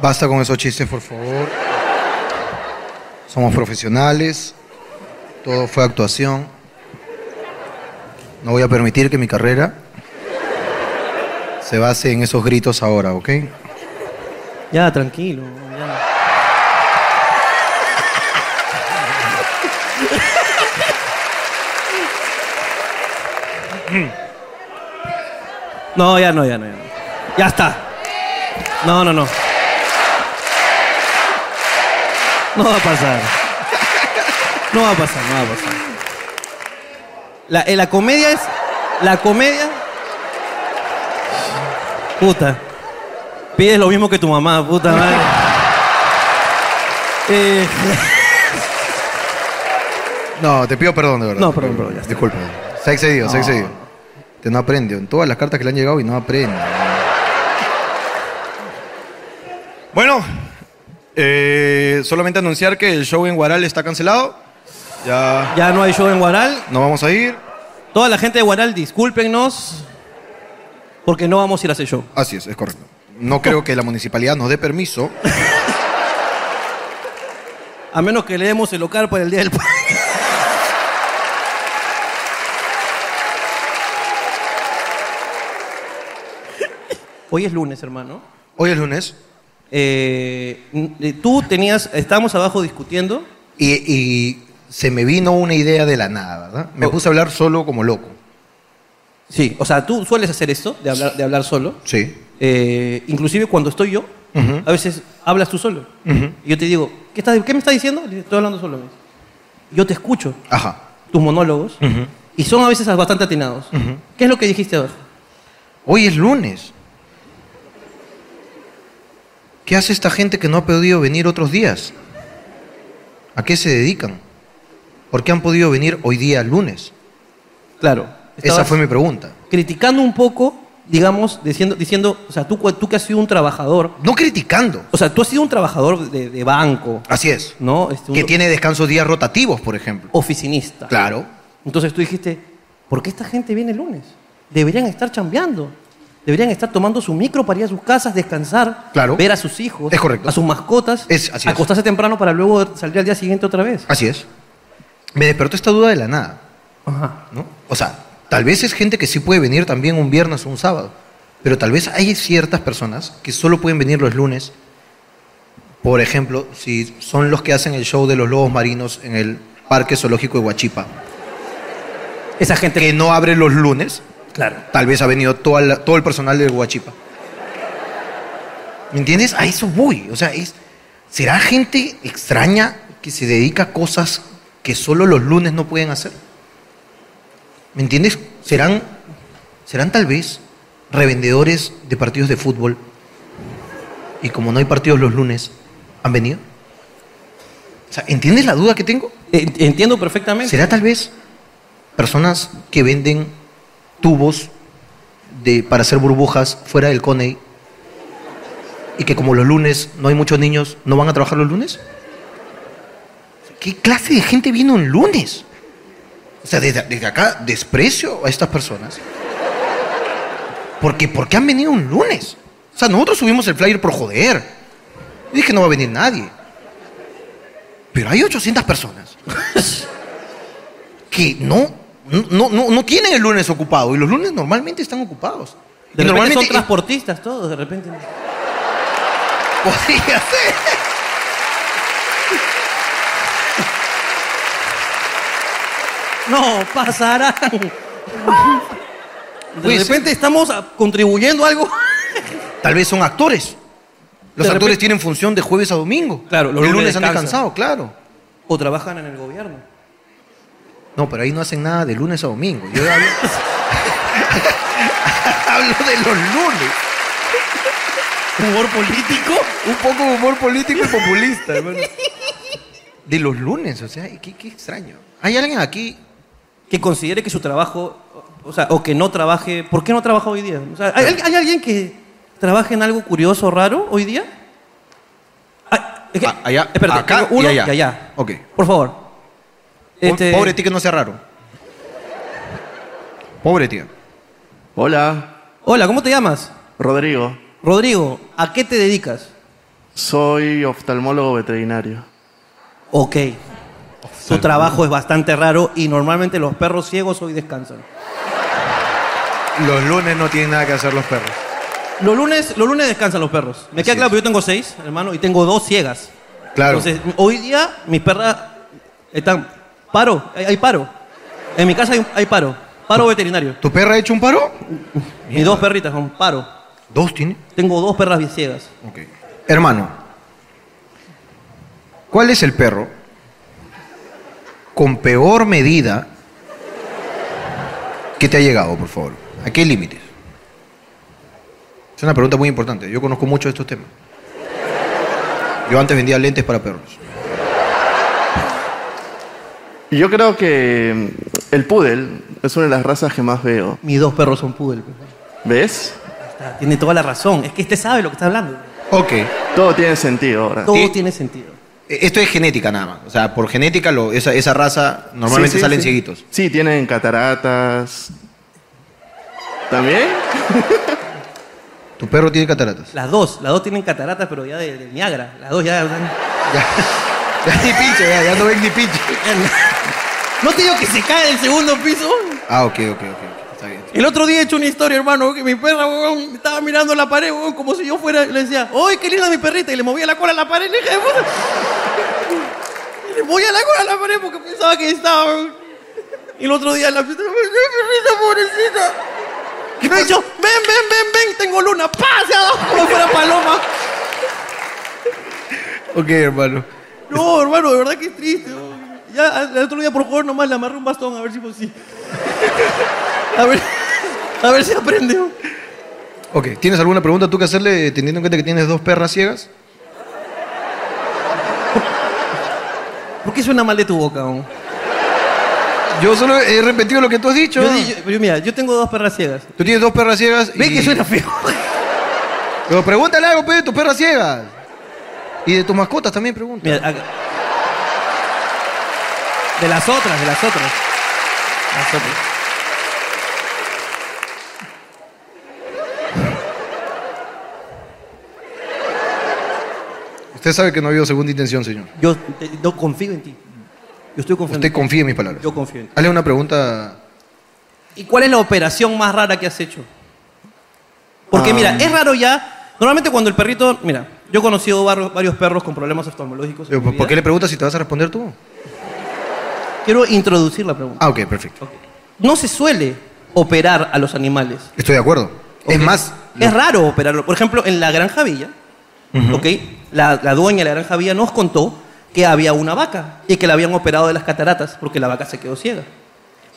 Basta con esos chistes, por favor. Somos profesionales. Todo fue actuación. No voy a permitir que mi carrera se base en esos gritos ahora, ¿ok? Ya, tranquilo. ya. No, ya no, ya no, ya no. Ya está. No, no, no. No va a pasar. No va a pasar, no va a pasar. La, eh, la comedia es. La comedia. Puta. Pides lo mismo que tu mamá, puta madre. Eh, No, te pido perdón, de verdad. No, perdón, perdón, ya está. Disculpa. Se ha excedido, se ha No. excedido. Te no aprende. En todas las cartas que le han llegado y no aprende. Bueno, eh, solamente anunciar que el show en Guaral está cancelado. Ya ya no hay show en Guaral. no vamos a ir. Toda la gente de Guaral, discúlpenos. Porque no vamos a ir a ese show. Así es, es correcto. No creo que la municipalidad nos dé permiso. A menos que le demos el local para el día del padre. Hoy es lunes, hermano. Hoy es lunes Eh, n- eh, tú tenías, estábamos abajo discutiendo. y, y se me vino una idea de la nada, ¿verdad? Me puse a hablar solo como loco. Sí. O sea, tú sueles hacer esto, de hablar, de hablar solo. Sí. Eh, inclusive cuando estoy yo, Ujú. a veces hablas tú solo. Y yo te digo, ¿qué, estás- qué me estás diciendo? Le digo, Estoy hablando solo. me dice. Yo te escucho, Ajá. tus monólogos, y son a veces bastante atinados. ¿Qué es lo que dijiste abajo? Hoy es lunes. ¿Qué hace esta gente que no ha podido venir otros días? ¿A qué se dedican? ¿Por qué han podido venir hoy día lunes? Claro. Esa estabas- fue mi pregunta. criticando un poco, digamos, diciendo, diciendo o sea, tú, cu- tú que has sido un trabajador, No criticando. o sea, tú has sido un trabajador de, de banco, Así es. ¿no? Este, un Que tiene descansos días rotativos, por ejemplo. Oficinista. Claro. Entonces tú dijiste, ¿por qué esta gente viene el lunes? Deberían estar chambeando. Deberían estar tomando su micro para ir a sus casas, descansar, Claro. ver a sus hijos, Es correcto. a sus mascotas, Es- así es. acostarse temprano para luego salir al día siguiente otra vez. Así es. Me despertó esta duda de la nada. Ajá. ¿no? O sea, tal vez es gente que sí puede venir también un viernes o un sábado, pero tal vez hay ciertas personas que solo pueden venir los lunes. Por ejemplo, si son los que hacen el show de los lobos marinos en el Parque Zoológico de Huachipa, Esa gente que no abre los lunes, Claro. tal vez ha venido toda la- todo el personal de Huachipa. ¿Me entiendes? A eso voy. O sea, es, ¿será gente extraña que se dedica a cosas que solo los lunes no pueden hacer? ¿Me entiendes? ¿Serán, serán tal vez revendedores de partidos de fútbol y como no hay partidos los lunes, han venido? O sea, ¿entiendes la duda que tengo? En- Entiendo perfectamente. ¿Será tal vez personas que venden tubos de, para hacer burbujas fuera del CONEI y que como los lunes no hay muchos niños, no van a trabajar los lunes? ¿Qué clase de gente viene un lunes? O sea, desde, desde acá desprecio a estas personas. Porque, ¿por qué han venido un lunes? O sea, nosotros subimos el flyer por joder. Dije que no va a venir nadie. Pero hay 800 personas que no, no, no, no tienen el lunes ocupado. Y los lunes normalmente están ocupados. De y repente normalmente son transportistas todos, de repente. podría ser. No, pasarán. De Oye, repente estamos a- contribuyendo a algo. Tal vez son actores. Los De actores repente- tienen función de jueves a domingo. Claro, los el lunes lunes han descansan. descansado, claro. O trabajan en el gobierno. No, pero ahí no hacen nada de lunes a domingo. Yo hablo, hablo de los lunes. Humor político. Un poco de humor político y populista, hermano. De los lunes, o sea, qué, qué extraño. Hay alguien aquí. que considere que su trabajo, o sea, o que no trabaje, ¿por qué no trabaja hoy día? O sea, ¿hay, al- hay alguien que trabaje en algo curioso, raro hoy día? Ay, es que- Ah, allá, espérate, acá tengo uno y allá. Ok. Ok. Por favor. Este, Pobre tío que no sea raro. Pobre tío. Hola, Hola, ¿cómo te llamas? Rodrigo. Rodrigo, ¿a qué te dedicas? Soy oftalmólogo veterinario. Ok. Su trabajo es bastante raro y normalmente los perros ciegos hoy descansan. Los lunes no tienen nada que hacer los perros. Los lunes, los lunes descansan los perros. Me queda claro que yo tengo seis, hermano, y tengo dos ciegas. Claro. Entonces, hoy día mis perras están. Paro, hay, hay paro. En mi casa hay, un- hay paro. Paro veterinario. ¿Tu perra ha hecho un paro? Mis dos perritas son paro. Dos tiene. Tengo dos perras bien ciegas. Hermano, ¿cuál es el perro con peor medida que te ha llegado, por favor? ¿A qué límites? Es una pregunta muy importante. Yo conozco mucho de estos temas. Yo antes vendía lentes para perros. Y yo creo que mm, el poodle es una de las razas que más veo. Mis dos perros son poodle. pues. ¿Ves? Está, Tiene toda la razón. Es que este sabe lo que está hablando. Ok. Todo tiene sentido ahora. Todo Sí. tiene sentido. Esto es genética nada más. O sea, por genética lo- esa, esa raza normalmente Sí, sí, salen sí. cieguitos. Sí, tienen cataratas. ¿También? Tu perro tiene cataratas. Las dos, las dos tienen cataratas, pero ya de, de Niagara. Las dos ya. ya- Ya, ya ni pinche, ya, ya no ven ni pinche. No te digo que se cae del segundo piso. Ah, ok, ok, ok. ok. Está bien. El otro día he hecho una historia, hermano, que mi perra, weón, me estaba mirando la pared, weón, como si yo fuera, le decía, ¡ay, qué linda mi perrita! Y le movía la cola a la pared, hija de puta. Y le movía la cola a la pared porque pensaba que estaba, weón. Y el otro día la perrita, ¡ay, qué perrita, pobrecita! Y me ha dicho, ven, ven, ven, ven, tengo luna, ¡pá! Se ha dado como fuera paloma. Ok, hermano. No, hermano, de verdad que es triste. weón. Ya, el otro día, por favor, nomás le amarré un bastón, a ver si pues sí. A ver, a ver si aprende. weón. Ok, ¿tienes alguna pregunta tú que hacerle eh, teniendo en cuenta que tienes dos perras ciegas? ¿Por qué suena mal de tu boca, weón? Yo solo he repetido lo que tú has dicho. Yo, di- yo- yo- mira, yo tengo dos perras ciegas. Tú tienes dos perras ciegas. Ve y- que suena feo. Pero pregúntale algo, pues, de tus perras ciegas. Y de tus mascotas también pregunta. Mira, acá. De las otras, de las otras. Las otras. Usted sabe que no ha habido segunda intención, señor. Yo, te- yo confío en ti. Yo estoy confiando. Usted confía en mis palabras. Yo confío en ti. Hazle una pregunta. ¿Y cuál es la operación más rara que has hecho? Porque mira, es raro ya. Normalmente cuando el perrito, mira, yo he conocido var- varios perros con problemas oftalmológicos. en mi ¿Por vida. qué le preguntas si te vas a responder tú? Quiero introducir la pregunta. Ah, ok, perfecto. Ok. No se suele operar a los animales. Estoy de acuerdo. Es Ok. más, Es raro operarlo. Por ejemplo, en la Granja Villa, ¿ok? La, la dueña de la Granja Villa nos contó que había una vaca y que la habían operado de las cataratas porque la vaca se quedó ciega.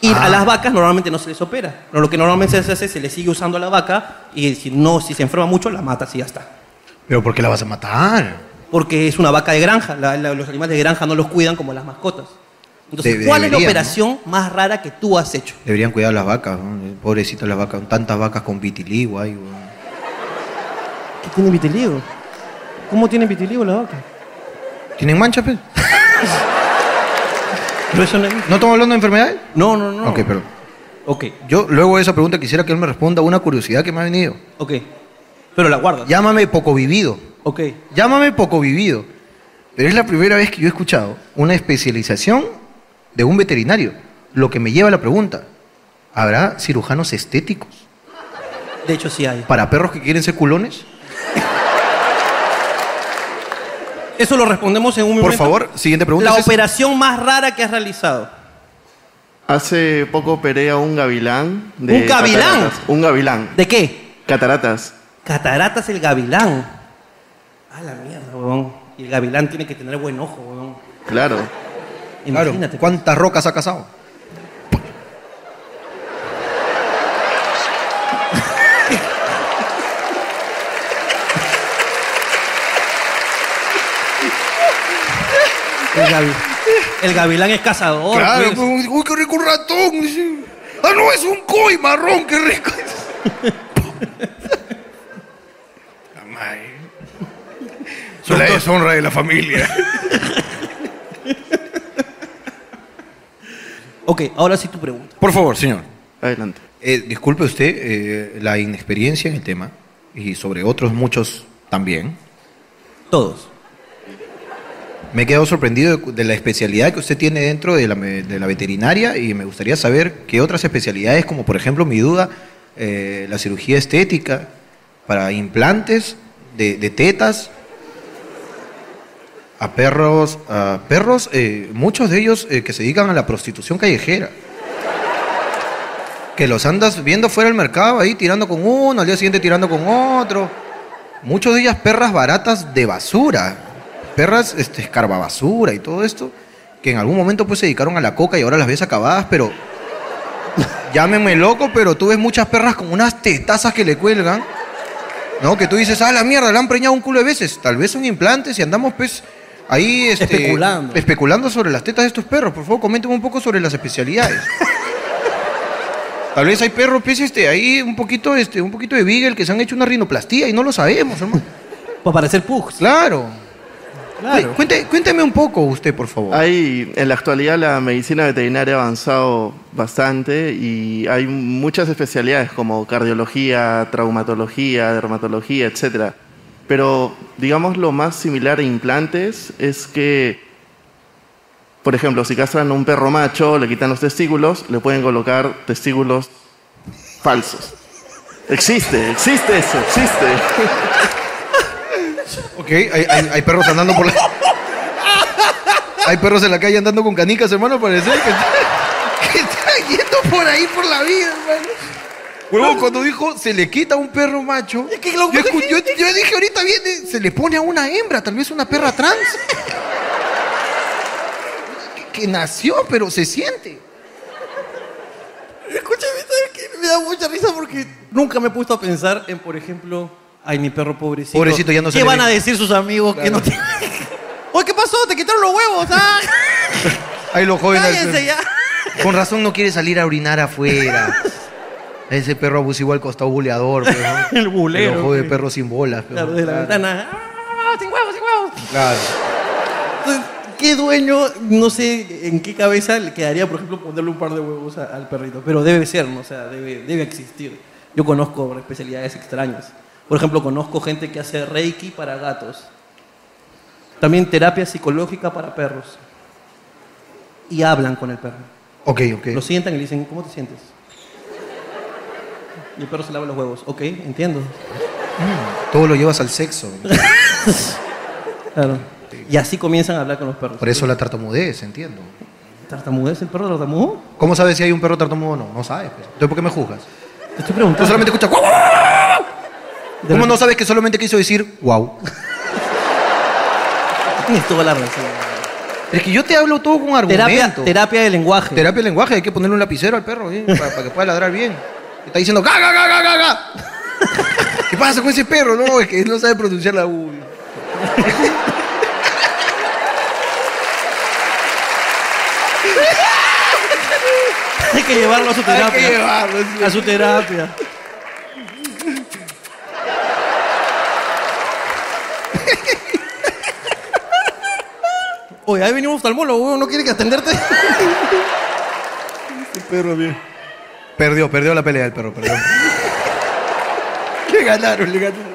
Y Ah. a las vacas normalmente no se les opera. Pero Lo que normalmente se hace es se le sigue usando a la vaca y si no, si se enferma mucho, la mata y ya está. ¿pero por qué la vas a matar? Porque es una vaca de granja. la- la- los animales de granja no los cuidan como las mascotas. Entonces, Debe- ¿cuál es la deberían, ¿no? operación más rara que tú has hecho? Deberían cuidar las vacas, ¿no? Eh, pobrecitas las vacas, tantas vacas con vitiligo ahí, weón. ¿Qué tiene vitiligo? ¿Cómo tiene vitiligo la vaca? ¿Tienen manchas, pues? Pero eso no es- ¿No estamos hablando de enfermedades? No, no, no. Ok, perdón. Ok, Yo luego de esa pregunta quisiera que él me responda una curiosidad que me ha venido. ok. Pero la guardas. Llámame poco vivido. Ok. Llámame poco vivido. Pero es la primera vez que yo he escuchado una especialización de un veterinario. Lo que me lleva a la pregunta, ¿habrá cirujanos estéticos De hecho, sí hay. para perros que quieren ser culones? Eso lo respondemos en un momento. Por favor, siguiente pregunta. La es esa. operación más rara que has realizado. Hace poco operé a un gavilán. De ¿Un gavilán? cataratas. Un gavilán. ¿De qué? Cataratas. Cataratas el gavilán. A la mierda, huevón. Y el gavilán tiene que tener buen ojo, huevón. Claro. Claro, Imagínate. ¿cuántas rocas ha cazado? El, gavi- el gavilán es cazador. Claro, pues. pues, uy, qué rico un ratón. dice. Ah, no, es un coy marrón, qué rico. La madre. Son la deshonra de la familia. Ok, ahora sí tu pregunta. Por favor, señor. Adelante. Eh, disculpe usted eh, la inexperiencia en el tema y sobre otros muchos también. Todos. Me he quedado sorprendido de, de la especialidad que usted tiene dentro de la, me- de la veterinaria y me gustaría saber qué otras especialidades, como por ejemplo mi duda, eh, la cirugía estética para implantes de, de tetas a perros, a perros, eh, muchos de ellos eh, que se dedican a la prostitución callejera. Que los andas viendo fuera del mercado ahí tirando con uno, al día siguiente tirando con otro. Muchos de ellas perras baratas de basura, perras este, escarbabasura y todo esto, que en algún momento pues se dedicaron a la coca y ahora las ves acabadas, pero llámeme loco, pero tú ves muchas perras con unas tetazas que le cuelgan, ¿no? Que tú dices, ah, la mierda, la han preñado un culo de veces, tal vez son implantes y andamos pues ahí este, Especulando. especulando sobre las tetas de estos perros. Por favor, coméntame un poco sobre las especialidades. Tal vez hay perros, pues, este, ahí un poquito, este, un poquito de Beagle que se han hecho una rinoplastía y no lo sabemos, hermano. Pues para hacer pugs. Claro. Claro. Cué- cuente- cuénteme un poco usted, por favor. Hay, en la actualidad la medicina veterinaria ha avanzado bastante y hay muchas especialidades como cardiología, traumatología, dermatología, etc. Pero digamos lo más similar a implantes es que, por ejemplo, si castran a un perro macho, le quitan los testículos, le pueden colocar testículos falsos. Existe, existe eso, existe. Ok, hay, hay- hay perros andando por la... Hay perros en la calle andando con canicas, hermano, parece que, que están yendo por ahí por la vida, hermano. Huevón, cuando dijo, se le quita a un perro macho, Es que lo- yo, escu- yo- yo dije, ahorita viene, se le pone a una hembra, tal vez una perra trans. que, que nació, pero se siente. Escúchame, ¿sabes qué? Me da mucha risa porque nunca me he puesto a pensar en, por ejemplo, ay, mi perro pobrecito. Pobrecito, ya no se ¿Qué le van ve? a decir sus amigos que no tienen? Oye, ¿qué pasó? Te quitaron los huevos. Ah, Ahí lo joven. al- cállense ya. Con razón no quiere salir a orinar afuera. Ese perro abusivo al costado buleador. pues, ¿no? El bulero, El ojo de pues. perro sin bolas. pues, Claro, ¿no? de la Claro, ventana. Ah, sin huevos, sin huevos. claro. Entonces, Pues, ¿Qué dueño, no sé en qué cabeza le quedaría, por ejemplo, ponerle un par de huevos a- al perrito? Pero debe ser, ¿no? O sea, debe, debe existir. Yo conozco especialidades extrañas. Por ejemplo, conozco gente que hace reiki para gatos. También terapia psicológica para perros. Y hablan con el perro. Ok, ok. Lo sientan y le dicen, ¿cómo te sientes? Y el perro se lava los huevos. Ok, entiendo. Todo lo llevas al sexo. Claro. Y así comienzan a hablar con los perros. Por eso la tartamudez, entiendo. ¿Tartamudez? ¿El perro tartamudo? ¿Cómo sabes si hay un perro tartamudo o no? No sabes. pues. Entonces, ¿por qué me juzgas? Te estoy Tú preguntando. solamente escuchas. "Guau, guau, guau". ¿Cómo no sabes que solamente quiso decir wow? Tienes toda la razón. Es que yo te hablo todo con Terapia, argumento. pues. terapia de lenguaje. Terapia de lenguaje, hay que ponerle un lapicero al perro ¿eh? para, para que pueda ladrar bien. Está diciendo ga, ga, ga, ga, ga, ga". ¿Qué pasa con ese perro? No, es que él no sabe pronunciar la U. Hay que llevarlo a su Hay que terapia. llevarlo. sí. A su terapia. Oye, ahí venimos un oftalmólogo, weón, ¿no quiere que atenderte? Perdió, perdió la pelea el perro, perdió. Le ganaron, le ganaron.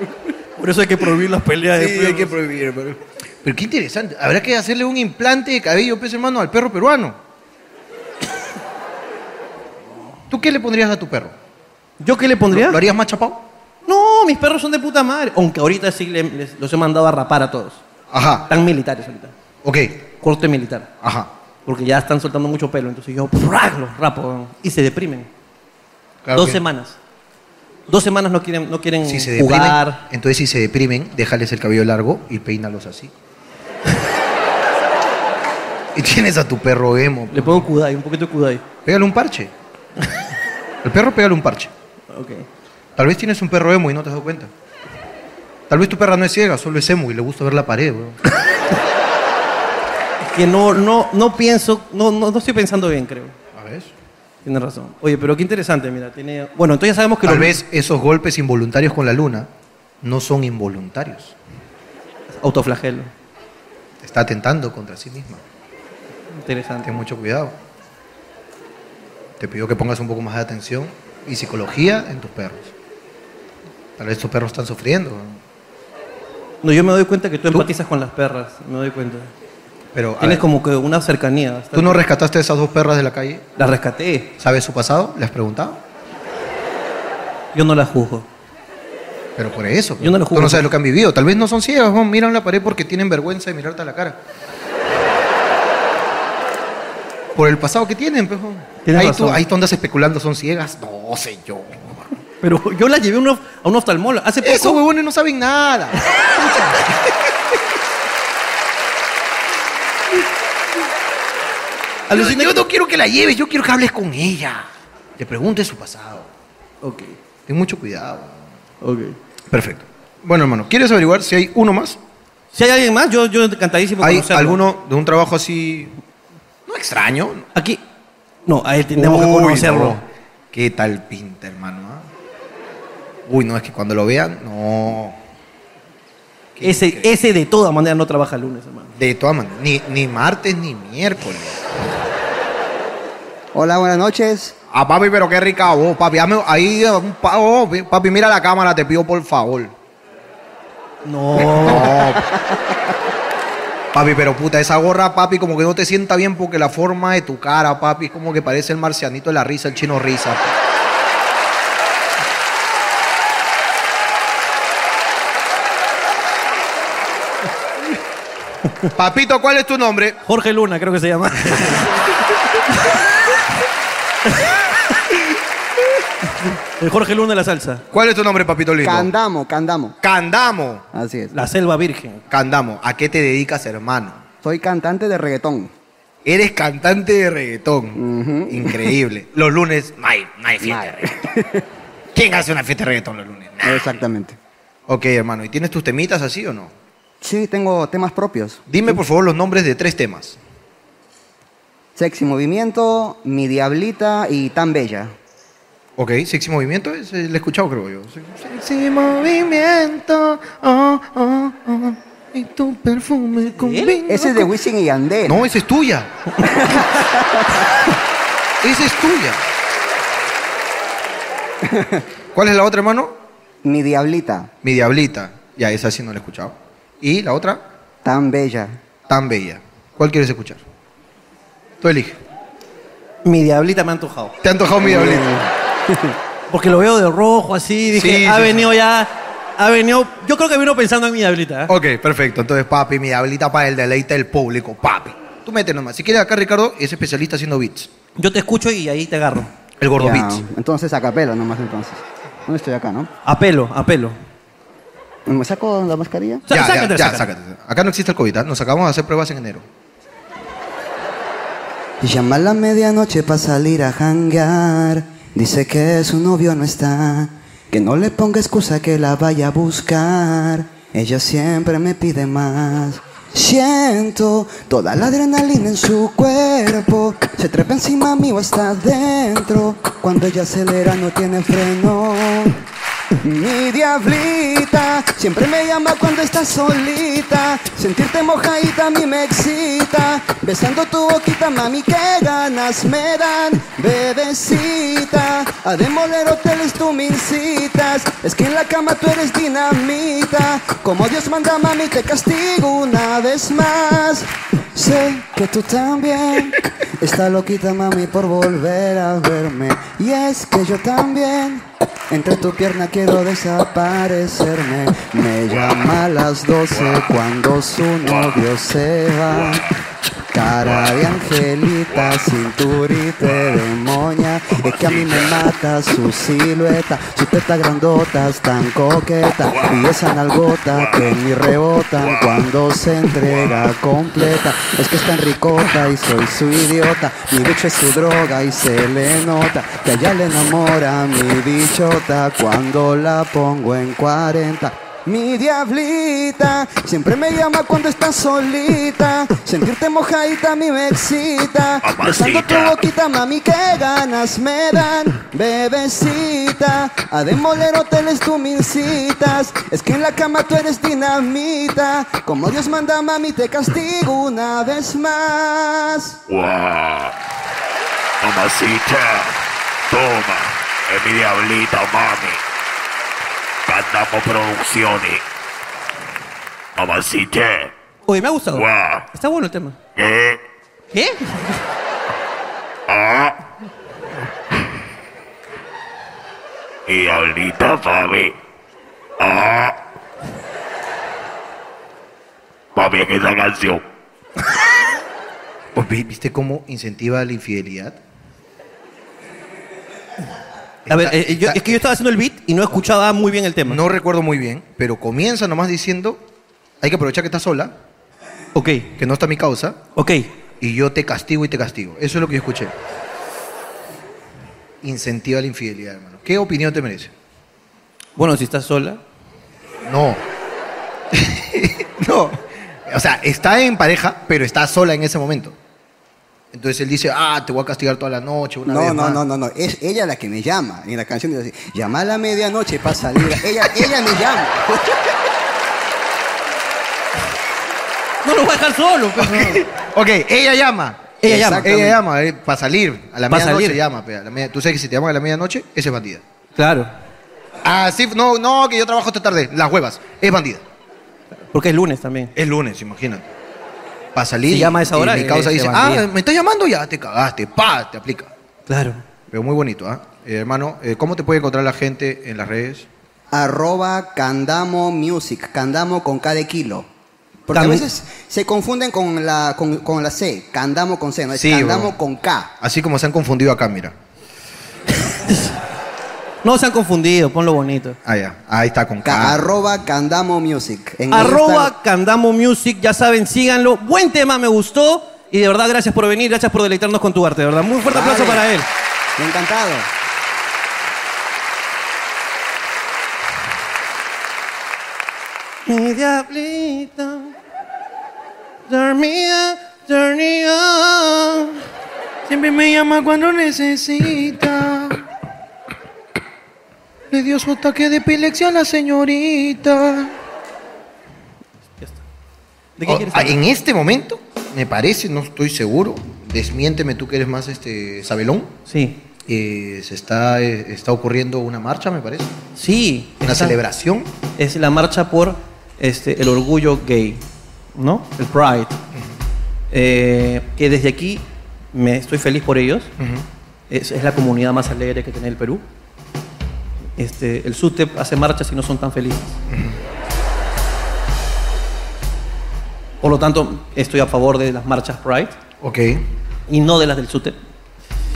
Por eso hay que prohibir las peleas de Sí, hay que perros. prohibir, pero. Pero qué interesante. Habrá que hacerle un implante de cabello, pez hermano, al perro peruano. ¿Tú qué le pondrías a tu perro? ¿Yo qué le pondría? ¿Lo harías más chapado? No, mis perros son de puta madre. Aunque ahorita sí le- les- los he mandado a rapar a todos. Ajá. Están militares ahorita. Ok. Corte militar. Ajá. Porque ya están soltando mucho pelo. Entonces yo ¡prac! los rapo weón. y se deprimen. Claro Dos que- semanas. Dos semanas no quieren, no quieren Si se deprimen, jugar. entonces si se deprimen, déjales el cabello largo y peínalos así. y tienes a tu perro emo. Le pongo kudai, un poquito de kudai. Pégale un parche. El perro pégale un parche. Ok. Tal vez tienes un perro emo y no te has dado cuenta. Tal vez tu perra no es ciega, solo es emo y le gusta ver la pared, weón. Es que no, no, no pienso, no, no, no estoy pensando bien, creo. A ver. Tienes razón. Oye, pero qué interesante, mira, tiene. Bueno, entonces ya sabemos que Tal los- vez esos golpes involuntarios con la luna no son involuntarios. autoflagelo. Te está atentando contra sí misma. Interesante. Ten mucho cuidado. Te pido que pongas un poco más de atención y psicología en tus perros. Tal vez tus perros están sufriendo. No, yo me doy cuenta que tú, empatizas con las perras, me doy cuenta. Pero, a Tienes ver, como que una cercanía. bastante. ¿tú no rescataste a esas dos perras de la calle? Las rescaté, ¿Sabes su pasado? ¿Le has preguntado? yo no las juzgo. Pero por eso. pues, Yo no lo Tú juzgo. no sabes lo que han vivido. Tal vez no son ciegas, weón, miran la pared porque tienen vergüenza de mirarte a la cara. Por el pasado que tienen, pues. weón. Tienes ahí, Tú, razón. ahí tú andas especulando, son ciegas. No, señor. Pero yo las llevé a un of- a un oftalmólogo. Hace poco. Esos huevones no saben nada. Alucina, yo no quiero que la lleves, yo quiero que hables con ella. Le preguntes su pasado. Ok, Ten mucho cuidado. ok. Perfecto. Bueno, hermano, ¿quieres averiguar si hay uno más? Si hay alguien más, yo, yo encantadísimo ¿Hay conocerlo. alguno de un trabajo así. no extraño? Aquí. No, a él tenemos que Uy, conocerlo. no. ¿Qué tal pinta, hermano? ah? Uy, no, es que cuando lo vean, no. Qué Ese, increíble. ese de todas maneras no trabaja el lunes, hermano. De todas maneras, ni, ni martes ni miércoles. Hola, buenas noches. Ah, papi, pero qué rica voz, papi. Dame ahí eh, un pa- oh, pi- papi, mira la cámara, te pido por favor. No. No. papi, pero puta, esa gorra, papi, como que no te sienta bien porque la forma de tu cara, papi, es como que parece el marcianito de la risa, el chino risa. Papito, ¿cuál es tu nombre? Jorge Luna, creo que se llama. el Jorge Luna de la salsa. ¿Cuál es tu nombre, papito lindo? Candamo, Candamo. Candamo. Así es. La selva virgen. Candamo, ¿a qué te dedicas, hermano? Soy cantante de reggaetón. Eres cantante de reggaetón. Ujú. Increíble. Los lunes no hay, no hay fiesta de Nada. reggaetón. ¿Quién hace una fiesta de reggaetón los lunes? Nah. Exactamente. Ok, hermano, ¿y tienes tus temitas así o no? Sí, tengo temas propios. Dime, por favor, los nombres de tres temas. Sexy Movimiento, Mi Diablita y Tan Bella. Ok, Sexy Movimiento, es, eh, lo he escuchado, creo yo. Se- Sexy Movimiento, oh, oh, oh, y tu perfume combina Ese es de con- Wisin y Yandel. No, esa es tuya. esa es tuya. ¿Cuál es la otra, hermano? Mi Diablita, Mi Diablita. Ya, esa sí no la he escuchado. Y la otra, Tan Bella. Tan Bella. ¿Cuál quieres escuchar? Tú elige. Mi diablita me ha antojado. Te ha antojado mi Diablita. Porque lo veo de rojo así, dije, Sí, ha sí, venido ya, ha venido, yo creo que vino pensando en mi diablita. ¿eh? Ok, perfecto. Entonces, papi, mi Diablita para el deleite del público, papi. Tú mete nomás. Si quieres acá, Ricardo, es especialista haciendo beats. Yo te escucho y ahí te agarro. El gordo Ya, beats. Entonces a capela nomás entonces. No estoy acá, ¿no? Apelo, apelo. ¿Me saco la mascarilla? Sa- ya, sácate, ya, ya, sácate. sácate. Acá no existe el COVID, ¿ah? nos acabamos de hacer pruebas en enero. Llama a la medianoche para salir a janguear. Dice que su novio no está. Que no le ponga excusa que la vaya a buscar. Ella siempre me pide más. Siento toda la adrenalina en su cuerpo. Se trepa encima mío hasta adentro. Cuando ella acelera no tiene freno. Mi diablita, siempre me llama cuando estás solita. Sentirte mojadita a mí me excita. Besando tu boquita, mami, qué ganas me dan, bebecita. A demoler hoteles tú me incitas. Es que en la cama tú eres dinamita. Como Dios manda, mami, te castigo una vez más. Sé que tú también estás loquita, mami, por volver a verme. Y es que yo también. Entre tu pierna quiero desaparecerme. Me llama a las 12 cuando su novio se va. Cara de angelita, cinturita de moña. Es que a mí me mata su silueta, sus tetas grandotas tan coqueta. Y esa nalgota que en mí rebotan cuando se entrega completa. Es que es tan ricota y soy su idiota. Mi bicho es su droga y se le nota. Que allá le enamora mi bichota cuando la pongo en 40. Mi diablita siempre me llama cuando estás solita. Sentirte mojadita a mí me excita. Besando tu boquita, mami, qué ganas me dan, bebecita. A demoler hoteles tú me incitas. Es que en la cama tú eres dinamita. Como Dios manda, mami, te castigo una vez más. ¡Wow! Mamacita, toma, es mi diablita, mami. Cantamos producciones. Mamacita. Oye, me ha gustado. Guau. Está bueno el tema. Eh, ¿Qué? ah. Y ahorita, papi. Ah. Papi, es que esa canción. Pues, vi- ¿Viste cómo incentiva la infidelidad? A ver, Está- eh, yo- está- es que yo estaba haciendo el beat y no escuchaba muy bien el tema. No recuerdo muy bien, pero comienza nomás diciendo, hay que aprovechar que estás sola, Ok, que no está mi causa, ok. y yo te castigo y te castigo. Eso es lo que yo escuché. Incentiva la infidelidad, hermano. ¿Qué opinión te merece? Bueno, si estás sola. No. no. O sea, está en pareja, pero está sola en ese momento. Entonces él dice, ah, te voy a castigar toda la noche. Una No, vez no, más". no, no, no. Es ella la que me llama. En la canción dice así, llama a la medianoche para salir. Ella, ella me llama. No lo voy a dejar solo. pues, no. Ok, ella llama. Ella llama. Ella llama, para salir. A la Pa' medianoche salir. llama. pe, a la media- Tú sabes que si te llaman a la medianoche, ese es bandida. Claro, Ah, sí, no, no, que yo trabajo esta tarde. Las huevas. Es bandida. porque es lunes también. Es lunes, imagínate. Para salir. Si llama a esa y hora, Mi causa es dice, bandida. ah, me está llamando ya. Te cagaste. Pa, te aplica. Claro. Pero muy bonito, ¿ah? Eh, hermano, eh, ¿cómo te puede encontrar la gente en las redes? Arroba Candamo Music. Candamo con K de kilo. Porque Cam- a veces se confunden con la, con, con la C. Candamo con C. No es Sí, Candamo weón. con K. Así como se han confundido acá, mira. No se han confundido, ponlo bonito. Ah, ya. Ahí está con Ca- K. Arroba Candamo Music. En Instagram. Arroba Candamo Music, ya saben, síganlo. Buen tema, me gustó. Y de verdad, gracias por venir, gracias por deleitarnos con tu arte, de verdad. Muy fuerte aplauso Dale. para él. Encantado. Mi diablita, dormida, dormida. Siempre me llama cuando necesita. Le dio su ataque de epilepsia a la señorita. ¿De qué quieres hablar? en este momento, me parece, no estoy seguro. Desmiénteme tú que eres más este sabelón. Sí. eh, se está, eh, está ocurriendo una marcha, me parece. Sí. Una Está- celebración. Es la marcha por este, el orgullo gay, ¿no? El Pride. Eh, que desde aquí me estoy feliz por ellos. Es, es la comunidad más alegre que tiene el Perú. Este, el SUTEP hace marchas y no son tan felices. Por lo tanto, estoy a favor de las marchas Pride Ok. y no de las del SUTEP.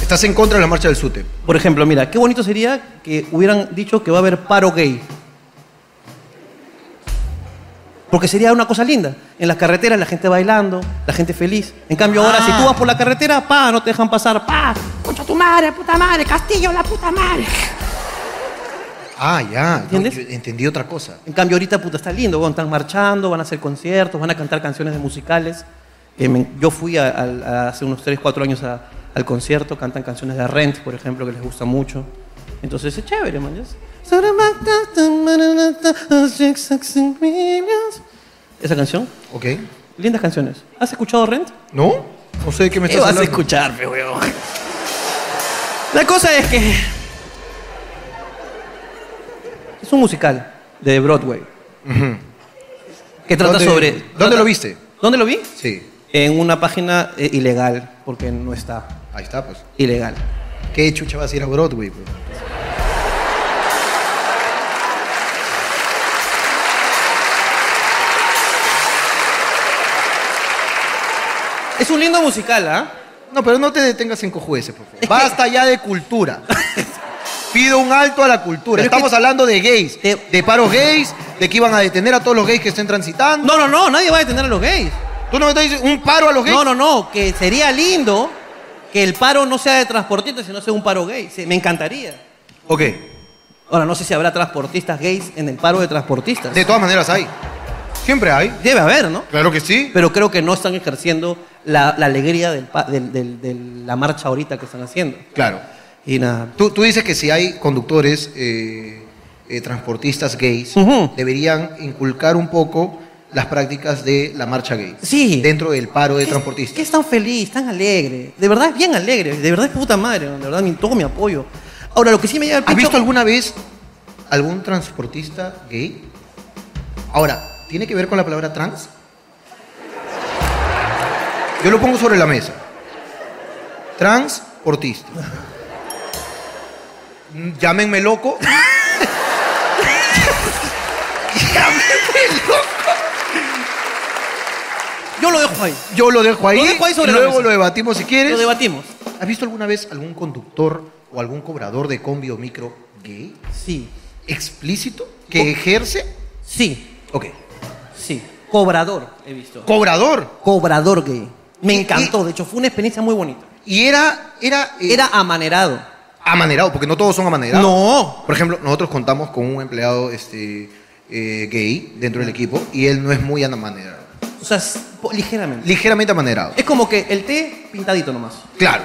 Estás en contra de la marcha del SUTE. Por ejemplo, mira, qué bonito sería que hubieran dicho que va a haber paro gay. Porque sería una cosa linda. En las carreteras la gente bailando, la gente feliz. En cambio ahora, si tú vas por la carretera, pa, no te dejan pasar, pa. Ah, Concha tu madre, puta madre, Castillo, la puta madre. Ah, ya. No, ¿Entiendes? yo entendí otra cosa. En cambio ahorita, puta, está lindo. weón, están marchando, van a hacer conciertos, van a cantar canciones de musicales. Eh, me- yo fui a- al- a- hace unos 3, 4 años a- al concierto, cantan canciones de Rent, por ejemplo, que les gusta mucho. Entonces es chévere, man. ¿yes? Esa canción, Ok. lindas canciones. ¿Has escuchado Rent? ¿No? No sé de qué me ¿Qué estás Eh, vas a hablando. escuchar, pe, weón? La cosa es que. Es un musical de Broadway. Que trata ¿Dónde- sobre. dónde trata- lo viste? ¿Dónde lo vi? Sí. En una página eh, ilegal, porque no está Ahí está, pues. ilegal. ¿Qué chucha vas a ir a Broadway? pues? Es un lindo musical, ¿ah? No, pero no te detengas en cojueces, por favor. Basta ya de cultura. Pido un alto a la cultura. Pero es que- Estamos hablando de gays, Te- de paros gays, de que iban a detener a todos los gays que estén transitando. No, no, no, nadie va a detener a los gays. ¿Tú no me estás diciendo un paro a los gays? No, no, no, que sería lindo que el paro no sea de transportistas, sino sea un paro gay. Sí, Me encantaría. Ok. Ahora, no sé si habrá transportistas gays en el paro de transportistas. De todas maneras hay. Siempre hay. Debe haber, ¿no? Claro que sí. Pero creo que no están ejerciendo la, la alegría de la marcha ahorita que están haciendo. Claro. Y nada. Tú, tú dices que si hay conductores, eh, eh, transportistas gays, Ujú. deberían inculcar un poco las prácticas de la marcha gay. Sí. Dentro del paro de ¿Qué- transportistas. ¿Qué es tan feliz, tan alegre? De verdad es bien alegre. De verdad es puta madre. De verdad, mi- todo mi apoyo. Ahora, lo que sí me lleva el ¿Has pincho- visto alguna vez algún transportista gay? Ahora, tiene que ver con la palabra trans? Yo lo pongo sobre la mesa. Transportista. Mm, Llámenme loco. Llámenme loco. Yo lo dejo ahí. Yo lo dejo ahí. Lo dejo ahí sobre la luego mesa. lo debatimos si quieres. Lo debatimos. ¿Has visto alguna vez algún conductor o algún cobrador de combi o micro gay? Sí. ¿Explícito? Oh. ¿Que ejerce? Sí. Ok. Sí. Cobrador, he visto. Cobrador. Cobrador gay. Me encantó. De hecho, fue una experiencia muy bonita. Y era, era, eh, Era amanerado. amanerado, porque no todos son amanerados. No. Por ejemplo, nosotros contamos con un empleado este, eh, gay dentro del equipo y él no es muy amanerado. O sea, es po- ligeramente. Ligeramente amanerado. Es como que el té pintadito nomás. Claro.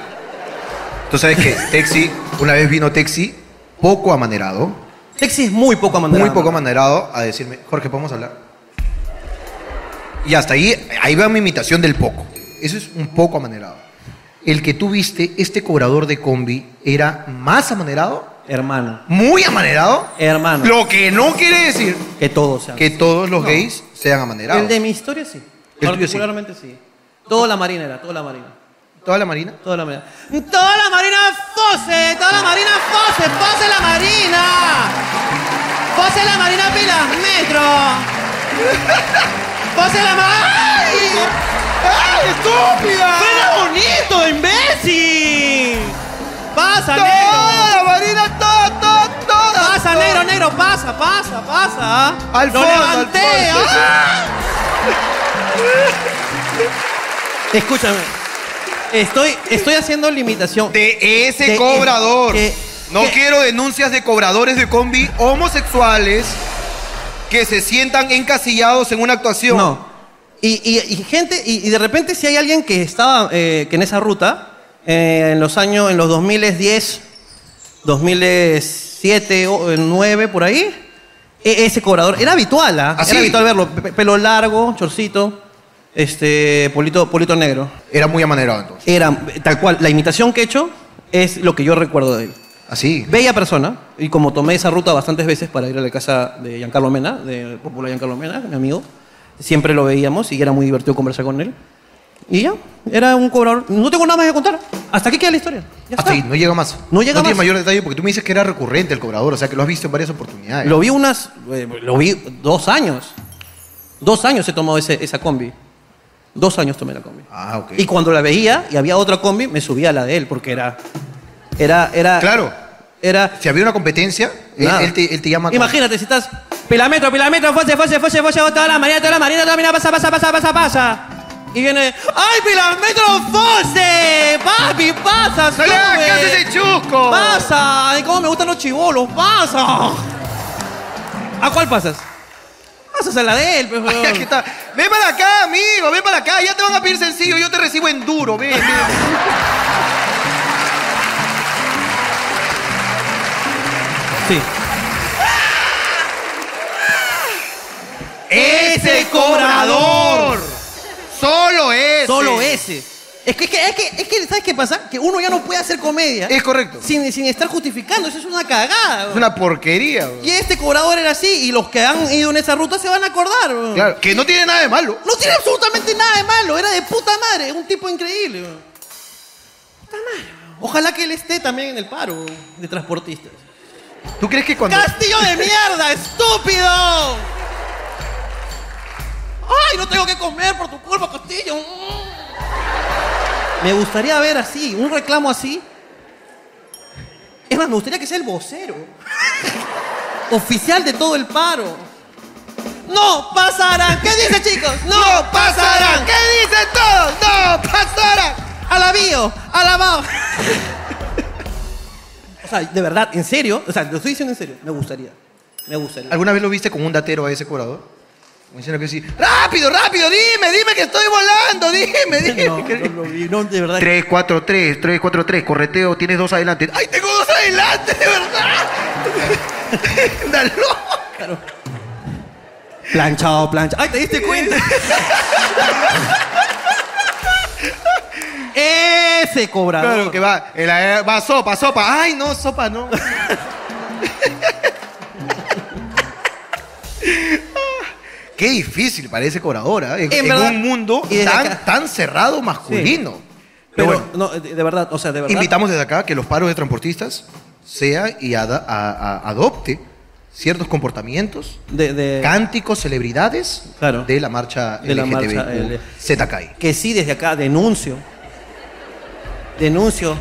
Tú sabes que Texi, una vez vino Texi, poco amanerado, Texi es muy poco amanerado. muy poco amanerado, a decirme, Jorge, ¿podemos hablar? Y hasta ahí, ahí va mi imitación del poco. Eso es un poco amanerado. El que tú viste, este cobrador de combi, era más amanerado, Hermano. muy amanerado, Hermano. lo que no quiere decir Que todo sea. que todos los gays sean amanerados. El de mi historia sí. El tuyo sí. Particularmente sí. Toda la marina era, toda la marina. ¿Toda la marina? Toda la marina. ¡Toda la marina Fose! ¡Toda la marina Fose! ¡Fose la marina! ¡Fose la marina pilas metro! ¡Fose la marina! ¡Ay! ¡Ay, estúpida! ¡Suena bonito, imbécil! ¡Pasa, negro! marina, toda, toda, toda! ¡Pasa, negro, negro! ¡Pasa, pasa, pasa! Al ¡Lo fondo, al levanté! fondo. ¡Ah! Escúchame. Estoy, estoy haciendo limitación. De ese De- cobrador. que- no que- quiero denuncias de cobradores de combi homosexuales que se sientan encasillados en una actuación. No. Y, y- y gente, y, y de repente si hay alguien que estaba eh, que en esa ruta, eh, en los años, en los 2010, 2007, o, 2009, por ahí, e- ese cobrador, era habitual, ¿ah? ¿Ah, sí? Era habitual verlo, pe- pelo largo, chorcito, este, polito, polito negro. Era muy amanerado entonces. Era, eh, tal cual, la imitación que he hecho es lo que yo recuerdo de él. Así. Bella persona, y como tomé esa ruta bastantes veces para ir a la casa de Giancarlo Mena, del popular Giancarlo Mena, mi amigo, siempre lo veíamos y era muy divertido conversar con él. Y ya, era un cobrador. No tengo nada más que contar. Hasta aquí queda la historia. Ya Hasta está. ahí, Ah, no llega más. No llega No tiene más. mayor detalle porque tú me dices que era recurrente el cobrador, o sea que lo has visto en varias oportunidades. Lo vi unas. eh, Lo vi dos años. Dos años he tomado ese- esa combi. Dos años tomé la combi. Ah, ok. Y cuando la veía y había otra combi, me subía a la de él porque era. Era. era Claro. Era. Si había una competencia, él, Nada. él te, él te llama. con- Imagínate si estás. Pilametro, pilametro, fose, fose, fose, fose, toda la marina, toda la marina, toda la marina, pasa, pasa, pasa, pasa, pasa. Y viene. ¡Ay, pilametro, fose! ¡Papi, pasa! ¡No le hagas sube! caso a ese chusco! ¡Pasa! ¡Ay, cómo me gustan los chivolos! ¡Pasa! ¿A cuál pasas? Pasas a la de él, pues, Ay, aquí weón. está. Ven para acá, amigo, ven para acá. Ya te van a pedir sencillo, yo te recibo en duro. Ven, ven. Sí. ¡Ese cobrador! Solo ese. Solo ese. Es que, es, que, es, que, es que, ¿sabes qué pasa? Que uno ya no puede hacer comedia. Es correcto. Sin, sin estar justificando. Eso es una cagada. Es weón. una porquería, bro. Y este cobrador era así, y los que han ido en esa ruta se van a acordar. weón. Claro, que no tiene nada de malo. No tiene absolutamente nada de malo, era de puta madre, un tipo increíble. weón. Puta madre. weón. Ojalá que él esté también en el paro weón, de transportistas. ¿Tú crees que cuando. ¡Castillo de mierda, estúpido! ¡Ay, no tengo que comer por tu culpa, Castillo! Me gustaría ver así, un reclamo así. Es más, me gustaría que sea el vocero. Oficial de todo el paro. ¡No pasarán! ¿Qué dicen, chicos? ¡No, pasarán! ¿Qué dicen todos? ¡No pasará! ¡Alabío! ¡Alabado! o sea, de verdad, en serio, o sea, lo estoy diciendo en serio, me gustaría. Me gustaría. ¿Alguna vez lo viste con un datero a ese cobrador? Me dicen que sí. ¡Rápido, rápido! ¡Dime, dime que estoy volando! ¡Dime, dime! No, no lo vi, no, de verdad. 3, 4, 3, 3, 4, 3, correteo, tienes dos adelante. ¡Ay, tengo dos adelante, de verdad! ¡Dalo! Planchado, planchado. ¡Ay, te diste cuenta! Ese cobrador. Claro, que va, el aer- va sopa, sopa. ¡Ay, no, sopa, no! Qué difícil parece cobradora. En, En en verdad, un mundo y desde tan, acá- tan cerrado masculino. Pero Pero, bueno, no, de, de verdad, o sea, de verdad. invitamos desde acá que los paros de transportistas sea y ada- a- a- adopte ciertos comportamientos, de- de- cánticos, celebridades Eh, Claro. de la marcha De la LGTBQ marcha L- ZKI. que sí, desde acá denuncio. Denuncio.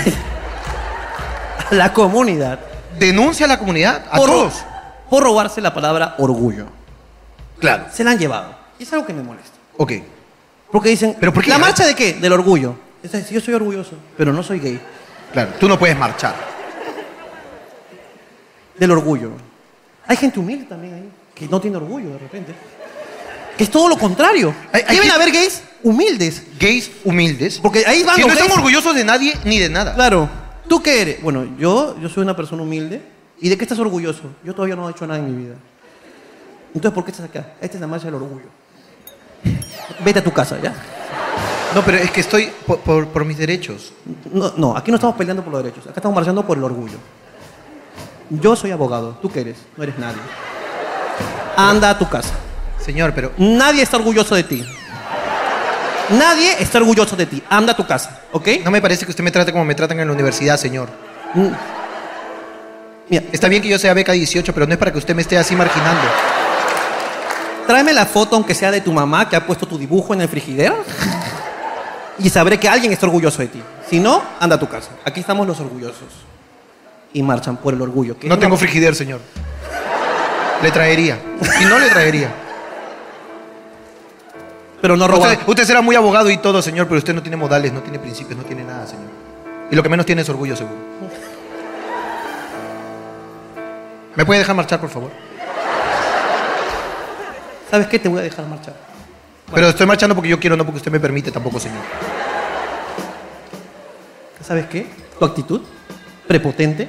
a la comunidad. Denuncia a la comunidad, a por, todos. por robarse la palabra orgullo. Claro. Se la han llevado. Y es algo que me molesta. Ok. Porque dicen, ¿Pero por qué? ¿la marcha de qué? Del orgullo. Entonces, yo soy orgulloso, pero no soy gay. Claro. Tú no puedes marchar. Del orgullo. Hay gente humilde también ahí, que no tiene orgullo de repente. Que es todo lo contrario. Hay- hay Deben gente- haber gays humildes. Gays humildes. Porque ahí van que los no están gays. orgullosos de nadie ni de nada. Claro. ¿Tú qué eres? Bueno, yo, yo soy una persona humilde. ¿Y de qué estás orgulloso? Yo todavía no he hecho nada en mi vida. Entonces, ¿por qué estás acá? Esta es la marcha del orgullo. Vete a tu casa, ¿ya? No, pero es que estoy por, por- por mis derechos. No, no, aquí no estamos peleando por los derechos. Acá estamos marchando por el orgullo. Yo soy abogado. ¿Tú qué eres? No eres nadie. Anda a tu casa. Señor, pero Nadie está orgulloso de ti. Nadie está orgulloso de ti. Anda a tu casa, ¿ok? no me parece que usted me trate como me tratan en la universidad, señor. Mm. Mira, Está bien que yo sea beca 18, pero no es para que usted me esté así marginando. Tráeme la foto, aunque sea de tu mamá, que ha puesto tu dibujo en el frigidero. y sabré que alguien está orgulloso de ti. Si no, anda a tu casa. Aquí estamos los orgullosos. Y marchan por el orgullo. que es No una- tengo frigider, señor. Le traería. Y no le traería. Pero no roban. Usted, usted será muy abogado y todo, señor, pero usted no tiene modales, no tiene principios, no tiene nada, señor. Y lo que menos tiene es orgullo, seguro. ¿Me puede dejar marchar, por favor? ¿Sabes qué? Te voy a dejar marchar. Pero estoy marchando porque yo quiero, no porque usted me permite tampoco, señor. ¿Sabes qué? Tu actitud prepotente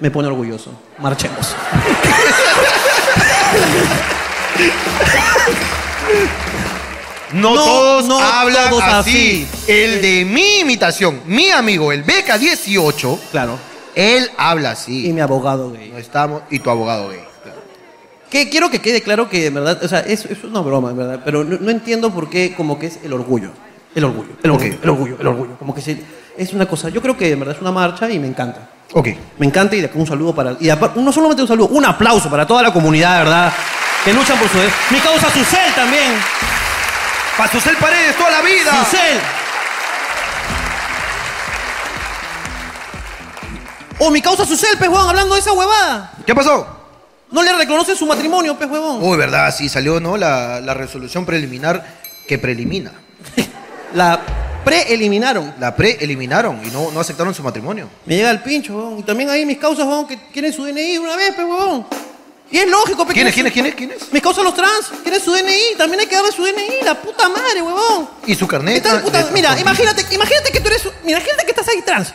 me pone orgulloso. Marchemos. No, No, todos no hablan todos así. así. El de mi imitación, mi amigo, el Beca 18, Claro. él habla Y así. mi abogado gay. No estamos, y tu abogado gay. claro. Que quiero que quede claro que, en verdad, o sea, es, es una broma, en verdad, pero no, no entiendo por qué como que es el orgullo. El orgullo, el orgullo, el orgullo, el orgullo. Como que se- es una cosa, yo creo que en verdad es una marcha y me encanta. Ok. Me encanta y de acá un saludo para... Y apar- no solamente un saludo, un aplauso para toda la comunidad, ¿verdad? Que luchan por su... Mi causa Susel también. Para Susel Paredes toda la vida. Susel. O Oh, mi causa Susel, pez huevón, hablando de esa huevada. ¿Qué pasó? No le reconocen su matrimonio, pez huevón. Uy, verdad, sí, salió, ¿no? La, la resolución preliminar que preelimina. La preeliminaron. La preeliminaron y no, no aceptaron su matrimonio. Me llega el pincho, huevón. Y también hay mis causas, huevón, que quieren su DNI una vez, pues, huevón. Y es lógico, pues. ¿Quién es, quién quieren es, su- quién es, quién es? Mis causas los trans, quieren su DNI. También hay que darle su DNI, la puta madre, huevón. Y su carnet. Ah, ¿Qué tal, de puta- mira, transporte. imagínate, imagínate que tú eres. Mira, imagínate que estás ahí trans.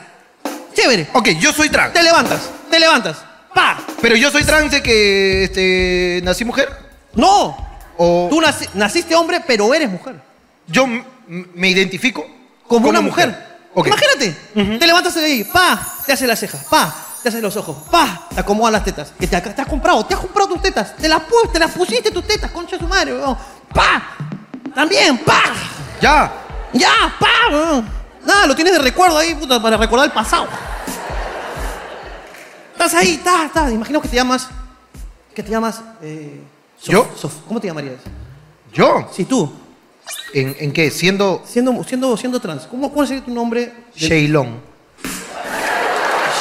Chévere. Ok, yo soy trans. Te levantas, te levantas. ¡Pa! Pero yo soy trans de que este, nací mujer. ¡No! O Tú naci- naciste hombre, pero eres mujer. yo m- m- me identifico Como, una mujer. Ok. Imagínate, te levantas de ahí, pa, te hace las cejas, pa, te hace los ojos, pa, te acomodan las tetas. Que te, ha- te has comprado, te has comprado tus tetas, te las, pu- te las pusiste tus tetas, concha de tu madre, weón. Pa, también, pa, Ya. ya, pa, weón. Nada, lo tienes de recuerdo ahí, puta, para recordar el pasado. Estás ahí, ta, ta, imagino que te llamas, que te llamas, eh, Sof- ¿Yo? Sof- ¿Cómo te llamarías? Yo. Si tú, ¿En, en qué? Siendo siendo, siendo, siendo trans, ¿cómo, ¿cuál sería tu nombre? de- Shaylon.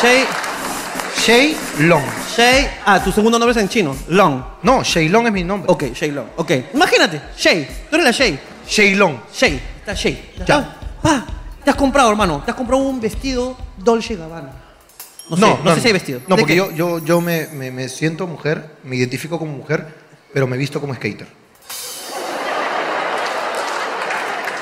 Shay- Shaylon. Shay. Ah, tu segundo nombre es en chino. Long. No, Shaylon es mi nombre. Ok, Shay Long. Ok. Imagínate, Shay. Tú eres la Shay. Shaylon. Shay. Está Shay. Ya. Ya. Ah, te has comprado, hermano. Te has comprado un vestido Dolce Gabbana. No, sé, no, sé si hay vestido. No, ¿De porque qué? yo, yo, yo me, me- me siento mujer, me identifico como mujer, pero me visto como skater.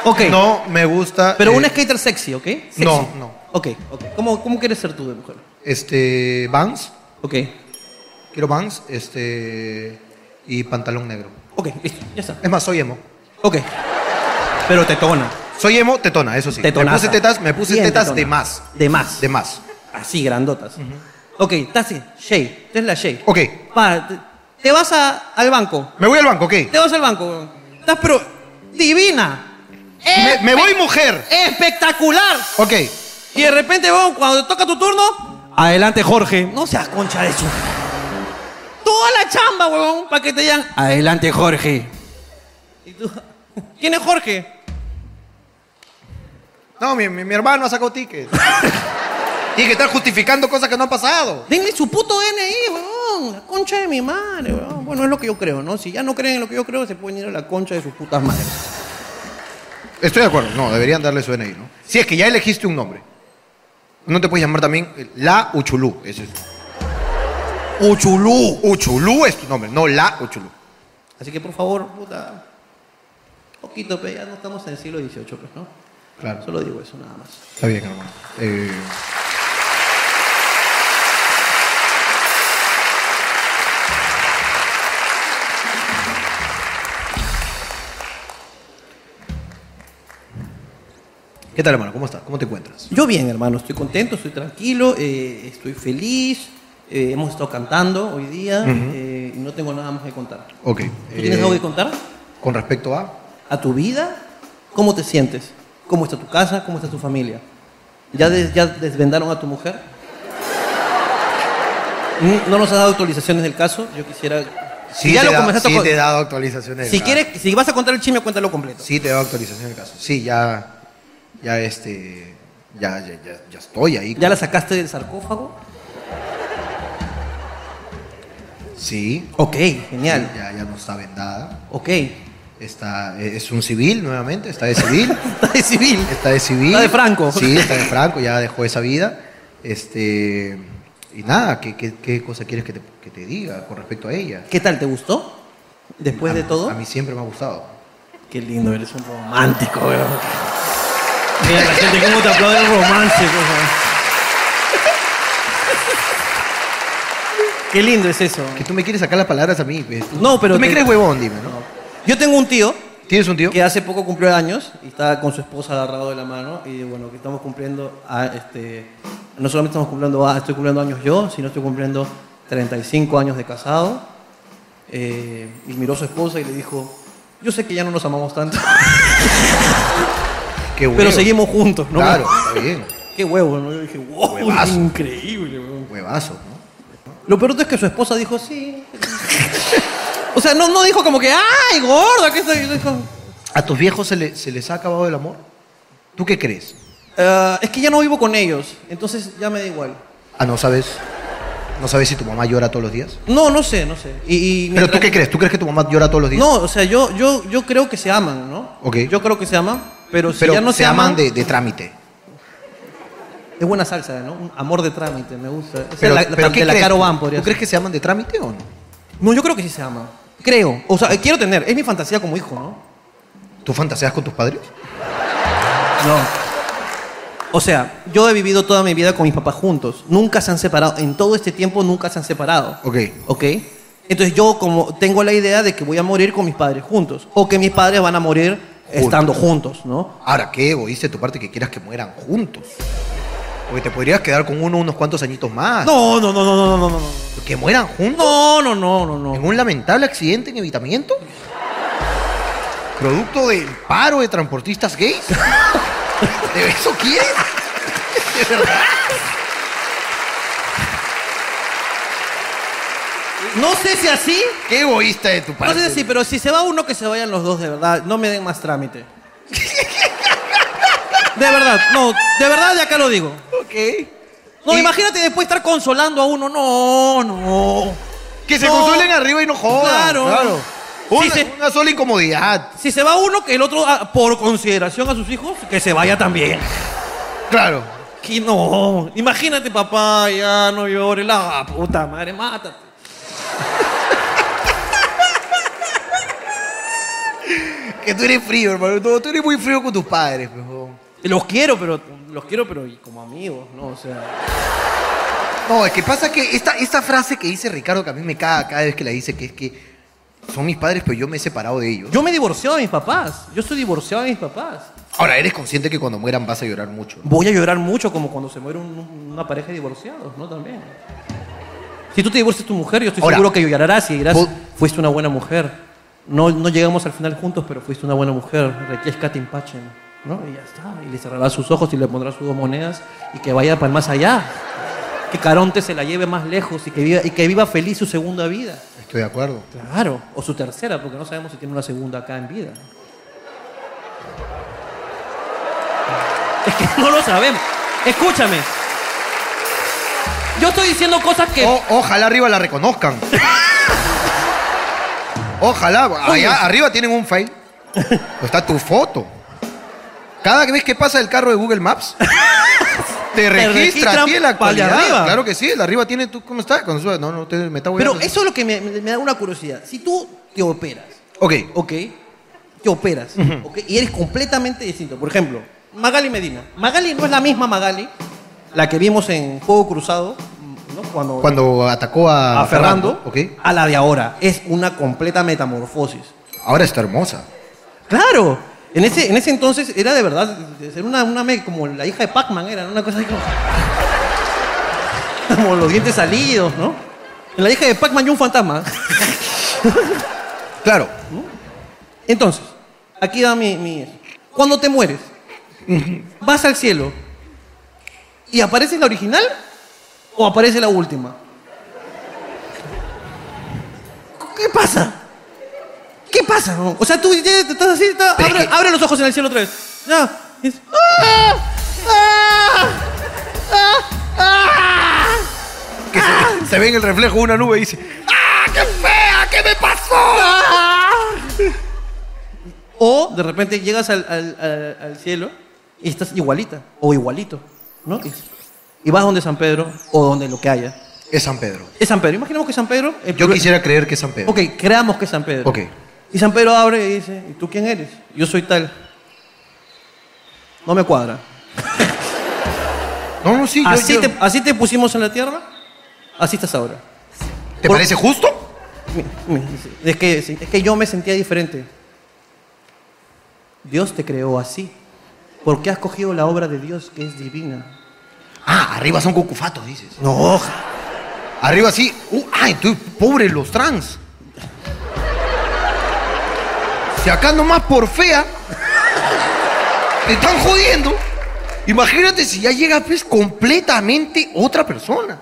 Ok. No me gusta. Pero eh, un skater sexy, ¿ok? Sexy. No, no. Ok, ok. ¿Cómo, cómo quieres ser tú de mujer? Este. Vans. Ok. Quiero Vans. Este. Y pantalón negro. Ok, listo. Ya está. Es más, soy emo. Ok. Pero tetona. Soy emo, tetona, eso sí. Tetonaza. Me puse tetas, me puse Bien tetas tetona. de más. De más. De más. Así, grandotas. Ok, estás así. Shay. Tú eres la Shay. Ok. Pa, te- Te vas a- al banco. Me voy al banco, ¿qué? Te vas al banco. weón. Estás pero divina. Me, me voy mujer. Espectacular. Ok. Y de repente, weón, cuando toca tu turno, adelante Jorge. No seas concha de su. Toda la chamba, weón, para que te digan, adelante Jorge. Y tú, ¿Quién es Jorge? No, mi, mi, mi hermano ha sacado tickets. Tiene que estar justificando cosas que no han pasado. Denme su puto DNI, weón. La concha de mi madre, weón. Bueno, es lo que yo creo, ¿no? Si ya no creen en lo que yo creo, se pueden ir a la concha de sus putas madres. Estoy de acuerdo. No, deberían darle su DNI, ¿no? Si es que ya elegiste un nombre. No te puedes llamar también eh, La Uchulú. Ese es. Uchulú. Uchulú es tu nombre, no La Uchulú. Así que, por favor, puta. Poquito, pero ya no estamos en el siglo XVIII, pues, ¿no? Claro. Solo digo eso, nada más. Está bien, hermano. Eh, ¿Qué tal, hermano? ¿Cómo estás? ¿Cómo te encuentras? Yo bien, hermano, estoy contento, estoy tranquilo, eh, estoy feliz. eh, hemos estado cantando hoy día eh, y no tengo nada más que contar. Ok. ¿Tú tienes eh, algo que contar? Con respecto a... ¿A tu vida? ¿Cómo te sientes? ¿Cómo está tu casa? ¿Cómo está tu familia? ¿Ya, des- ya desvendaron a tu mujer? Mm, ¿No nos has dado actualizaciones del caso? Yo quisiera... Sí, si ya te lo da- comenzaste a sí con- te he dado actualizaciones. Si del caso. quieres, si vas a contar el chisme, cuéntalo completo. Sí, te he dado actualizaciones del caso. Sí, ya... Ya este... Ya, ya, ya, ya estoy ahí. ¿Ya la sacaste del sarcófago? Sí. Ok, genial. Ya, ya no está vendada. Ok. Está, eh, es un civil nuevamente, está de civil. Está de civil. Está de civil. Está de Franco. Sí, está de Franco, ya dejó esa vida. Este. Y nada, ¿qué, qué, qué cosa quieres que te, que te diga con respecto a ella? ¿Qué tal? ¿Te gustó? Después de todo. A mí siempre me ha gustado. Qué lindo, eres un romántico, weón. Mira la gente cómo te aplaude el romance, por Qué lindo es eso. Que tú me quieres sacar las palabras a mí. pues, tú- No, pero Tú me te- crees huevón, dime, ¿no? Yo tengo un tío ¿Tienes un tío? que hace poco cumplió años y está con su esposa agarrado de la mano y bueno, que estamos cumpliendo a, este no solamente estamos cumpliendo a- estoy cumpliendo años yo, sino estoy cumpliendo 35 años de casado. Eh, y miró a su esposa y le dijo, "Yo sé que ya no nos amamos tanto, Qué huevo. pero seguimos juntos, ¿no?" Claro, está bien. Qué huevo, ¿no? Yo dije, wow, Huevazo. increíble, weón. Huevazo, ¿no? Lo peor de todo es que su esposa dijo, sí. o sea, no, no dijo como que, ay, gordo, que estoy. Dijo, ¿A tus viejos se, le- se les ha acabado el amor? ¿Tú qué crees? "Ah, es que ya no vivo con ellos, entonces ya me da igual. Ah, no sabes. No sabes si tu mamá llora todos los días. No, no sé, no sé. Y, y ¿Pero tú mientras- qué crees? ¿Tú crees que tu mamá llora todos los días? No, o sea, yo, yo, yo creo que se aman, ¿no? Ok. Yo creo que se aman, pero si pero ya no se, se aman de, de trámite. Es buena salsa, ¿no? Un amor de trámite, me gusta. Esa Pero, es la, pero la- ¿qué de la crees? Caro Van, podría ¿Tú crees ser. que se aman de trámite o no? No, yo creo que sí se aman. Creo. O sea, eh, quiero tener. Es mi fantasía como hijo, ¿no? ¿Tú fantaseas con tus padres? No. O sea, yo he vivido toda mi vida con mis papás juntos. Nunca se han separado. En todo este tiempo nunca se han separado. Ok. ¿Ok? Entonces yo como tengo la idea de que voy a morir con mis padres juntos. O que mis padres van a morir estando juntos, ¿no? Ahora, qué egoísta de tu parte que quieras que mueran juntos. Porque te podrías quedar con uno unos cuantos añitos más. No, no, no, no, no, no, no, no. Que mueran juntos. No, no, no, no, no. En un lamentable accidente en evitamiento. Producto del paro de transportistas gays. ¿De eso quieres? ¿De verdad? No sé si así. Qué egoísta de tu No parte. sé si así, pero si se va uno, que se vayan los dos, de verdad. No me den más trámite. De verdad, no. De verdad, de acá lo digo. Ok. No, Y- imagínate después estar consolando a uno. No, no. Que se No. consuelen arriba y no jodan. Claro. Oh, Claro. Una, Sí, se- una sola incomodidad. Si se va uno, que el otro, ah, por consideración a sus hijos, que se vaya también. Claro. Que no. Imagínate, papá, ya no llores. La puta madre, mátate. Que tú eres frío, hermano. Tú, tú eres muy frío con tus padres, pues, pero... Los quiero, pero los quiero, pero y como amigos, ¿no? O sea. No, es que pasa que esta, esta frase que dice Ricardo, que a mí me caga cada vez que la dice, que es que son mis padres, pero yo me he separado de ellos. Yo me divorciado de mis papás. Yo soy divorciado de mis papás. Ahora, eres consciente que cuando mueran vas a llorar mucho. ¿no? Voy a llorar mucho como cuando se muere un- una pareja de divorciados, ¿no? También. Si tú te divorcias de tu mujer, yo estoy Ahora, seguro que llorarás y dirás, po- fuiste una buena mujer. No, no llegamos al final juntos, pero fuiste una buena mujer. Requiesca te empachen, ¿no? Y ya está. Y le cerrarás sus ojos y le pondrás sus dos monedas y que vaya para más allá. Que Caronte se la lleve más lejos y que viva, y que viva feliz su segunda vida. Estoy de acuerdo. Claro, o su tercera, porque no sabemos si tiene una segunda acá en vida. Es que no lo sabemos. Escúchame. Yo estoy diciendo cosas que. O- ojalá arriba la reconozcan. ojalá. Oye. Allá arriba tienen un file. Está tu foto. Cada vez que pasa el carro de Google Maps, te registra registran a ti en la para allá actualidad. arriba. Claro que sí, el de arriba tiene tú. ¿Cómo está? Con su- No, no, te, me está Pero hueveando. eso es lo que me, me- me da una curiosidad. Si tú te operas, Ok. ¿ok? Te operas, ¿ok? Y eres completamente distinto. Por ejemplo, Magali Medina. Magali no es la misma Magali, la que vimos en Juego Cruzado, ¿no? Cuando, Cuando atacó a, a Ferrando, Ok. a la de ahora. Es una completa metamorfosis. Ahora está hermosa. Claro. En ese, en ese entonces era de verdad, de ser una, una me- como la hija de Pac-Man, era una cosa así como, como los dientes salidos, ¿no? En la hija de Pac-Man y un fantasma. Claro. Entonces, aquí va mi, mi- Cuando te mueres, vas al cielo y aparece la original o aparece la última. ¿Qué pasa? ¿Qué pasa? no? O sea, tú ya te estás así, está- Pero es abre, que- abre los ojos en el cielo otra vez. Ya. Es- ¡Ah! ¡Ah! ¡Ah! ¡Ah! Que se, se ve en el reflejo de una nube y dice. O de repente llegas al, al- al- al cielo y estás igualita o igualito, ¿no? Y, y vas donde San Pedro o donde lo que haya. Es San Pedro. Es San Pedro. Imaginemos que San Pedro. el Yo primer- quisiera creer que es San Pedro. Ok, creamos que es San Pedro. Ok. Y San Pedro abre y dice: ¿Y tú quién eres? Yo soy tal. No me cuadra. No, no, sí. yo- Así, yo- Te, así te pusimos en la tierra, así estás ahora. ¿Te por- parece justo? Mi- mi- dice, Es que, es que yo me sentía diferente. Dios te creó así. ¿Por qué has cogido la obra de Dios que es divina? Ah, arriba son cucufatos, dices. No, Arriba sí. Uh, ay, tú, pobre los trans. Si acá nomás por fea te están jodiendo, imagínate si ya llegas pues completamente otra persona.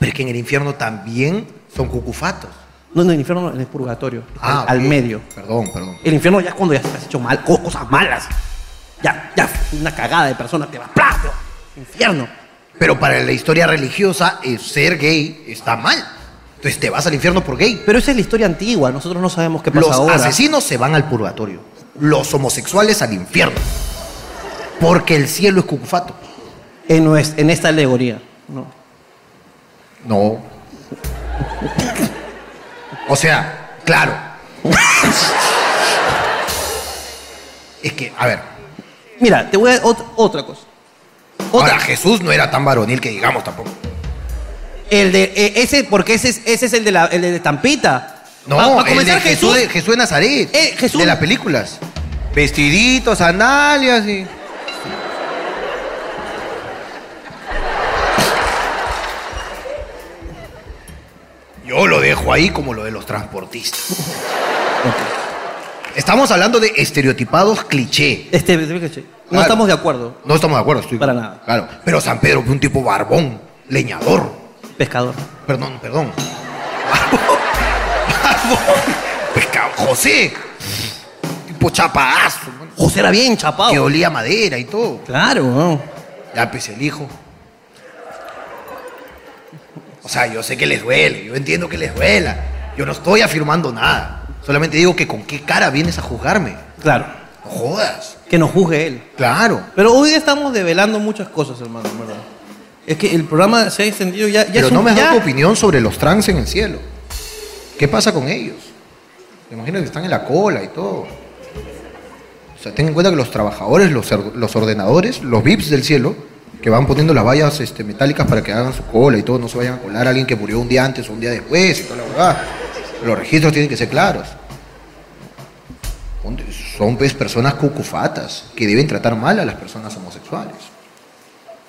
Pero es que en el infierno también son cucufatos. no, no, el infierno no, en el purgatorio. Ah, al, al ok. medio. Perdón, perdón. El infierno ya es cuando ya has hecho mal, co- cosas malas. Ya, ya, una cagada de personas te va. ¡plá! te va, Infierno. Pero para la historia religiosa, eh, ser gay está mal. Entonces te vas al infierno por gay. Pero esa es la historia antigua, nosotros no sabemos qué pasa Los ahora. asesinos se van al purgatorio. Los homosexuales al infierno. Porque el cielo es cucufato. En, nues- en esta alegoría. No. No. O sea, claro. es que, a ver, Mira, te voy a ot- otra cosa. ahora Jesús no era tan varonil que digamos tampoco. El de eh, ese, porque ese es, ese es el de la el de Estampita. No, Pa- pa el de comenzar, Jesús, de, Jesús de Nazaret. Eh, Jesús- De las películas. Vestiditos, sandalias y... Yo lo dejo ahí como lo de los transportistas. Estamos hablando de estereotipados cliché. Este, este, este, no Claro. estamos de acuerdo, No estamos de acuerdo, estoy. Para nada. Claro. Pero San Pedro fue un tipo barbón, leñador. pescador. Perdón, perdón. Barbón. Barbón. Pescado. Pues, José. Tipo chapazo. ¿no? José era bien Que chapado. olía a madera y todo. Claro, ¿no? Ya pues el hijo. O sea, yo sé que les duele, yo entiendo que les duela. Yo no estoy afirmando nada. Solamente digo que con qué cara vienes a juzgarme. Claro. No jodas. Que nos juzgue él. Claro. Pero hoy estamos develando muchas cosas, hermano, en ¿verdad? Es que el programa se ha extendido ya. ya Pero es un- no me has dado ya- tu opinión sobre los trans en el cielo. ¿Qué pasa con ellos? Me imagino que están en la cola y todo. O sea, ten en cuenta que los trabajadores, los, er- los ordenadores, los VIPs del cielo, que van poniendo las vallas este, metálicas para que hagan su cola y todo, no se vayan a colar a alguien que murió un día antes o un día después y toda la verdad. Los registros tienen que ser claros. Son- Son pues, personas cucufatas que deben tratar mal a las personas homosexuales.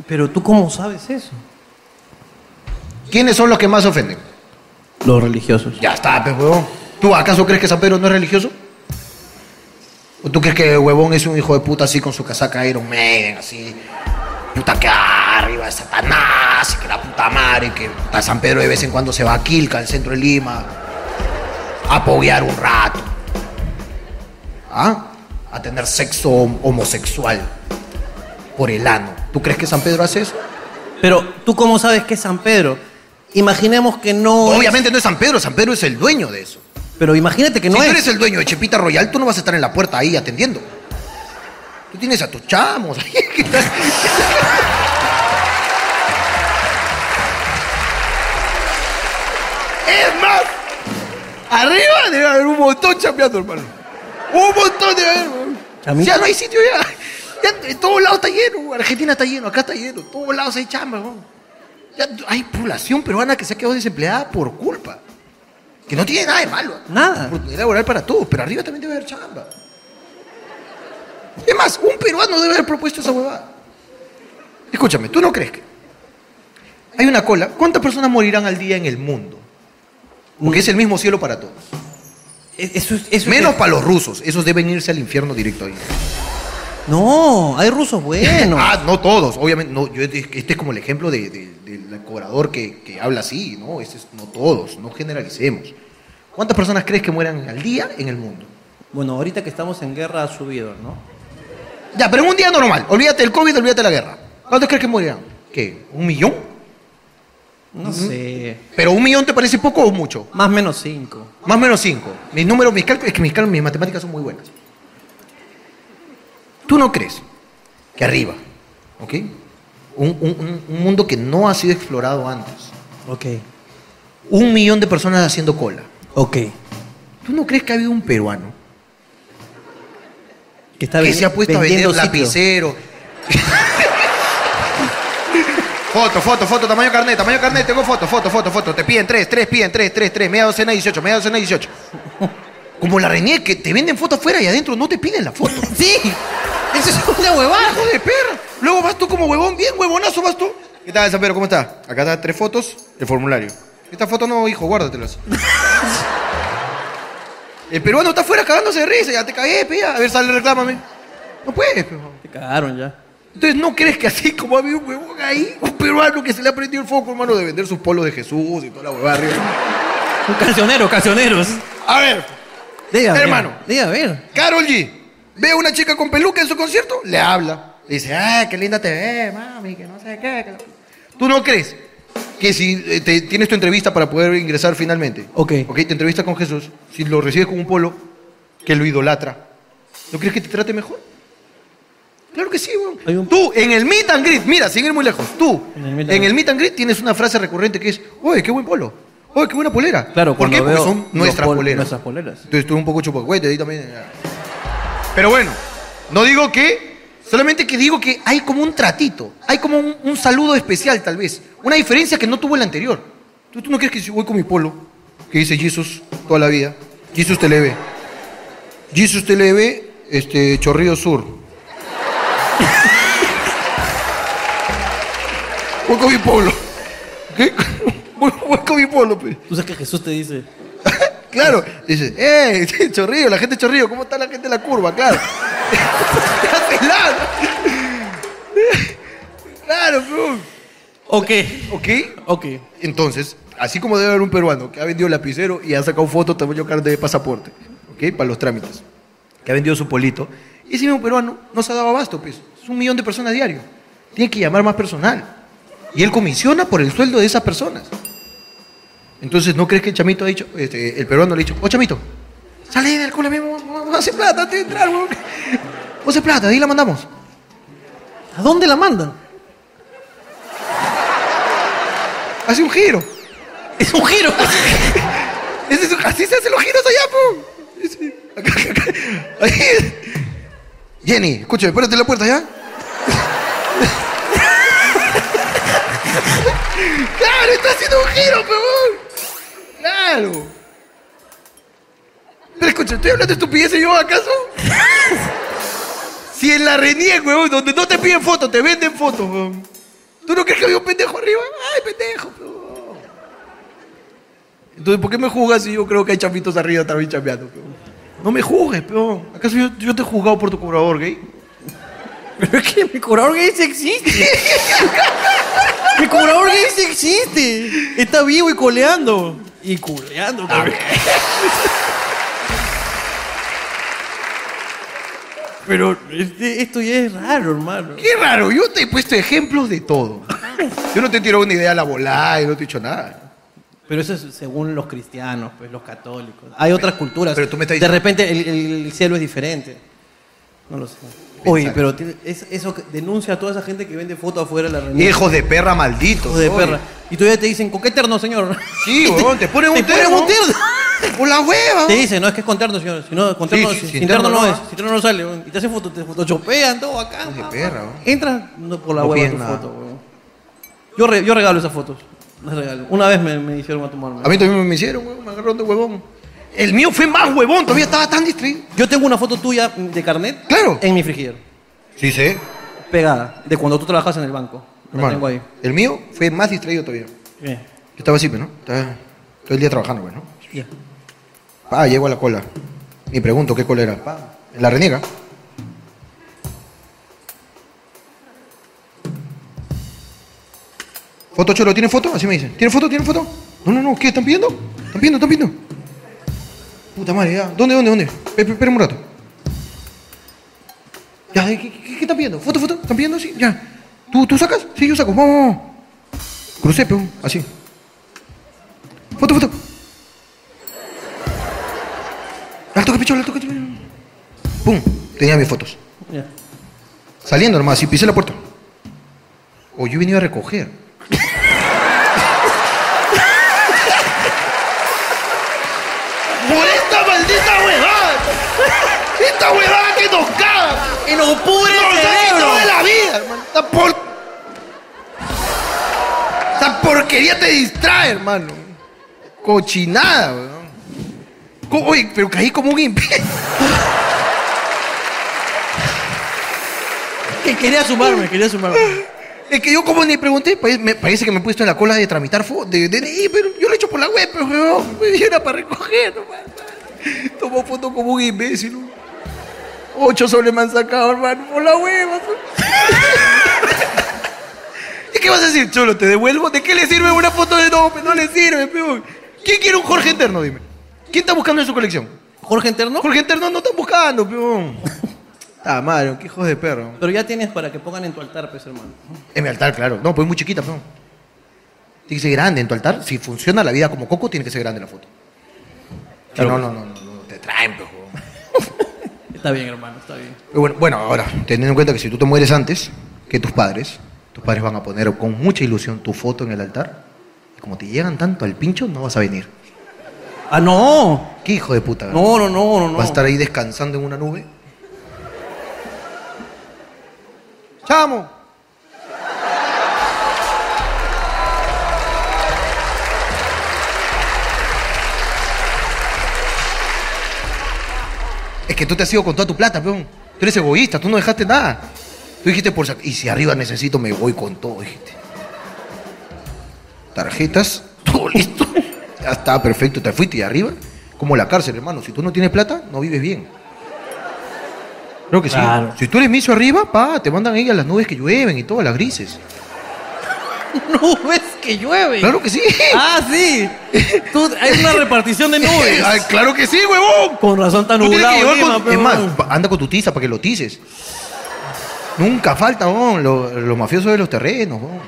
Pero tú, ¿cómo sabes eso? ¿Quiénes son los que más ofenden? Los religiosos. Ya está, pues, huevón. ¿Tú acaso crees que San Pedro no es religioso? ¿O tú crees que huevón es un hijo de puta así con su casaca Iron Maiden, así? Puta que arriba es Satanás y que la puta madre, que puta, San Pedro de vez en cuando se va a Quilca, al centro de Lima, a poguear un rato. ¿Ah? A tener sexo hom- homosexual por el ano. ¿Tú crees que San Pedro hace eso? Pero, ¿tú cómo sabes que es San Pedro? Imaginemos que no. es- Obviamente no es San Pedro, San Pedro es el dueño de eso. pero imagínate que no si tú es. eres el dueño de Chepita Royal, tú no vas a estar en la puerta ahí atendiendo. Tú tienes a tus chamos ahí que estás- Es más, arriba debe haber un montón chambeando, hermano. Un montón debe haber, weón. A mí- Ya no hay sitio ya. Ya en todos lados está lleno. weón. Argentina está lleno, acá está lleno. Todos lados hay chamba, weón. Ya hay población peruana que se ha quedado desempleada por culpa. Que no tiene nada de malo. Nada. Oportunidad laboral para todos, pero arriba también debe haber chamba. Es más, un peruano debe haber propuesto esa huevada. Escúchame, ¿tú no crees que? Hay una cola. ¿Cuántas personas morirán al día en el mundo? Porque es el mismo cielo para todos. Es- E-, eso Mm. es- eso es- Menos para los rusos. Esos deben irse al infierno directo ahí. No, hay rusos buenos. Ah, no todos, obviamente. No, yo- este es como el ejemplo de- de- del cobrador que, que habla así, ¿no? Este es- no todos, no generalicemos. ¿Cuántas personas crees que mueran al día en el mundo? Bueno, ahorita que estamos en guerra ha subido, ¿no? Ya, pero en un día normal. Olvídate del COVID, olvídate de la guerra. ¿Cuántos crees que morirán? ¿Qué? ¿Un millón? No sé. ¿Pero un millón te parece poco o mucho? Más o menos cinco. Más o menos cinco. Mis números, mis cálculos, es que mis cálculos, mis matemáticas son muy buenas. ¿Tú no crees que arriba, ¿ok? Un, un- un- un mundo que no ha sido explorado antes, Ok. un millón de personas haciendo cola. Ok. Que ¿Tú no crees que ha habido un peruano está que ven- se ha puesto a vender vendiendo sitio. lapicero? foto, foto, foto, tamaño carnet, tamaño carnet, tengo foto, foto, foto, foto. Te piden tres, tres, piden tres, tres, tres, media docena, 18, media docena, 18. Como la reñé, que te venden foto afuera y adentro no te piden la foto. Sí. Eso es una huevada. ¡Hijo de perra! Luego vas tú como huevón, bien huevonazo vas tú. ¿Qué tal, San Pedro? ¿Cómo está? Acá están tres fotos, el formulario. Esta foto no, hijo, guárdatelas. el peruano está afuera cagándose de risa, ya te cagué, pía. A ver, sale, reclámame. No puedes, pe, huevón. Te cagaron ya. Entonces, ¿no crees que así como había un huevón ahí, un peruano que se le ha prendido el foco, hermano, de vender sus polos de Jesús y toda la huevada arriba? Un cancionero, cancioneros. A ver, Debe haber, Hermano. Debe haber. Carol G ve a una chica con peluca en su concierto, le habla. Le dice, ah, qué linda te ve, mami, que no sé qué. que no-". ¿Tú no crees que si eh, te- tienes tu entrevista para poder ingresar finalmente? Ok. Ok, te entrevista con Jesús. Si lo recibes con un polo, que lo idolatra, ¿no crees que te trate mejor? Claro que sí, Hay weón. un- Tú, en el meet and greet, mira, sin ir muy lejos, tú, En en el meet el meet and and, greet. greet tienes una frase recurrente que es, oye, qué buen polo, oye, qué buena polera. Claro, ¿Por qué? cuando Porque veo son los nuestras pol- poleras. nuestras poleras. Entonces estuve un poco chupacuete ahí también. ya. Pero bueno, no digo que, solamente que digo que hay como un tratito, hay como un, un saludo especial tal vez, una diferencia que no tuvo el anterior. ¿Tú, tú no crees que si voy con mi polo, que dice Jesus toda la vida, Jesus te le ve, Jesus te le ve, este, Chorrillo Sur. voy con mi polo, ¿ok? Voy, voy con mi polo, pues. Tú sabes que Jesús te dice. Claro, dice, ¡eh! sí, Chorrillo, la gente de Chorrillo, ¿cómo está la gente de la curva? Claro. claro, bro. Ok. ¿Ok? Ok. Entonces, así como debe haber un peruano que ha vendido lapicero y ha sacado foto, tamaño carne de pasaporte, ¿ok? Para los trámites, que ha vendido su polito, y ese mismo peruano no se ha dado abasto, pues. Es un millón de personas diario. Tiene que llamar más personal. Y él comisiona por el sueldo de esas personas. Entonces, ¿no crees que el chamito ha dicho, este, el peruano le ha dicho, oh chamito, sale ahí del culo mismo, vamos a hacer plata antes de entrar, weón. Vamos a hacer plata, ahí la mandamos. ¿A dónde la mandan? Hace un giro. Es un giro. Ese es- así se hacen los giros allá, po. Ese- acá, acá, acá. Ahí. Jenny, escúchame, párate en la puerta ya. claro, está haciendo un giro, pebón. Claro. Pero escucha, ¿estoy hablando de estupidez yo acaso? si en la reniega, weón, donde no te piden fotos, te venden fotos, weón. ¿Tú no crees que había un pendejo arriba? ¡Ay, pendejo, weón! Entonces, ¿por qué me juzgas si yo creo que hay chapitos arriba también chambeando? peón? No me juzgues, peón. ¿Acaso yo, yo te he juzgado por tu cobrador gay? Pero es que mi curador gay sí existe. mi curador gay sí existe. Está vivo y coleando. Y culeando también. Pero este- esto ya es raro, hermano. Qué raro, yo te he puesto ejemplos de todo. Yo no te he tirado una idea a la volada y no te he dicho nada. Pero eso es según los cristianos, pues los católicos. Hay otras culturas. pero tú me estás De diciendo- repente el, el cielo es diferente. No lo sé. Oye, Exacto. pero tiene- es- eso que- denuncia a toda esa gente que vende fotos afuera de la reunión. Hijos de perra malditos. Hijo de oye. perra. Y todavía te dicen, ¿con qué terno, señor? Sí, huevón, te ponen un terno. Por la hueva. Te dicen, no, es que es con terno, señor. Si no, con terno, Sí, sí, si- sin sin terno terno no no, es. ¿ah? Si terno no sale. weón. Y te hacen foto, te photoshopean todo acá. Hijo de pa, pa. perra, weón. Entras no, por la No hueva piden tu nada. foto, weón. Yo, re- yo regalo esas fotos. Las regalo. Una vez me, me hicieron a tomarme. A mí también me hicieron, huevón, me agarraron de huevón. El mío fue más huevón, todavía estaba tan distraído. Yo tengo una foto tuya de carnet Claro. en mi frigidero, Sí, sí. pegada, de cuando tú trabajabas en el banco. La tengo ahí. el mío fue más distraído todavía. Yo Bien, estaba así, pues, ¿no? Estaba todo el día trabajando, pues, ¿no? ya. Pa, Ah, llego a la cola. Ni pregunto qué cola era. Pa, en la reniega. Foto cholo, ¿tiene foto? Así me dicen. ¿Tiene foto? ¿Tiene foto? No, no, no, ¿qué? ¿Están pidiendo? ¿Están pidiendo? ¿Están pidiendo? Puta madre, ya. ¿Dónde, dónde, dónde? Pe- pe- Espera un rato. Ya, ¿qué, qué, qué- qué están pidiendo? ¿Foto, foto? ¿Están pidiendo? Sí, ya. ¿Tú, tú sacas? Sí, yo saco. Vamos, vamos. Crucé, peón. Así. Foto, foto. Al toque, pichón, al toque, pichón. ¡Pum! Tenía mis fotos. ya. Saliendo nomás, y pisé la puerta. O yo he venido a recoger. ¡Por esta maldita huevada! ¡Esta huevada que nos caga! ¡Y nos pudre ¡Nos ha quitado de la vida, hermano! ¡Esta por... Esa porquería te distrae, hermano. Cochinada, weón. Co- Oye, pero caí como un imbécil. Que quería sumarme, quería sumarme. Es que yo como ni pregunté, pa- me parece que me he puesto en la cola de tramitar fotos. De, DNI, pero yo lo he hecho por la web, pero weón, yo era para recoger, hermano. Tomó foto como un imbécil. weón. Ocho soles me han sacado, hermano, por la hueva. pues. ¿Y qué vas a decir, Cholo? ¿Te devuelvo? ¿De qué le sirve una foto de dos? No le sirve, peón. ¿Quién quiere un Jorge Interno, dime? ¿Quién está buscando en su colección? Jorge Interno, Jorge Interno no está buscando, peón. Ah, madre, qué hijos de perro. pero ya tienes para que pongan en tu altar, pues, hermano. En mi altar, claro. No, pues muy chiquita, pero. Tiene que ser grande en tu altar. Si funciona la vida como coco, tiene que ser grande la foto. Pero no, no, no, no, no, te traen, pues, huevón. Está bien, hermano, está bien. Pero Bueno, bueno, ahora, teniendo en cuenta que si tú te mueres antes que tus padres, tus padres van a poner con mucha ilusión tu foto en el altar. Y como te llegan tanto al pincho, no vas a venir. ¡Ah, no! ¿Qué hijo de puta? No, no, no, no, no. ¿Vas a estar ahí descansando en una nube? ¡Chamo! Es que tú te has ido con toda tu plata, peón. Tú eres egoísta, tú no dejaste nada. Tú dijiste por sac- Y si arriba necesito, me voy con todo, dijiste. Tarjetas, todo listo. Ya está, perfecto, te fuiste y arriba. Como la cárcel, hermano. Si tú no tienes plata, no vives bien. Creo que Claro. sí. Si tú eres miso arriba, pa, te mandan ahí a las nubes que llueven y todas las grises. No, ves que llueve. Claro que sí. ¡Ah, sí! Tú, hay una repartición de nubes. Ay, claro que sí, huevón. Con razón tan Tú tienes que nublado, llevar Lima, con- pero- Es más, pa- anda con tu tiza para que lo tices. Nunca falta, huevón, lo- los, mafiosos de los terrenos. huevón.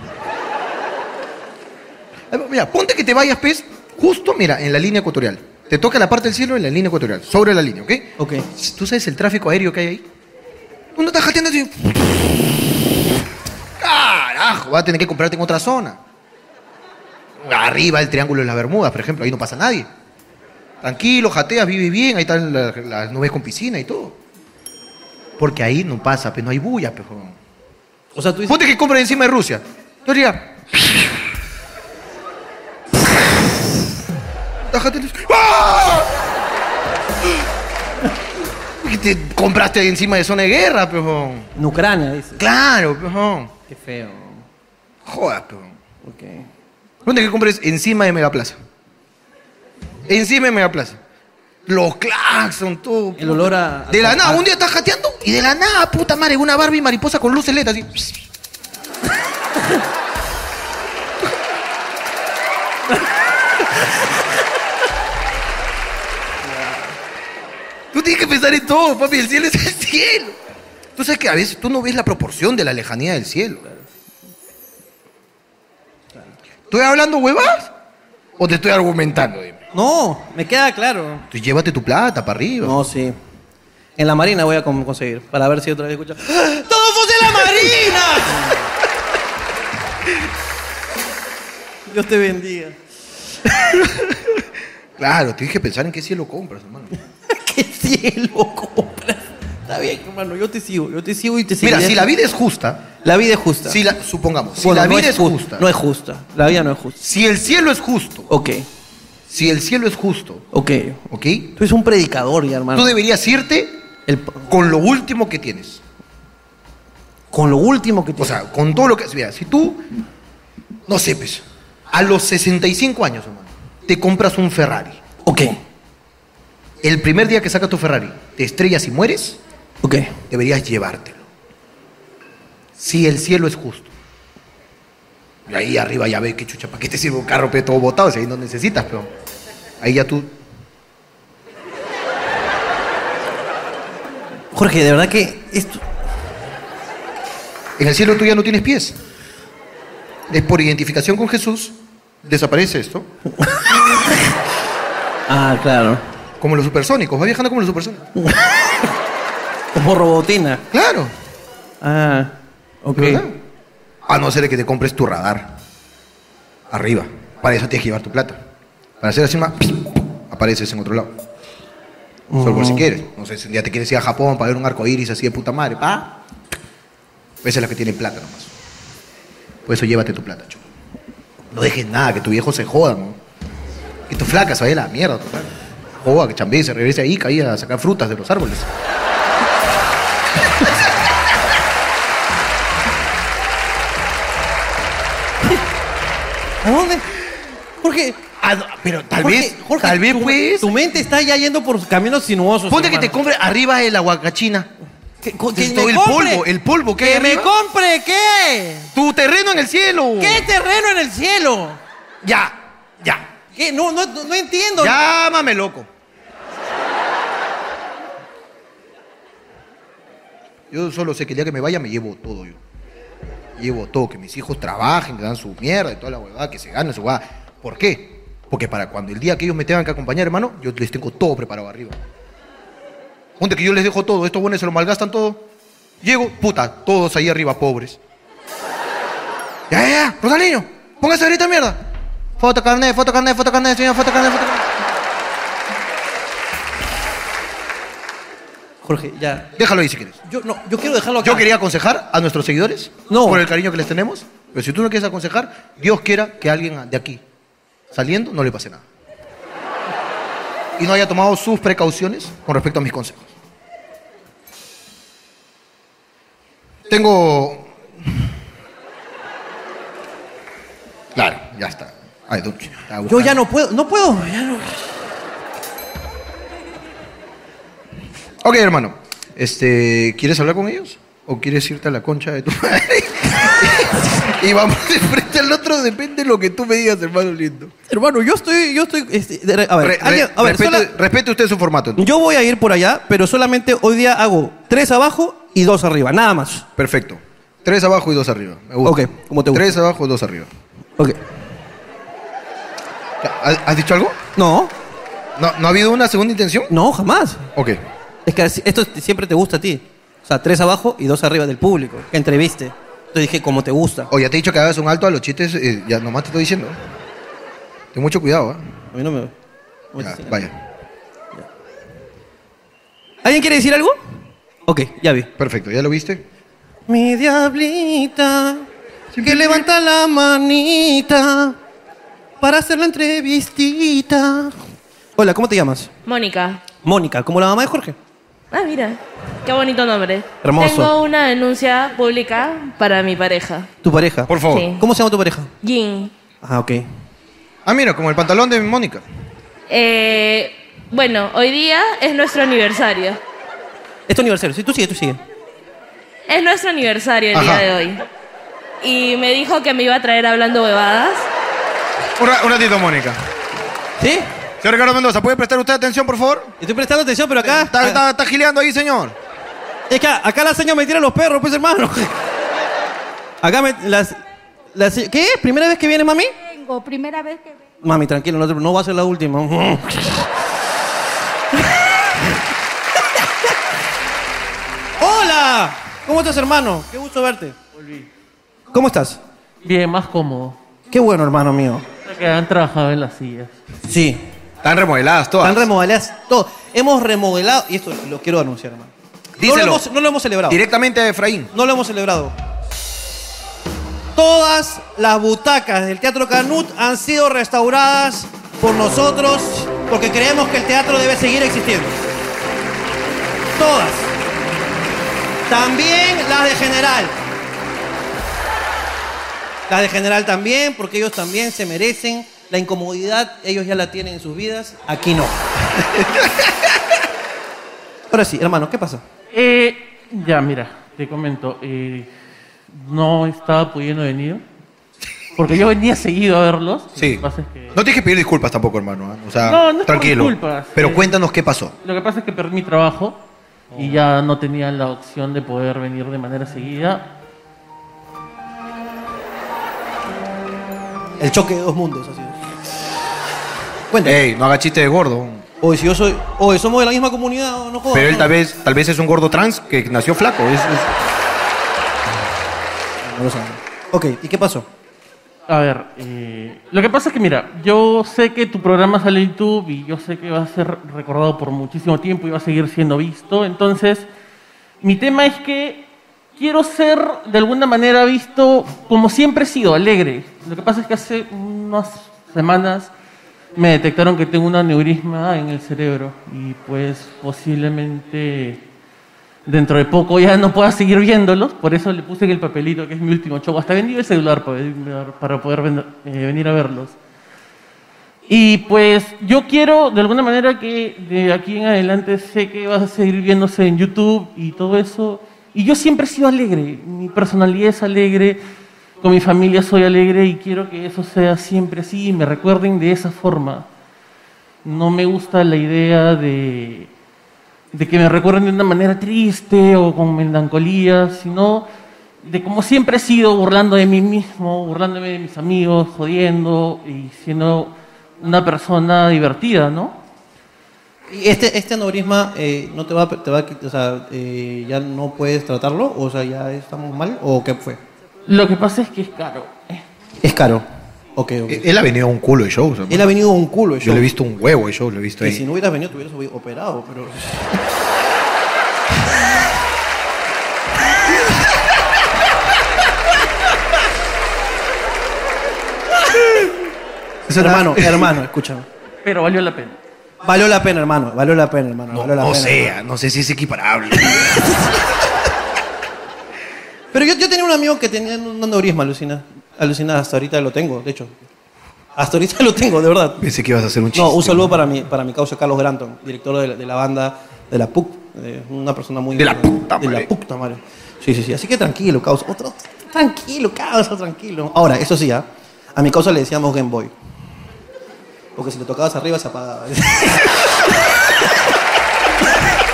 Ay, Mira, ponte que te vayas, pez, justo, mira, en la línea ecuatorial. Te toca la parte del cielo en la línea ecuatorial, sobre la línea, ¿ok? Ok. ¿Tú sabes el tráfico aéreo que hay ahí? Uno está jateando así. Carajo, va a tener que comprarte en otra zona. Arriba el Triángulo de las Bermudas, por ejemplo, ahí no pasa nadie. Tranquilo, jateas, vive bien, ahí están la- las, nubes con piscina y todo. Porque ahí no pasa, pues no hay bulla, pues. huevón. O sea, tú dices... Ponte que compras encima de Rusia. Tú harías. Tájate el- ¡Ah! Y te compraste encima de zona de guerra, pejón. En Ucrania, dices. Claro, pejón. Qué feo. Joda, pejón. Ok. Ponte que compres encima de Megaplaza. Encima de Megaplaza. Los claxon, todo. El olor a- De la a- nada, a- un día estás jateando y de la nada, puta madre, una Barbie mariposa con luces LED así. Tú tienes que pensar en todo, papi. El cielo es el cielo. Tú sabes que a veces tú no ves la proporción de la lejanía del cielo. ¿Estoy hablando huevas? ¿O te estoy argumentando? Dime. No, me queda claro. Tú llévate tu plata para arriba. No, sí. En la marina voy a con- conseguir, para ver si otra vez escucho. ¡Ah! ¡Todo fue en la marina! Dios te bendiga. Claro, tienes que pensar en qué cielo compras, hermano. ¡Qué cielo compras! Está bien, hermano, yo te sigo, yo te sigo y te sigo. Mira, si la vida es justa, La vida es justa. si la, supongamos, si Bueno, la no vida es ju- justa, No es justa. La vida no es justa. si el cielo es justo, Ok, si el cielo es justo, ok. ¿ok? Tú eres un predicador ya, hermano. Tú deberías irte El p- con lo último que tienes. con lo último que te... O sea, con todo lo que... Mira, si tú, no sé, pues, a los 65 años, hermano, te compras un Ferrari. ok, El primer día que sacas tu Ferrari, te estrellas y mueres, ok. deberías llevártelo. Si el cielo es justo. Y ahí arriba ya ves que chucha, ¿para qué te sirve un carro pe, todo botado? Si ahí no necesitas, pero ahí ya tú. Jorge, de verdad que esto... En el cielo tú ya no tienes pies. Es por identificación con Jesús, desaparece esto. Ah, claro. Como los supersónicos, va viajando como los supersónicos. Como robotina. Claro. Ah, ok. ¿verdad? A no ser que te compres tu radar. Arriba. Para eso tienes que llevar tu plata. Para hacer así una. Apareces en otro lado. Solo por si quieres. No sé, si un día te quieres ir a Japón para ver un arco iris así de puta madre. Pa. Esa es la que tienen plata nomás. Por eso llévate tu plata, chulo. No dejes nada, que tu viejo se joda, ¿no? Que tu flaca se vaya a la mierda, total. Joda, que chambee, se regrese ahí, caía a sacar frutas de los árboles. ¿A dónde? Jorge... Ah, pero tal Jorge, vez, Jorge, tal vez tu, pues. Tu mente está ya yendo por caminos sinuosos. Ponte que te hermano. compre arriba el aguacachina. Que, co- Entonces, que todo me el compre. polvo, el polvo que hay que me arriba. compre qué. Tu terreno en el cielo. ¿Qué terreno en el cielo? Ya, ya. ¿Qué? No, no, no no entiendo. Llámame loco. Yo solo sé que el día que me vaya me llevo todo yo. Llevo todo, que mis hijos trabajen, que dan su mierda y toda la huevada, que se ganen su huevada. ¿Por qué? Porque para cuando el día que ellos me tengan que acompañar, hermano, yo les tengo todo preparado arriba. Ponte que yo les dejo todo, estos buenos se lo malgastan todo. Llego, puta, todos ahí arriba pobres. Ya, ya, ya, Rosalino, póngase ahorita mierda. Foto carnet, foto carnet, foto carnet, señor, foto carnet, foto carnet. Jorge, ya. Déjalo ahí si quieres. Yo, no, yo quiero dejarlo acá. Yo quería aconsejar a nuestros seguidores No. por el cariño que les tenemos, pero si tú no quieres aconsejar, Dios quiera que alguien de aquí saliendo no le pase nada. Y no haya tomado sus precauciones con respecto a mis consejos. Tengo... Claro, ya está. Ay, tú- estaba Yo buscando. ya no puedo, no puedo. ya no. Ok, hermano. Este, ¿Quieres hablar con ellos? ¿O quieres irte a la concha de tu madre? y vamos de frente al otro, depende de lo que tú me digas, hermano lindo. Hermano, yo estoy, yo estoy. este, de re- a ver, Re- re- alguien- a ver, respete, sola- respete usted su formato. entonces. yo voy a ir por allá, pero solamente hoy día hago tres abajo y dos arriba, nada más. Perfecto. Tres abajo y dos arriba. Me gusta. Ok, como te gusta. Tres abajo y dos arriba. Ok. ¿Has, has dicho algo? No, ¿No, ¿No ha habido una segunda intención? no, jamás. Ok. Es que así- esto siempre te gusta a ti. O sea, tres abajo y dos arriba del público. Que entreviste. Entonces dije, como te gusta. O ya te he dicho que hagas un alto a los chistes, eh, ya nomás te estoy diciendo. Ten mucho cuidado, ¿eh? A mí no me. no me Ya, fascina. vaya. ¿Alguien quiere decir algo? Ok, ya vi. Perfecto, ¿ya lo viste? Mi diablita, que levanta la manita para hacer la entrevistita. Hola, ¿cómo te llamas? Mónica. Mónica, como la mamá de Jorge. Ah, mira. Qué bonito nombre. Hermoso. Tengo una denuncia pública para mi pareja. Tu pareja. Por favor. Sí. ¿Cómo se llama tu pareja? Jin. Ah, ok. Ah, mira, como el pantalón de Mónica. Eh, bueno, hoy día es nuestro aniversario. Es tu aniversario. Sí, tú sigue, tú sigue. Es nuestro aniversario el Ajá. día de hoy. Y me dijo que me iba a traer hablando huevadas. Un, ra- un ratito, Mónica. ¿Sí? Señor Ricardo Mendoza, ¿puede prestar usted atención, por favor? Estoy prestando atención, pero acá. Está, está, está gileando ahí, señor. Es que acá las señas me tiran los perros, pues hermano. Acá me. Las, las- ¿Qué? ¿Primera vez que viene, mami? Vengo, primera vez que vengo. Mami, tranquilo, no, te- no va a ser la última. ¡Hola! ¿Cómo estás, hermano? Qué gusto verte. ¿Cómo estás? Bien, más cómodo. Qué bueno, hermano mío. Que han trabajado en las sillas. Sí, Están remodeladas todas. están remodeladas todo. Hemos remodelado, y esto lo quiero anunciar, hermano. No lo, Díselo. hemos, no lo hemos celebrado. Directamente a Efraín. No lo hemos celebrado. Todas las butacas del Teatro Canut han sido restauradas por nosotros porque creemos que el teatro debe seguir existiendo. Todas. También las de General. Las de General también, porque ellos también se merecen la incomodidad, ellos ya la tienen en sus vidas, aquí no. Ahora sí, hermano, ¿qué pasa? Eh, ya, mira, te comento. eh, no estaba pudiendo venir. Porque yo venía seguido a verlos. Sí. Lo que pasa es que, No tienes que pedir disculpas tampoco, hermano. ¿ah? O sea, No, no es por tranquilo. disculpas. Pero Eh, cuéntanos qué pasó. lo que pasa es que perdí mi trabajo y ya no tenía la opción de poder venir de manera seguida. El choque de dos mundos, así. Cuéntame. Ey, no haga chiste de gordo. Oye, si yo soy. Oye, somos de la misma comunidad, o no jodas. Pero él no. tal vez, tal vez es un gordo trans que nació flaco. Es, es- No lo sabemos. Ok, ¿y qué pasó? A ver, eh, lo que pasa es que mira, yo sé que tu programa sale en YouTube y yo sé que va a ser recordado por muchísimo tiempo y va a seguir siendo visto. Entonces, mi tema es que quiero ser de alguna manera visto como siempre he sido, alegre. Lo que pasa es que hace unas semanas me detectaron que tengo un aneurisma en el cerebro y pues posiblemente dentro de poco ya no pueda seguir viéndolos, por eso le puse en el papelito que es mi último show. Hasta vendí el celular para, ver- para poder ven- eh, venir a verlos. Y pues yo quiero, de alguna manera, que de aquí en adelante sé que vas a seguir viéndose en YouTube y todo eso. Y yo siempre he sido alegre, mi personalidad es alegre, con mi familia soy alegre y quiero que eso sea siempre así y me recuerden de esa forma. No me gusta la idea de de que me recuerden de una manera triste o con melancolía, sino de como siempre he sido, burlando de mí mismo, burlándome de mis amigos, jodiendo y siendo una persona divertida, ¿no? ¿Y este, este aneurisma eh, no te va, a- te va a quitar- o sea, eh, ya no puedes tratarlo? O sea, ya estamos mal, o qué fue? Lo que pasa es que es caro. eh. Es caro. Ok, ok. Eh, él- él ha venido a un culo de shows. hermano. Él ha venido un culo, Yo le he visto un huevo de shows, lo he visto Que ahí. si no hubieras venido, te hubieras operado, pero. hermano, hermano, escúchame. Pero valió la pena. Valió la pena, hermano. Valió la pena, hermano. No, valió la no pena. sea, no sé si es equiparable. Pero yo, yo tenía un amigo que tenía un aneurisma, alucina. Alucina, hasta ahorita lo tengo, de hecho. Hasta ahorita lo tengo, de verdad. Pensé que ibas a hacer un chiste. No, un saludo para mi, para mi causa Carlos Granton, director de la, de la banda de la PUC. eh, una persona muy. De la puta De la madre. puta madre. Sí, sí, sí. Así que tranquilo, causa. Otro, tranquilo, causa, tranquilo. Ahora, eso sí, ¿ah? a mi causa le decíamos Game Boy. Porque si lo tocabas arriba se apagaba.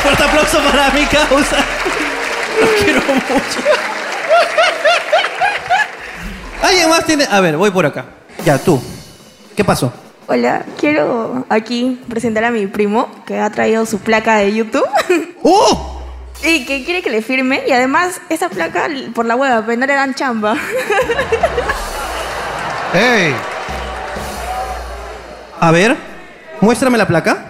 Fuerte aplauso para mi causa. Lo quiero mucho. ¿Alguien más tiene.? A ver, voy por acá. Ya, tú. ¿Qué pasó? Hola, quiero aquí presentar a mi primo que ha traído su placa de YouTube ¡Oh! y que quiere que le firme. Y además, esa placa por la hueva, pues no le dan chamba. ¡Ey! A ver, muéstrame la placa.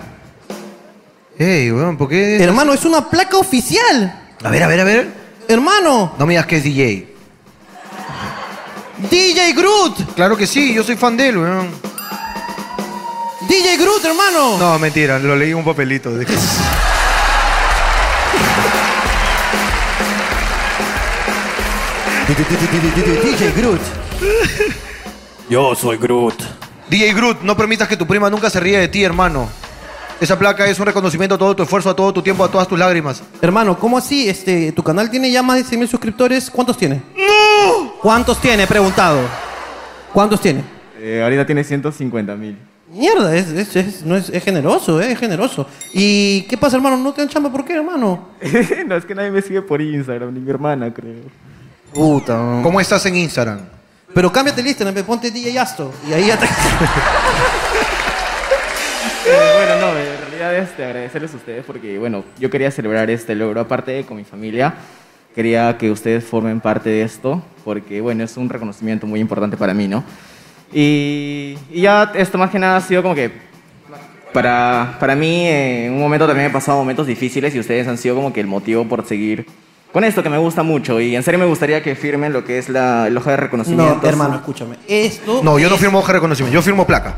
¡Ey, weón! ¿Por qué? Hermano, es una placa oficial. A ver, a ver, a ver. Hermano, No me digas que es DJ. DJ Groot. Claro que sí, yo soy fan de él, weón. DJ Groot, hermano. No, mentira, lo leí en un papelito. dije. DJ Groot. Yo soy Groot. DJ Groot, no permitas que tu prima nunca se ríe de ti, hermano. Esa placa es un reconocimiento a todo tu esfuerzo, a todo tu tiempo, a todas tus lágrimas. Hermano, ¿cómo así? Este, tu canal tiene ya más de 100.000 suscriptores. ¿Cuántos tiene? ¡No! ¿Cuántos tiene? He preguntado. ¿Cuántos tiene? Eh, ahorita tiene 150 mil. Mierda, es, es, es- no es, es generoso, eh, es generoso. ¿Y qué pasa, hermano? ¿No te dan chamba? ¿Por qué, hermano? no, es que nadie me sigue por Instagram, ni mi hermana, creo. Puta. ¿Cómo estás en Instagram? Pero cámbiate el Instagram, pe, ponte DJ Astro. Y ahí ya te... Eh, bueno, no, en realidad este, agradecerles a ustedes porque, bueno, yo quería celebrar este logro aparte de con mi familia. Quería que ustedes formen parte de esto porque, bueno, es un reconocimiento muy importante para mí, ¿no? Y, y ya esto más que nada ha sido como que para, para mí eh, en un momento también he pasado momentos difíciles y ustedes han sido como que el motivo por seguir con esto que me gusta mucho y en serio me gustaría que firmen lo que es la el hoja de reconocimiento. No, hermano, escúchame. Esto... No, yo no firmo hoja de reconocimiento, yo firmo placa.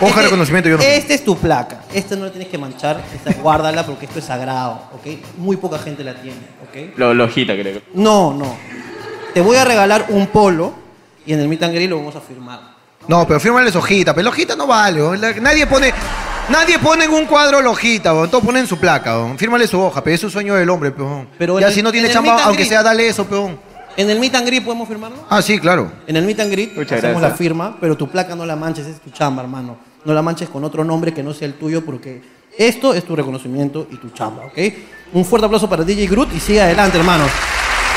Hoja de reconocimiento yo no firmo. Esta Este es tu placa. Esta no la tienes que manchar. Esta guárdala porque esto es sagrado, ¿ok? Muy poca gente la tiene, ¿ok? Lo, la hojita, creo. No, no. Te voy a regalar un polo y en el meet and greet lo vamos a firmar. No, pero fírmales hojita, pero la hojita no vale. ¿o? La- Nadie pone nadie pone en un cuadro la hojita, ¿o? todos ponen su placa, ¿o? fírmale su hoja, pero es un sueño del hombre, peón. Pero ya en el- si no tiene en el meet chamba, and aunque greet. sea, dale eso, peón. En el meet and greet podemos firmarlo. Ah, sí, claro. En el meet and greet Muchas hacemos gracias. la firma, pero tu placa no la manches, es tu chamba, hermano. No la manches con otro nombre que no sea el tuyo porque esto es tu reconocimiento y tu chamba, ¿ok? Un fuerte aplauso para DJ Groot y sigue adelante, hermano.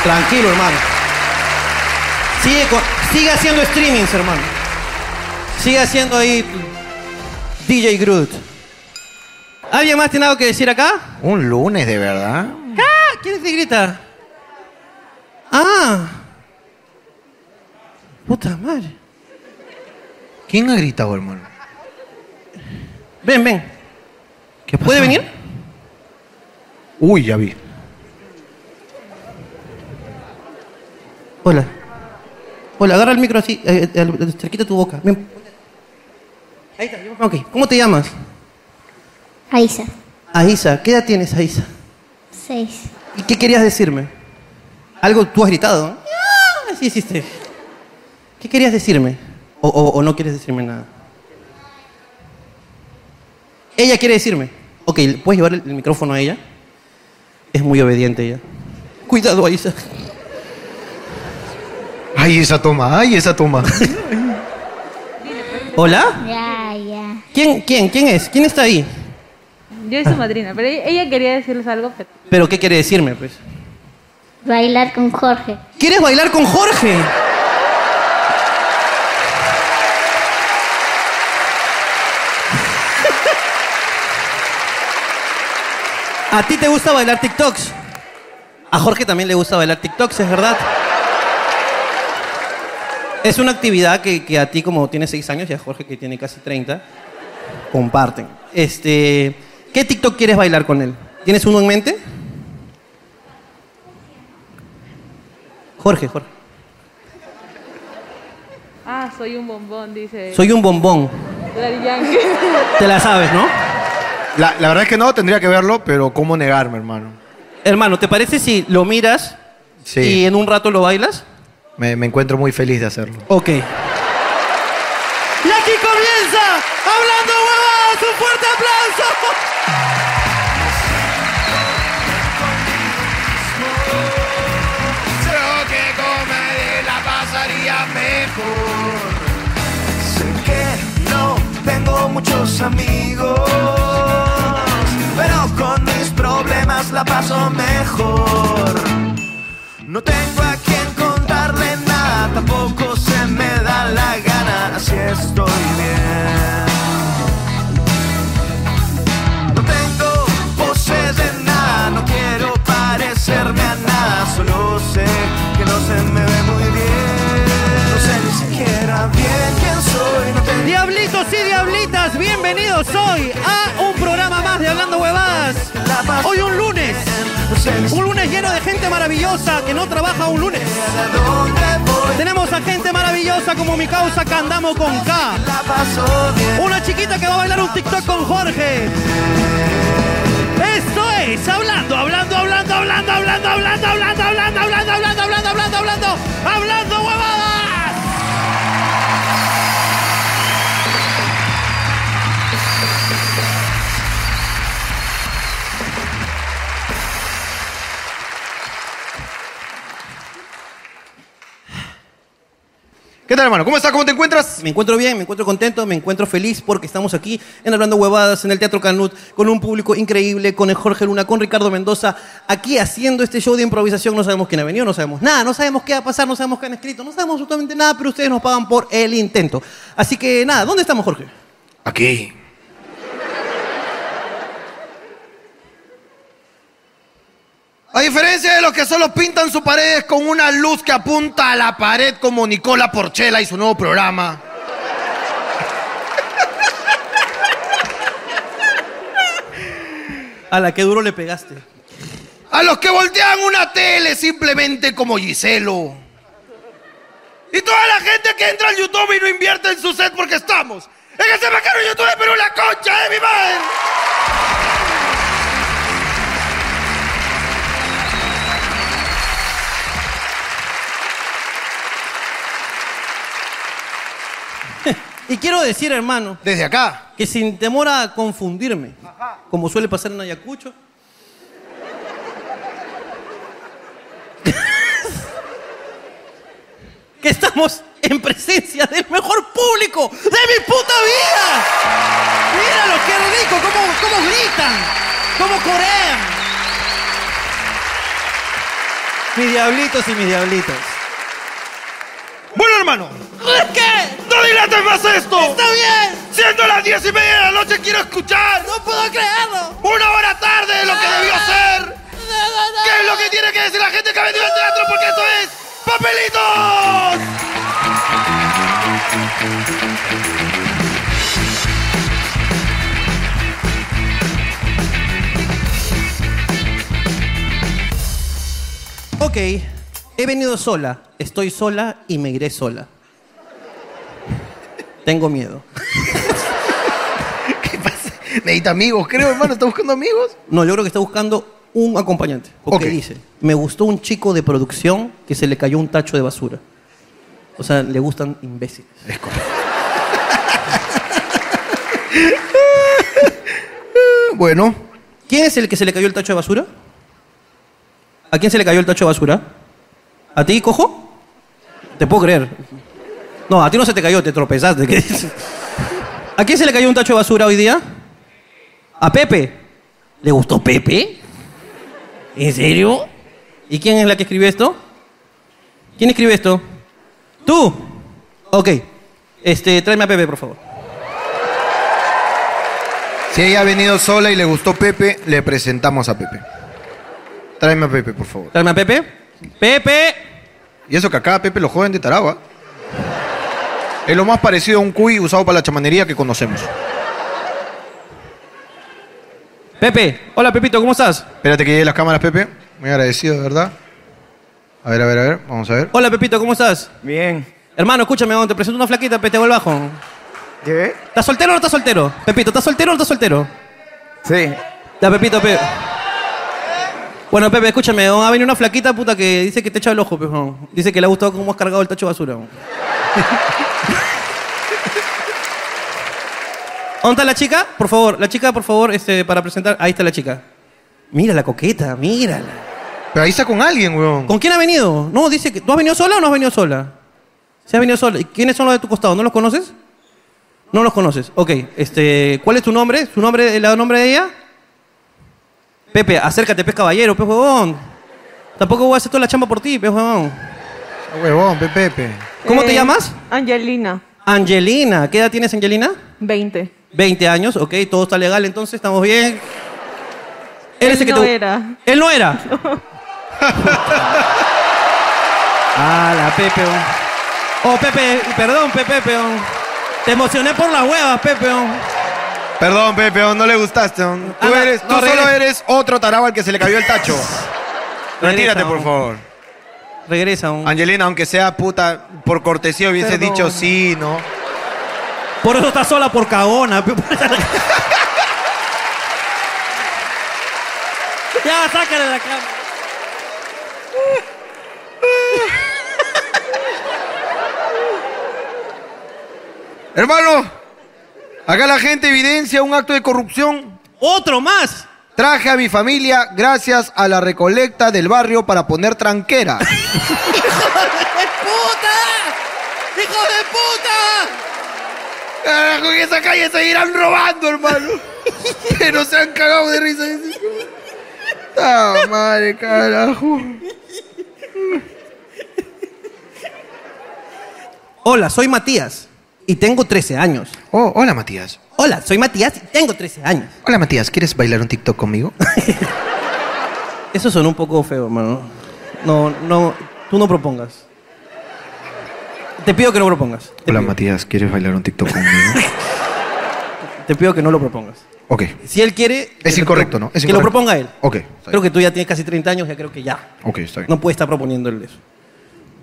Tranquilo, hermano. Sigue, con- sigue haciendo streamings, hermano. Sigue haciendo ahí tu- DJ Groot. ¿Alguien más tiene algo que decir acá? Un lunes, de verdad. ¡Ah! ¿Quién te grita? ¡Ah! Puta madre. ¿Quién ha gritado, hermano? Ven, ven. ¿Qué pasó? ¿Puede venir? Uy, ya vi. Hola. Hola, agarra el micro así, eh, eh, al- cerquita tu boca. Ven. Ahí está, yo- ok. ¿Cómo te llamas? Aisa, Aisa. ¿Qué edad tienes, Aisa? seis. ¿Y qué querías decirme? Algo tú has gritado. ¿no? ¡Ah! Así hiciste. ¿Qué querías decirme? O, o- o no quieres decirme nada? Ella quiere decirme. Ok, ¿puedes llevar el, el micrófono a ella? Es muy obediente ella. Cuidado, Aisa. Ay, esa toma, ay, esa toma. ¿Hola? Ya, ya. ¿Quién, quién, quién es? ¿Quién está ahí? Yo soy su madrina, pero ella- ella quería decirles algo, pero... ¿Pero qué quiere decirme, pues? Bailar con Jorge. ¿Quieres bailar con Jorge? ¿A ti te gusta bailar TikToks? A Jorge también le gusta bailar TikToks, es verdad. Es una actividad que, que a ti, como tienes 6 años, y a Jorge, que tiene casi 30, comparten. Este, ¿Qué TikTok quieres bailar con él? ¿Tienes uno en mente? Jorge, Jorge. Ah, soy un bombón, dice. Soy un bombón. Daddy Yankee. Te la sabes, ¿no? La, la verdad es que no, tendría que verlo, pero ¿cómo negarme, hermano? Hermano, ¿te parece si lo miras Sí. y en un rato lo bailas? Me, me encuentro muy feliz de hacerlo. Ok. Y aquí comienza Hablando Huevadas. Un fuerte aplauso. Creo que comeré la pasaría mejor. Sé que no tengo muchos amigos, pero con mis problemas la paso mejor. No tengo a quien contarle nada, tampoco se me da la gana, así estoy bien. No tengo voces de nada, no quiero parecerme a nada, solo sé que no se me ve muy bien. No sé ni siquiera bien quién soy, no tengo Diablitos y diablitas, bienvenidos hoy a un programa más de Hablando Huevadas. Hoy un lunes, un lunes lleno de gente maravillosa que no trabaja un lunes. Tenemos a gente maravillosa como mi causa Candamo con K. Una chiquita que va a bailar un TikTok con Jorge. Esto es hablando, hablando, hablando, hablando, hablando, hablando, hablando, hablando, hablando, hablando, hablando, hablando, hablando, hablando huevadas. ¿Qué tal, hermano? ¿Cómo estás? ¿Cómo te encuentras? Me encuentro bien, me encuentro contento, me encuentro feliz porque estamos aquí en Hablando Huevadas, en el Teatro Canut, con un público increíble, con el Jorge Luna, con Ricardo Mendoza, aquí haciendo este show de improvisación. No sabemos quién ha venido, no sabemos nada, no sabemos qué va a pasar, no sabemos qué han escrito, no sabemos absolutamente nada, pero ustedes nos pagan por el intento. Así que nada, ¿dónde estamos, Jorge? Aquí. A diferencia de los que solo pintan sus paredes con una luz que apunta a la pared como Nicola Porchela y su nuevo programa. A la que duro le pegaste. A los que voltean una tele simplemente como Giselo. Y toda la gente que entra al YouTube y no invierte en su set porque estamos. Es que se me caro YouTube de Perú la concha de mi madre. Y quiero decir, hermano. Desde acá. Que sin temor a confundirme, como suele pasar en Ayacucho. que estamos en presencia del mejor público de mi puta vida. Mira lo que rico, cómo, cómo gritan, cómo corean. Mis diablitos y mis diablitos. Bueno, hermano. ¿Qué? ¡No dilates más esto! ¡Está bien! Siendo las diez y media de la noche, quiero escuchar ¡No puedo creerlo! una hora tarde de lo que debió ser. ¿Qué es lo que tiene que decir la gente que ha venido al teatro? Porque esto es Papelitos. Ok, he venido sola, estoy sola y me iré sola. Tengo miedo. Necesita amigos, creo, hermano. ¿Está buscando amigos? No, yo creo que está buscando un acompañante. Porque Ok. dice, me gustó un chico de producción que se le cayó un tacho de basura. O sea, le gustan imbéciles. Es Bueno. ¿Quién es el que se le cayó el tacho de basura? ¿A quién se le cayó el tacho de basura? ¿A ti, cojo? Te puedo creer. No, a ti no se te cayó, te tropezaste. ¿qué dices? ¿A quién se le cayó un tacho de basura hoy día? ¿A Pepe? ¿Le gustó Pepe? ¿En serio? ¿Y quién es la que escribió esto? ¿Quién escribe esto? ¿Tú? Ok. Este, tráeme a Pepe, por favor. Si ella ha venido sola y le gustó Pepe, le presentamos a Pepe. Tráeme a Pepe, por favor. Tráeme a Pepe. ¡Pepe! Y eso que acá a Pepe lo joven de Taragua. Es lo más parecido a un cuy usado para la chamanería que conocemos. Pepe. Hola, Pepito, ¿cómo estás? Espérate que lleguen las cámaras, Pepe. Muy agradecido, de verdad. A ver, a ver, a ver. Vamos a ver. Hola, Pepito, ¿cómo estás? Bien. Hermano, escúchame, weón, te presento una flaquita, pe, te vuelvo bajo. ¿Qué? ¿Estás soltero o no estás soltero? Pepito, ¿estás soltero o no estás soltero? Sí. Ya, Pepito, pe. Bueno, Pepe, escúchame, weón, ha venido una flaquita puta que dice que te echa el ojo, pe, weón. Dice que le ha gustado cómo has cargado el tacho de basura. weón. ¿Dónde está la chica? Por favor, la chica, por favor, este, para presentar. Ahí está la chica. Mira la coqueta, mírala. Pero ahí está con alguien, weón. ¿Con quién ha venido? No, dice que. ¿Tú has venido sola o no has venido sola? Se ha venido sola. ¿Y quiénes son los de tu costado? ¿No los conoces? No los conoces. Ok, este, ¿cuál es tu nombre? ¿Su nombre, el nombre de ella? Pepe, acércate, pez caballero, pez huevón. Tampoco voy a hacer toda la chamba por ti, pez huevón. Huevón, Pepe, Pepe. ¿Cómo Eh, te llamas? Angelina, Angelina. ¿Qué edad tienes, Angelina? 20. 20 años, ok, todo está legal, entonces estamos bien. Él es el que no te- era. Él no era. ah, la Pepe. oh. Oh, Pepe, perdón, Pepe, peón. Te emocioné por las huevas, Pepe. oh. Perdón, Pepe, no le gustaste. weón. Tú, Ah, eres, no, tú solo regresa. eres otro tarado al que se le cayó el tacho. Retírate, Regresa, por weón. favor. Regresa. weón. Angelina, aunque sea puta, por cortesía hubiese Perdón. dicho sí, ¿no? Por eso está sola por cagona. pe- ya, sácale de la cama. Hermano, acá la gente evidencia un acto de corrupción. ¡Otro más! Traje a mi familia gracias a la recolecta del barrio para poner tranquera. ¡Hijo de puta! ¡Hijos de puta! Carajo, en esa calle seguirán robando, hermano. Pero se han cagado de risa. ¡Ah, madre, carajo! Hola, soy Matías y tengo 13 años. Oh, hola Matías. Hola, soy Matías y tengo 13 años. Hola Matías, ¿quieres bailar un TikTok conmigo? Eso sonó un poco feo, hermano. No, no, tú no propongas. Te pido que no propongas. Hola Matías, ¿quieres bailar un TikTok conmigo? Te pido que no lo propongas. ok. Si él quiere. Es incorrecto, ¿no? Es que lo incorrecto. proponga él. Ok, está bien. Creo que tú ya tienes casi 30 años, ya creo que ya. Ok, está bien. No puede estar proponiendo él eso.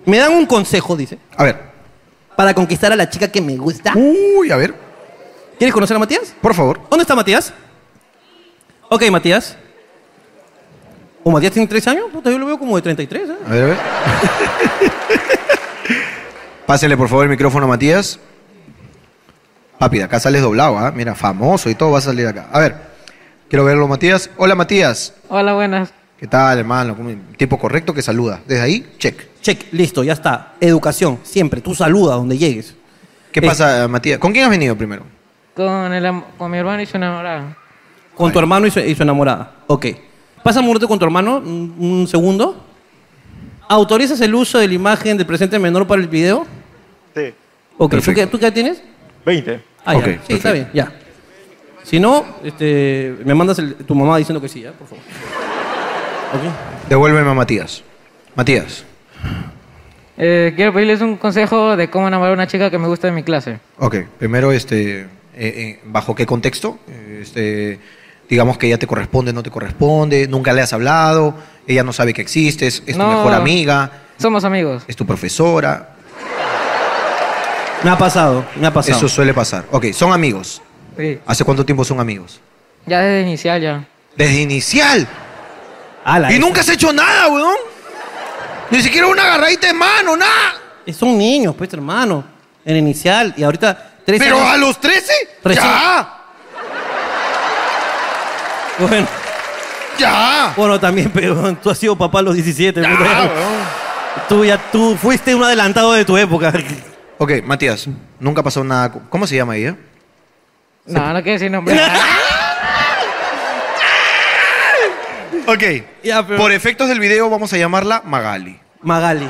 Me dan un consejo, dice. A ver. Para conquistar a la chica que me gusta. Uy, a ver. ¿Quieres conocer a Matías? Por favor. ¿Dónde está Matías? Ok, Matías. ¿O Matías tiene 3 años? Puta, yo lo veo como de 33, ¿eh? A ver, a ver. Pásele por favor el micrófono a Matías. Papi, de acá sales doblado, ¿ah? Mira, famoso y todo va a salir acá. A ver, quiero verlo, Matías. Hola, Matías. Hola, buenas. ¿Qué tal, hermano? ¿Cómo- Tipo correcto que saluda. Desde ahí, check. Check, listo, ya está. Educación, siempre. Tú saluda donde llegues. ¿Qué pasa, Matías? ¿Con quién has venido primero? Con, el, am- con mi hermano y su enamorada. Con tu hermano y su, y su enamorada. Ok. Pasa un momento con tu hermano, un, un segundo. ¿Autorizas el uso de la imagen del presente menor para el video? Sí. Ok, ¿tú Perfecto. qué, tú qué edad tienes? 20. Ah, ya. Ok, Sí, está bien, ya. Si no, este, me mandas el- tu mamá diciendo que sí, ¿ya? Por favor. Ok. Devuélveme a Matías. Matías. Eh, quiero pedirles un consejo de cómo enamorar a una chica que me gusta de mi clase. Ok, primero, este, eh, eh, ¿bajo qué contexto? Eh, Este, digamos que ella te corresponde, no te corresponde, nunca le has hablado, ella no sabe que existes, es No. tu mejor amiga, Somos amigos. es tu profesora. Me ha pasado, me ha pasado. Eso suele pasar. Ok, son amigos. Sí. ¿Hace cuánto tiempo son amigos? Ya desde inicial ya. Desde inicial. y nunca has hecho nada, weón. Ni siquiera una agarradita de mano, nada. Son niños, pues, hermano. En inicial. Y ahorita... tres Pero años- a los 13, Recién- ya, Bueno. Ya. Bueno, también, pero tú has sido papá a los 17. Ya, puta. Tú ya tú fuiste un adelantado de tu época. Ok, Matías, nunca ha pasado nada. con- ¿Cómo se llama ella? No, no quiero decir nombre. Ok, por efectos del video vamos a llamarla Magali. Magali.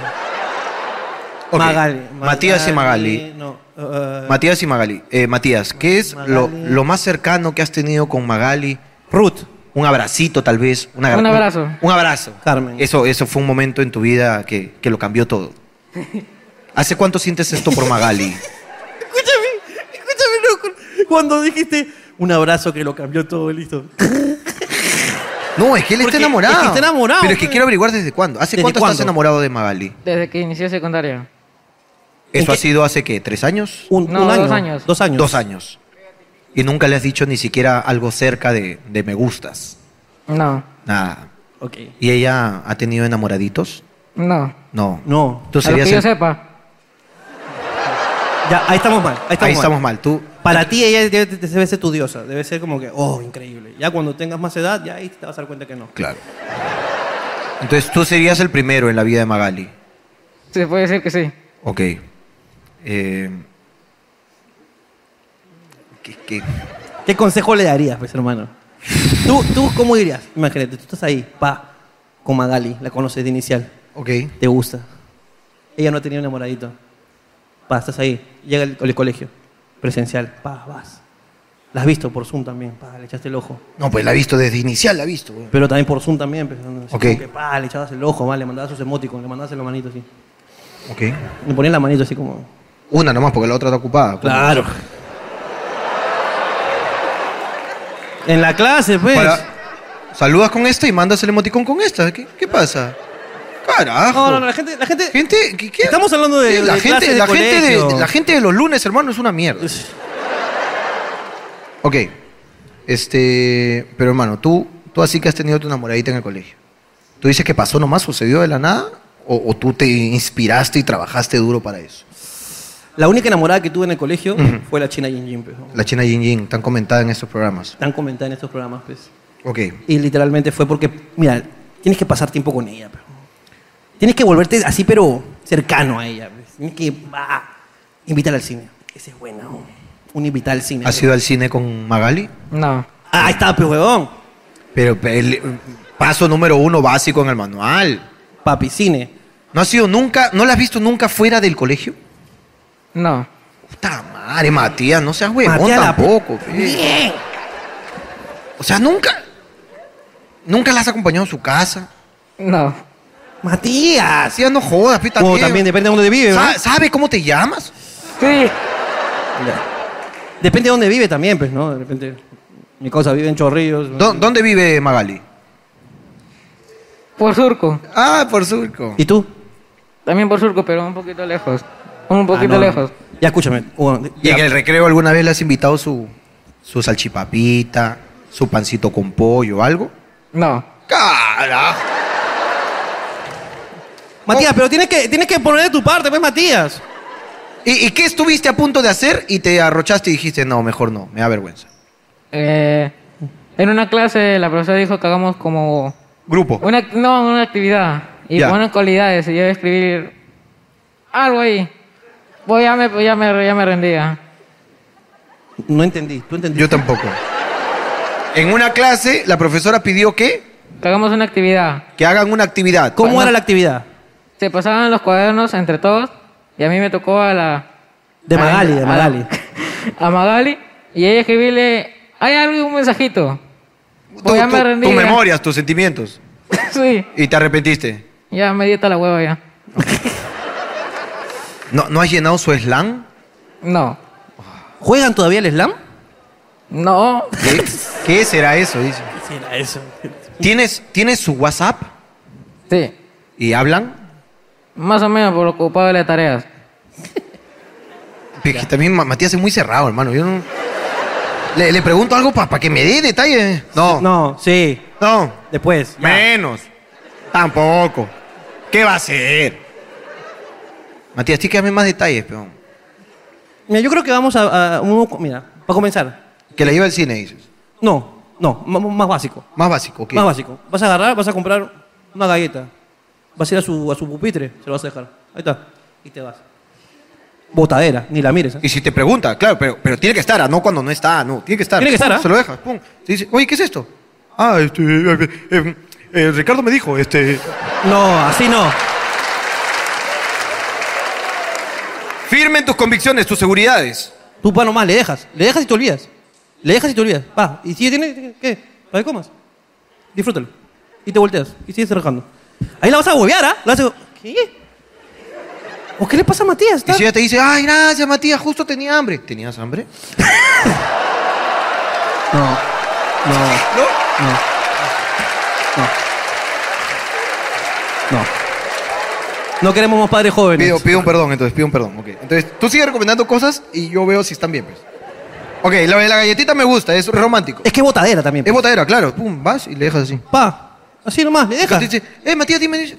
Ok, Magali. Matías y Magali. No. eh, Matías y Magali. Eh, Matías, ¿qué es lo, lo más cercano que has tenido con Magali? Ruth. Un abracito, tal vez. una gra- Un abrazo. Un abrazo. Carmen. Eso, eso fue un momento en tu vida que, que lo cambió todo. ¿Hace cuánto sientes esto por Magali? Escúchame, escúchame, loco. Cuando dijiste un abrazo que lo cambió todo, listo. No, es que él Porque está enamorado. es que está enamorado, Pero es que pues. quiero averiguar desde cuándo. ¿Hace ¿Desde cuánto estás cuándo? enamorado de Magali? Desde que inició secundaria. ¿Eso ha sido hace qué? ¿Tres años? Un, No, un año, dos años. Dos años. Dos años. Y nunca le has dicho ni siquiera algo cerca de, de me gustas. No, Nada. Ok. ¿Y ella ha tenido enamoraditos? no. No. No. Tú A lo serías que yo el- sepa. Ya, ahí estamos mal. Ahí estamos, Ahí mal. estamos mal. Tú, Para ti ella debe, debe ser tu diosa. Debe ser como que, oh, increíble. Ya cuando tengas más edad, ya ahí te vas a dar cuenta que no. claro. Entonces tú serías el primero en la vida de Magali. Se puede decir que sí. Ok. Eh, ¿qué- qué? ¿Qué consejo le darías, pues, hermano? ¿Tú, tú cómo dirías? Imagínate, tú estás ahí, pa, con Magali, la conoces de inicial. Ok. Te gusta. Ella no ha tenido enamoradito. Pa, estás ahí. Llega el, el colegio, presencial. Pa, vas. La has visto por Zoom también, pa, le echaste el ojo. No, pues la ha visto desde inicial, la ha visto. güey. Pero también por Zoom también. Pues, ¿no? Así Ok. como que, pa, le echabas el ojo, ma, le mandabas sus emoticons, le mandabas la manito así. Ok. Le ponías la manito así como... Una nomás, porque la otra está ocupada. Claro. En la clase, pues. Para- saludas con esta y mandas el emoticón con esta. ¿Qué, qué pasa? Carajo. No, no, no, la gente... La gente, Gente, ¿qué- qué- Estamos hablando de, Sí, la, de gente, clases de la, gente de, colegio. la gente de los lunes, hermano, es una mierda. Ok. Este, pero hermano, tú, tú así que has tenido tu enamoradita en el colegio. ¿Tú dices que pasó nomás, sucedió de la nada? ¿O, o tú te inspiraste y trabajaste duro para eso? La única enamorada que tuve en el colegio fue la china Yin Yin, pues. ¿no? La China Yin Yin, tan comentada en estos programas. Tan comentada en estos programas, pues. Ok. Y literalmente fue porque, mira, tienes que pasar tiempo con ella, pues. Tienes que volverte así, pero cercano a ella, pues. Tienes que, ah, Invítala al cine. Ese es bueno. Un invitar al cine. ¿Has ido al cine con Magali? No. Ah, ahí está, pues, huevón. Pero pe- el- paso número uno básico en el manual. Papi, cine. ¿No has ido nunca, no la has visto nunca fuera del colegio? No. Puta madre, Matías, no seas huevón Matías, la tampoco. pe. O sea, nunca, nunca la has acompañado a su casa. No. Matías. Ya no jodas, pe, O también. también depende de dónde vive, Sa- ¿verdad? ¿Sabe cómo te llamas? Sí. Depende de dónde vive también, pues, ¿no? De repente. Mi cosa vive en Chorrillos. ¿Dó- ¿Dónde vive Magali? Por surco. Ah, por surco. ¿Y tú? También por surco, pero un poquito lejos. Un poquito Ah, no. lejos. Ya escúchame. huevón, ¿Y ya. en el recreo alguna vez le has invitado su, su salchipapita, su pancito con pollo, algo? No. ¡Carajo! Matías, pero tienes que, tienes que poner de tu parte, pues, Matías. ¿Y, y qué estuviste a punto de hacer y te arrochaste y dijiste, no, mejor no, me da vergüenza? Eh, en una clase la profesora dijo que hagamos como Grupo. una, no, una actividad y Ya. unas cualidades. Y yo iba a escribir algo ahí. Pues ya me, ya me, ya me rendía. No entendí, tú entendiste. Yo tampoco. En una clase, la profesora pidió que, Que hagamos una actividad. que hagan una actividad. ¿Cómo era la actividad? Se pasaban los cuadernos entre todos y a mí me tocó a la De Ay, Magali, de ah. Magali. a Magali y ella escribirle, hay algo, un mensajito. Tu- Pues ya me tu- rendí. tus ya. memorias, tus sentimientos. sí, Y te arrepentiste. ya me dieta la hueva ya. ¿No, ¿No has llenado su slam? No, ¿Juegan todavía el slam? no, ¿Qué, qué será eso? Dice. Sí, era eso. ¿Tienes, ¿Tienes su WhatsApp? sí. ¿Y hablan? Más o menos por ocupado de las tareas. Pero es que también Ma- Matías es muy cerrado, hermano. Yo no... le, le pregunto algo para que me dé detalles. No, no. No, sí. Después. ya. Menos. Tampoco. ¿Qué va a ser? Matías, sí que dame más detalles, peón. Mira, yo creo que vamos a, a un- mira, para comenzar. Que la lleva al cine, dices. No, no, ma- ma- más, básico, Más básico, ¿qué? más básico. Vas a agarrar, vas a comprar una galleta, vas a ir a su, a su pupitre, se lo vas a dejar, ahí está, y te vas. Botadera, ni la mires. ¿eh? Y si te pregunta, claro, pero, pero tiene que estar, ah, no cuando no está, no, tiene que estar. Tiene Pum, que estar, ¿ah? Se lo dejas, pum. Te dice, oye, ¿qué es esto? Ah, este, eh, eh, eh, Ricardo me dijo, este... No, así no. Firmen tus convicciones, tus seguridades. Tú pa nomás, le dejas, le dejas y te olvidas. Le dejas y te olvidas. Va, y si tiene, ¿qué? Para que comas. Disfrútalo. Y te volteas, y sigues trabajando. Ahí la vas a huevear, ¿ah? La vas a- ¿Qué? ¿O qué le pasa a Matías? Y Está- si ella te dice, ay, gracias, Matías, justo tenía hambre. ¿Tenías hambre? No. No. No. No. No. No queremos más padres jóvenes. Pido, pido un perdón, entonces, pido un perdón. ok. Entonces, tú sigues recomendando cosas y yo veo si están bien, pues. Ok, la, la galletita me gusta, es romántico. Es que es botadera también. Es pues. botadera, claro. Pum, vas y le dejas así. Pa. Así nomás, le dejas. Entonces dice, eh, Matías, dime. dice,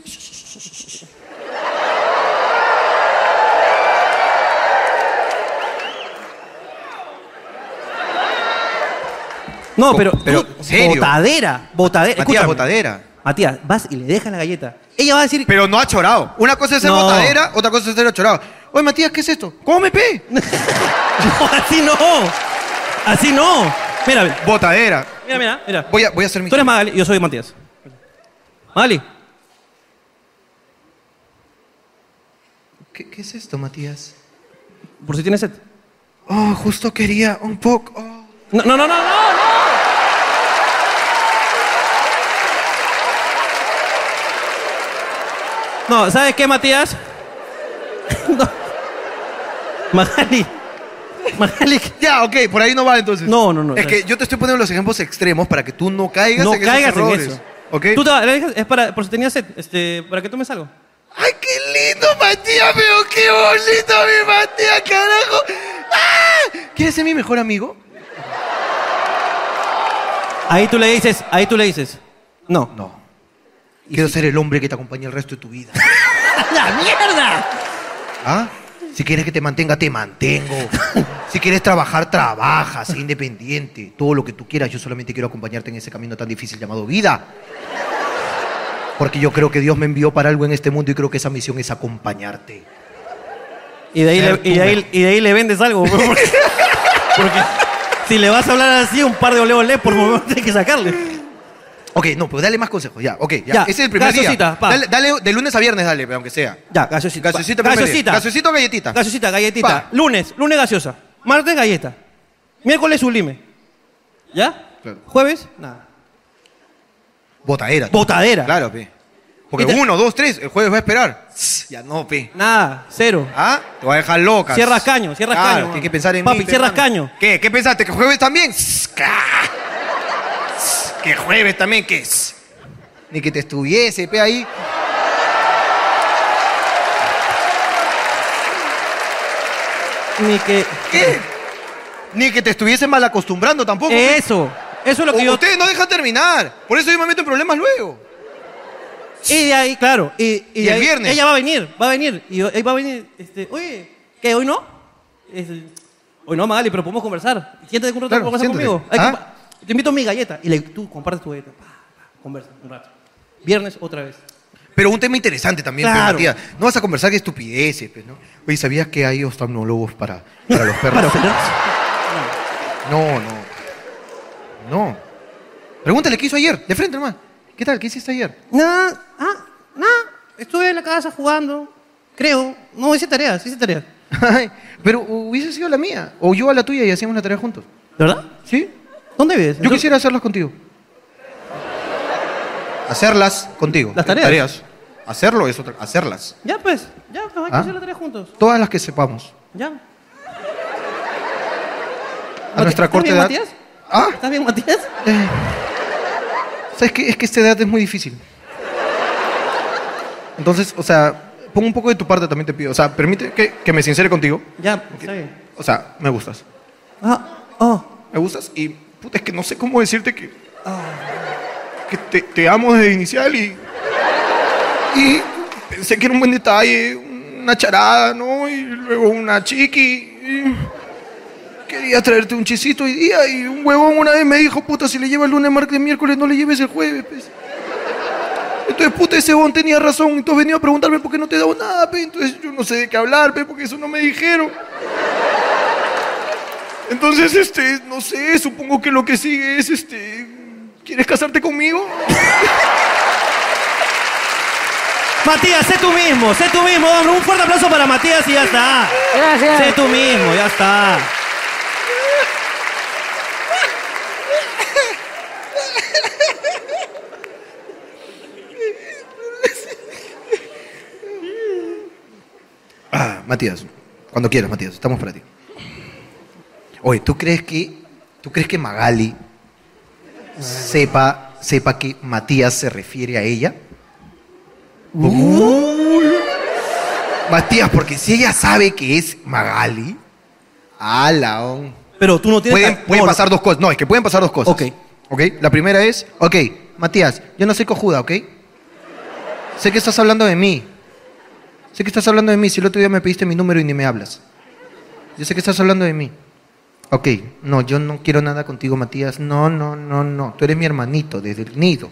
No, pero. Pero, tú- ¿serio? Botadera. Botadera. Matías, Escúchame. botadera. Matías, vas y le dejas la galleta. Ella va a decir. Pero no ha chorado. Una cosa es ser No. botadera, otra cosa es ser chorado. Oye, Matías, ¿qué es esto? ¡Come, pe! No, así no. Así no. Mira, Botadera. mira, mira. mira. Voy a, voy a hacer mi... Tú eres Magali, yo soy Matías. Magali. ¿Qué, qué es esto, Matías? Por si tienes sed. Oh, justo quería un poco... oh. No, no, no, no, no, no. No, ¿sabes qué, Matías? No. Magali. Magali. Ya, ok, por ahí no va entonces. No, no, no. Es que yo te estoy poniendo los ejemplos extremos para que tú no caigas no en esos caigas en errores, eso. ¿Ok? Tú te la dejas- es para, por si tenías sed, este, para que tomes algo. ¡Ay, qué lindo, Matías! ¡Pero qué bonito, mi Matías, carajo! ¡Ah! ¿Quieres ser mi mejor amigo? Ahí tú le dices, ahí tú le dices. No. No. Quiero ser el hombre que te acompañe el resto de tu vida. ¡La mierda! ¿Ah? Si quieres que te mantenga, te mantengo. Si quieres trabajar, trabaja, sé independiente. Todo lo que tú quieras, yo solamente quiero acompañarte en ese camino tan difícil llamado vida. Porque yo creo que Dios me envió para algo en este mundo y creo que esa misión es acompañarte. Y de ahí, le, y de ahí, y de ahí le vendes algo. Porque, porque si le vas a hablar así, un par de oleolés, por favor, tienes que sacarle. Ok, no, pues dale más consejos. Ya, ok, ya. Ya, Ese es el primer gaseosita, día. pa. Dale, dale de lunes a viernes, dale, aunque sea. Ya, gaseosita. Gaseosita, Pa- primer día. gaseosita. Gaseosita o galletita. Gaseosita, galletita. Pa. Lunes, lunes gaseosa. Martes, galleta. Miércoles, sublime. ¿Ya? Jueves, nada. Botadera. Botadera. Claro, pe. Porque Y te- uno, dos, tres, el jueves va a esperar. Ya no, pe. Nada, cero. ¿Ah? Te va a dejar loca. Cierras caño, cierras Claro, caño. Tienes que pensar en Papi, mí, pe, cierras hermano. caño. ¿Qué? ¿Qué pensaste? ¿Que jueves también? ¿Que jueves también? ¿Qué es? Ni que te estuviese, pe, ahí. Ni que. ¿Qué? Ni que te estuviese mal acostumbrando tampoco. pe. Eso. Eso es lo que O- yo. Ustedes no dejan terminar. Por eso yo me meto en problemas luego. Y de ahí, claro. Y, y Y de el ahí, viernes. Ella va a venir, va a venir. Y yo- ella va a venir. Este, Oye, ¿qué? ¿Hoy no? Es, Hoy no, Magali, pero podemos conversar. Siéntate un rato Claro, conversar siéntate. conmigo. Ay, ¿Ah? compa- Te invito a mi galleta. Y le, tú compartes tu galleta. Pa, pa, conversa un rato. Viernes otra vez. Pero un tema interesante también, pues, Claro. Matías. No vas a conversar de estupideces, pues, ¿no? Oye, ¿sabías que hay oftalmólogos para, para los perros? No, no. No. Pregúntale qué hizo ayer, de frente nomás. ¿Qué tal? ¿Qué hiciste ayer? Nada, ah, nada. Estuve en la casa jugando. Creo. No, hice tareas, hice tareas. Ay, Pero hubiese sido la mía. O yo a la tuya y hacíamos la tarea juntos. ¿De verdad? ¿Sí? ¿Dónde vives? Yo quisiera hacerlas contigo. Hacerlas contigo. Las tareas. Hacerlo es otra. Hacerlas. Ya pues, ya pues, hay que ¿Ah? hacer la tarea juntos. Todas las que sepamos. Ya. A nuestra corta edad. ¿Estás bien, Matías? ¿Ah? ¿Estás bien, Matías? ¿Sabes qué? Es que esta edad es muy difícil. Entonces, o sea, pon un poco de tu parte también te pido. O sea, permite que, que me sincere contigo. Ya, está bien. O sea, me gustas. Ah, oh. Me gustas y, puta, es que no sé cómo decirte que... ah, Que te, te amo desde inicial y... Y pensé que era un buen detalle, una charada, ¿no? Y luego una chiqui. y quería traerte un chisito hoy día y un huevón una vez me dijo, puta, si le lleva el lunes, martes, miércoles, no le lleves el jueves, pues. Entonces, puta, ese huevón tenía razón. Entonces venía a preguntarme por qué no te he dado nada, pues. Entonces yo no sé de qué hablar, pues, porque eso no me dijeron. Entonces, este, no sé, supongo que lo que sigue es, este, ¿quieres casarte conmigo? Matías, sé tú mismo, sé tú mismo. Un fuerte aplauso para Matías y ya está. Gracias. Sé tú mismo, ya está. Ah, Matías, cuando quieras, Matías, estamos para ti. Oye, ¿tú crees que, tú crees que Magali sepa, sepa que Matías se refiere a ella? Matías, porque si ella sabe que es Magali, ala, on. Pero tú no tienes pueden, ca- pueden no, no. pasar dos cosas. No, es que pueden pasar dos cosas. Ok. Ok, la primera es, ok, Matías, yo no soy cojuda, ¿ok? Sé que estás hablando de mí. Sé que estás hablando de mí. Si el otro día me pediste mi número y ni me hablas. Yo sé que estás hablando de mí. Ok, no, yo no quiero nada contigo, Matías. No, no, no, no. Tú eres mi hermanito desde el nido.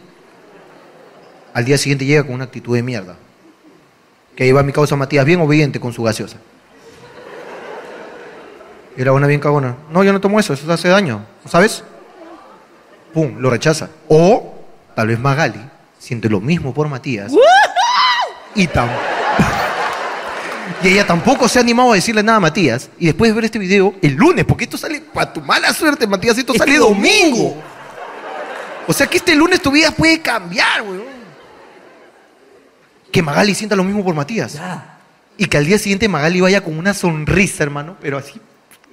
Al día siguiente llega con una actitud de mierda. Que ahí va mi causa Matías, bien obediente con su gaseosa. Y la una bien cagona. No, yo no tomo eso, eso te hace daño. ¿Sabes? Pum, lo rechaza. O tal vez Magali siente lo mismo por Matías. y tam- Y ella tampoco se ha animado a decirle nada a Matías. Y después de ver este video, el lunes, porque esto sale para tu mala suerte, Matías, esto Este sale domingo. O sea que este lunes tu vida puede cambiar, weón. Que Magali sienta lo mismo por Matías. Y que al día siguiente Magali vaya con una sonrisa, hermano, pero así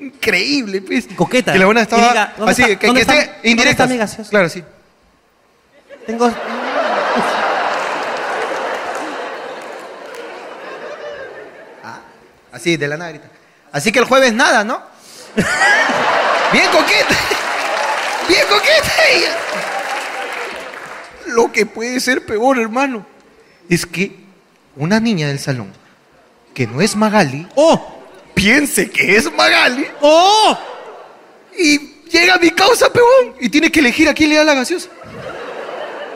increíble, pues. Coqueta. Que la buena Y estaba diga, ¿dónde así, está- que, dónde que está- esté dónde indirectas. está mi gaseosa? Claro, sí. Tengo. Así, de la nada grita. Así que el jueves nada, ¿no? Bien coqueta. Bien coqueta ella. Lo que puede ser peor, hermano, es que una niña del salón, que no es Magali, ¡Oh! piense que es Magali ¡Oh! y llega mi causa, peón, y tiene que elegir a quién le da la gaseosa.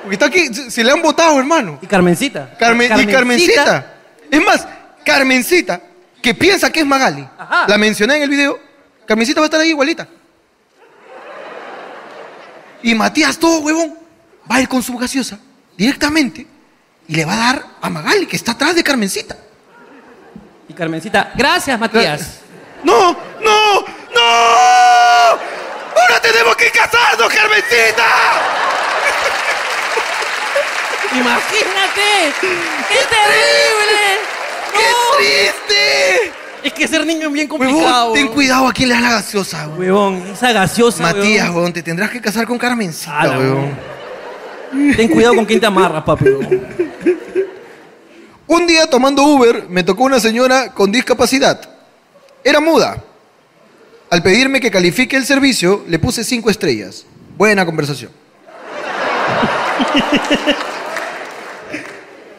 Porque está aquí, se, se le han votado, hermano. Y Carmencita. Carmen, Y Carmencita. Es más, Carmencita que piensa que es Magali, la mencioné en el video, Carmencita va a estar ahí igualita. Y Matías, todo huevón, va a ir con su gaseosa directamente y le va a dar a Magali, que está atrás de Carmencita. Y Carmencita, gracias, Matías. ¡No! ¡No! ¡No! ¡Ahora tenemos que casarnos, Carmencita! ¡Imagínate! ¡Qué terrible! ¡Qué triste! Es que ser niño es bien Huevón, complicado. ten cuidado a quién le das la gaseosa, huevón. Huevón, esa gaseosa. Matías, huevón. huevón, te tendrás que casar con Carmencita, Ala, huevón. Ten cuidado con quién te amarras, papi. huevón. Un día tomando Uber me tocó una señora con discapacidad. Era muda. Al pedirme que califique el servicio, le puse cinco estrellas. Buena conversación.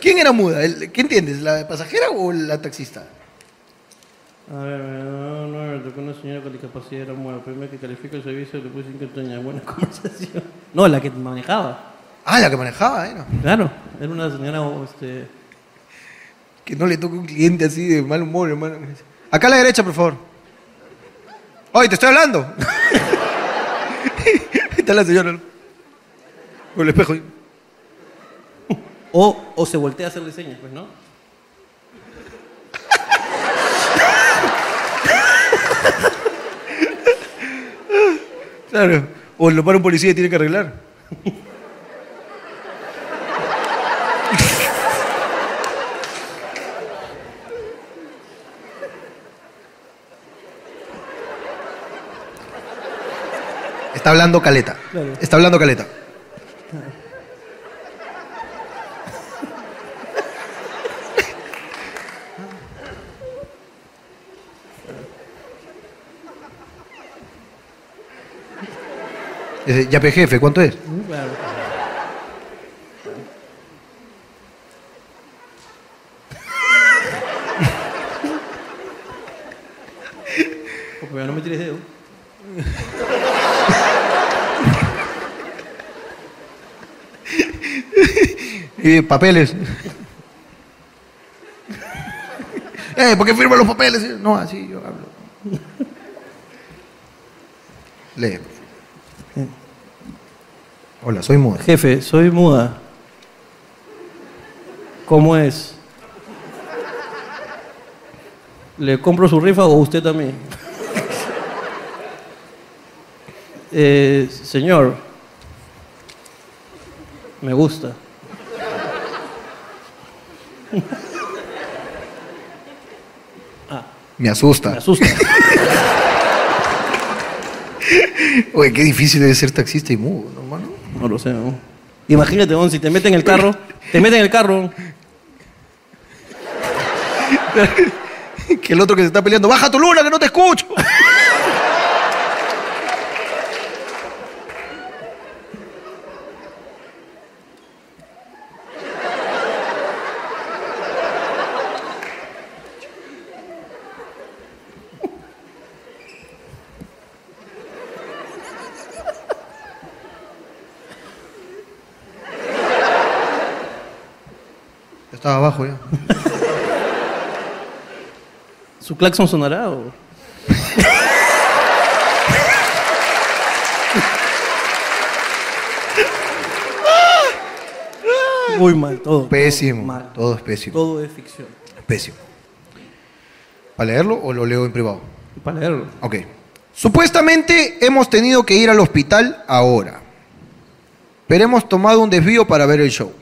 ¿Quién era muda? El- ¿Qué entiendes? ¿La pasajera o la taxista? A ver, me no, no, me tocó una señora con discapacidad, era muda. Primero que califico el servicio, le puse 5 estrellas. Buena conversación. No, la que manejaba. Ah, la que manejaba, era. Claro. Era una señora, este... Que no le toque un cliente así de mal humor, hermano. Acá a la derecha, por favor. Oye, te estoy hablando. Ahí está la señora. ¿no? Con el espejo. O, o se voltea a hacerle señas, pues, ¿no? Claro. O lo para un policía y tiene que arreglar. Está hablando caleta. Claro. Está hablando caleta. Dice, Ya, pe, jefe, ¿cuánto es? Claro. Porque no me tires dedo. Y papeles. eh, ¿por qué firma los papeles? No, así yo hablo. Lee. Hola, soy muda. Jefe, soy muda. ¿Cómo es? ¿Le compro su rifa o usted también? Eh, señor, me gusta. Me asusta. Me asusta. Oye, qué difícil debe ser taxista y mudo, ¿no, mano? No lo sé, ¿no? Imagínate, weón, si te meten en el carro, te meten en el carro. que el otro que se está peleando, baja tu luna que no te escucho. Ya Estaba abajo ya. ¿Su claxon sonará o...? Muy mal, todo. Pésimo. Todo, es pésimo. Todo es ficción. Pésimo. ¿Para leerlo o lo leo en privado? Para leerlo. Ok. Supuestamente hemos tenido que ir al hospital ahora. Pero hemos tomado un desvío para ver el show.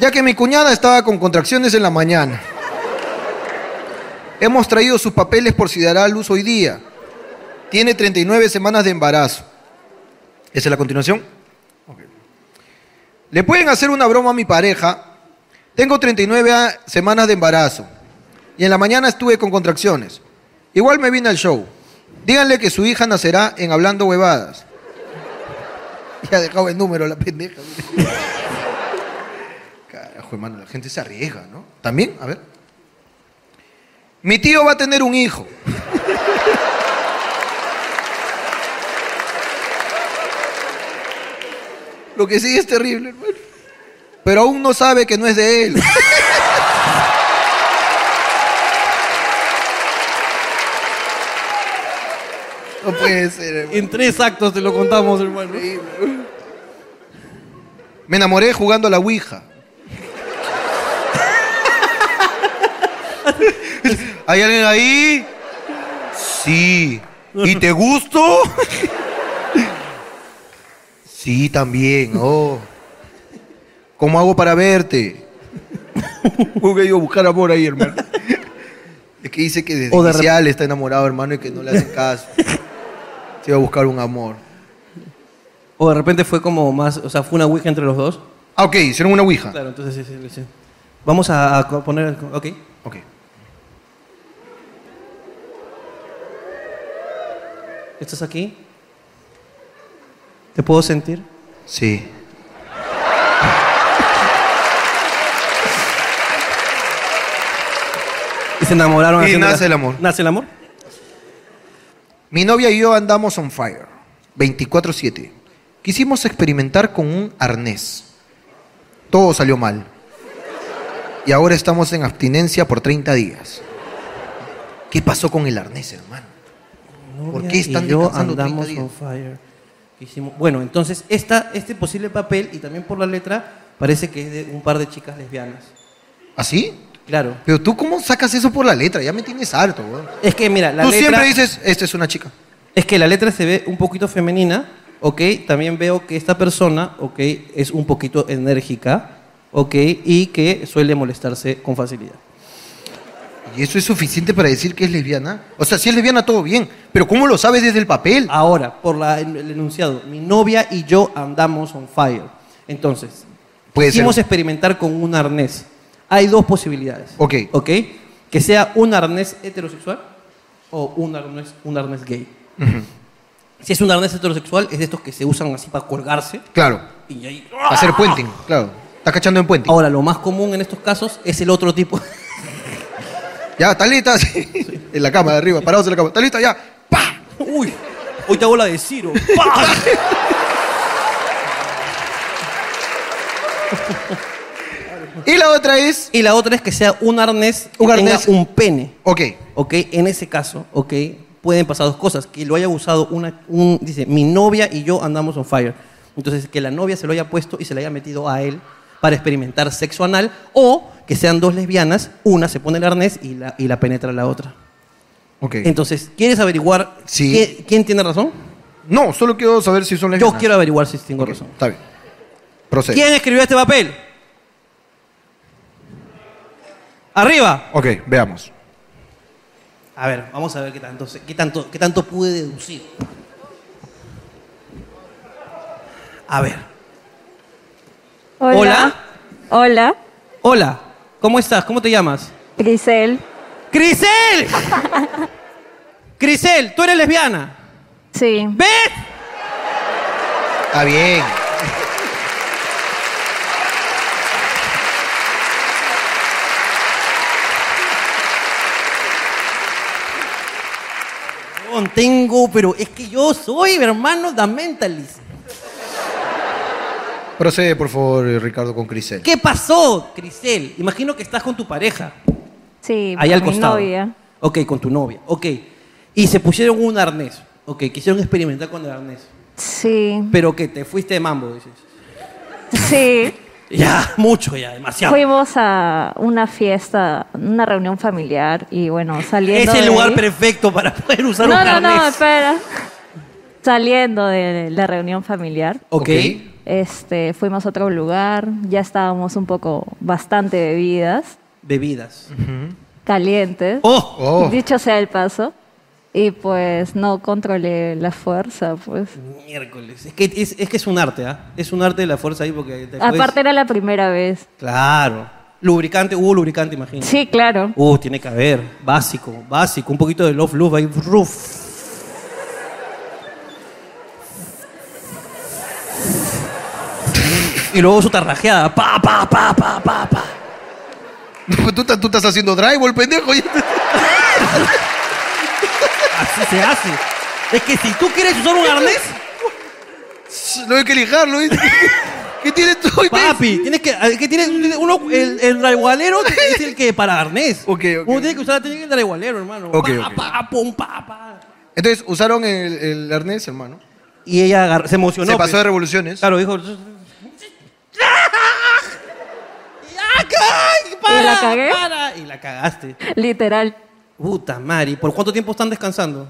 Ya que mi cuñada estaba con contracciones en la mañana. Hemos traído sus papeles por si dará a luz hoy día. Tiene 39 semanas de embarazo. ¿Esa es la continuación? Ok. Le pueden hacer una broma a mi pareja. Tengo 39 a- semanas de embarazo. Y en la mañana estuve con contracciones. Igual me vine al show. Díganle que su hija nacerá en Hablando Huevadas. Ya ha dejado el número, la pendeja. Carajo, hermano, la gente se arriesga, ¿no? ¿También? A ver. Mi tío va a tener un hijo. Lo que sí es terrible, hermano. Pero aún no sabe que no es de él. No puede ser, En tres actos te lo contamos, hermano. Me enamoré jugando a la Ouija. ¿Hay alguien ahí? Sí. ¿Y te gusto? Sí, también. Oh. ¿Cómo hago para verte? Hubiera ido a buscar amor ahí, hermano. Es que dice que desde O de inicial está enamorado, hermano, y que no le hacen caso. Se iba a buscar un amor. O de repente fue como más, o sea, fue una ouija entre los dos. Ah, ok, hicieron una ouija. Claro, entonces sí, sí, sí. Vamos a, a co- poner, ok. Ok. ¿Estás aquí? ¿Te puedo sentir? Sí. Y se enamoraron. Y haciendo nace la- el amor. Nace el amor. Mi novia y yo andamos on fire, 24-7. Quisimos experimentar con un arnés. Todo salió mal. Y ahora estamos en abstinencia por 30 días. ¿Qué pasó con el arnés, hermano? ¿Por Novia qué están y yo descansando 30 andamos días? on fire. Que hicimos- Bueno, entonces esta, este posible papel, y también por la letra, parece que es de un par de chicas lesbianas. ¿Así? Claro. ¿Ah, Pero tú cómo sacas eso por la letra? Ya me tienes harto, weón. Es que mira, la Tú letra... siempre dices, esta es una chica. Es que la letra se ve un poquito femenina, ¿ok? También veo que esta persona, ¿ok? Es un poquito enérgica, ¿ok? Y que suele molestarse con facilidad. ¿Y eso es suficiente para decir que es lesbiana? O sea, si es lesbiana todo bien, pero ¿cómo lo sabes desde el papel? Ah, Ahora, por la- el el enunciado, mi novia y yo andamos on fire. Entonces, Puede quisimos ser. experimentar con un arnés. Hay dos posibilidades. Ok. ¿Ok? Que sea un arnés heterosexual o un arnés, un arnés gay. Ujú. Si es un arnés heterosexual, es de estos que se usan así para colgarse. Claro. Y ahí... Hacer puenting, claro. Está cachando en puenting. Ahora, lo más común en estos casos es el otro tipo. Ya, está lista, sí. En la cama de arriba, parados en la cama. Está lista, ya. Uy, hoy te hago la de Ciro. y la otra es. Y la otra es que sea un arnés que Un tenga arnés. un pene. Ok. Ok, en ese caso, ok, pueden pasar dos cosas. Que lo haya usado una. Un, dice, mi novia y yo andamos on fire. Entonces, que la novia se lo haya puesto y se le haya metido a él para experimentar sexo anal. O que sean dos lesbianas, una se pone el arnés y la, y la penetra la otra. Ok. Entonces, ¿quieres averiguar qué- quién tiene razón? No, solo quiero saber si son lesbianas. Yo quiero averiguar si tengo razón. Está bien. Procede. ¿Quién escribió este papel? Arriba. Ok, veamos. A ver, vamos a ver qué tanto, sé- qué tanto, qué tanto pude deducir. A ver. Hola. Hola. Hola. ¿Cómo estás? ¿Cómo te llamas? Grisel. ¡Crisel! ¡Crisel! ¿Tú eres lesbiana? Sí. ¿Ves? Está bien. Huevón, Tengo, pero es que yo soy, hermano, da mentalist. Procede, por favor, Ricardo, con Crisel. ¿Qué pasó, Crisel? Imagino que estás con tu pareja. Sí. Ahí al mi costado. novia. Ok, con tu novia. Ok. Y se pusieron un arnés. Ok, quisieron experimentar con el arnés. Sí. Pero que te fuiste de mambo, dices. Sí. Ya, mucho ya, demasiado. Fuimos a una fiesta, una reunión familiar y bueno, saliendo. Es el de lugar ahí- perfecto para poder usar un No, no, arnés. no, espera. Saliendo de la reunión familiar. Ok. Este, fuimos a otro lugar, ya estábamos un poco bastante bebidas, Bebidas. calientes. Oh. Oh. Dicho sea el paso. Y pues no controlé la fuerza, pues. Miércoles. Es que es, es que es un arte, ¿ah? Es un arte de la fuerza ahí porque te puedes- Aparte era la primera vez. Claro. Lubricante, hubo lubricante, imagino. Sí, claro. Uh, tiene que haber. Básico, básico. Un poquito de love love ahí. Ruf. Y luego su tarrajeada. Pa, pa, pa, pa, pa, pa. Tú, ta- tú estás haciendo drywall, pendejo. Así se hace. Es que si tú quieres usar un Este arnés. No hay que lijarlo, ¿viste? ¿Qué tienes tú? Papi, tienes que. ¿Qué tienes? Uno, el, el drywallero es el que para arnés. Uno tiene que usar tiene que el drywallero, hermano. Ok, Pa, ok. pa, pum, pa, pa. Entonces usaron el, el arnés, hermano. Y ella agarró- se emocionó. Se pasó pues. de revoluciones. Claro, dijo. ¿Y la cagué? Y la cagaste. Literal, Puta madre. ¿y ¿Por cuánto tiempo están descansando?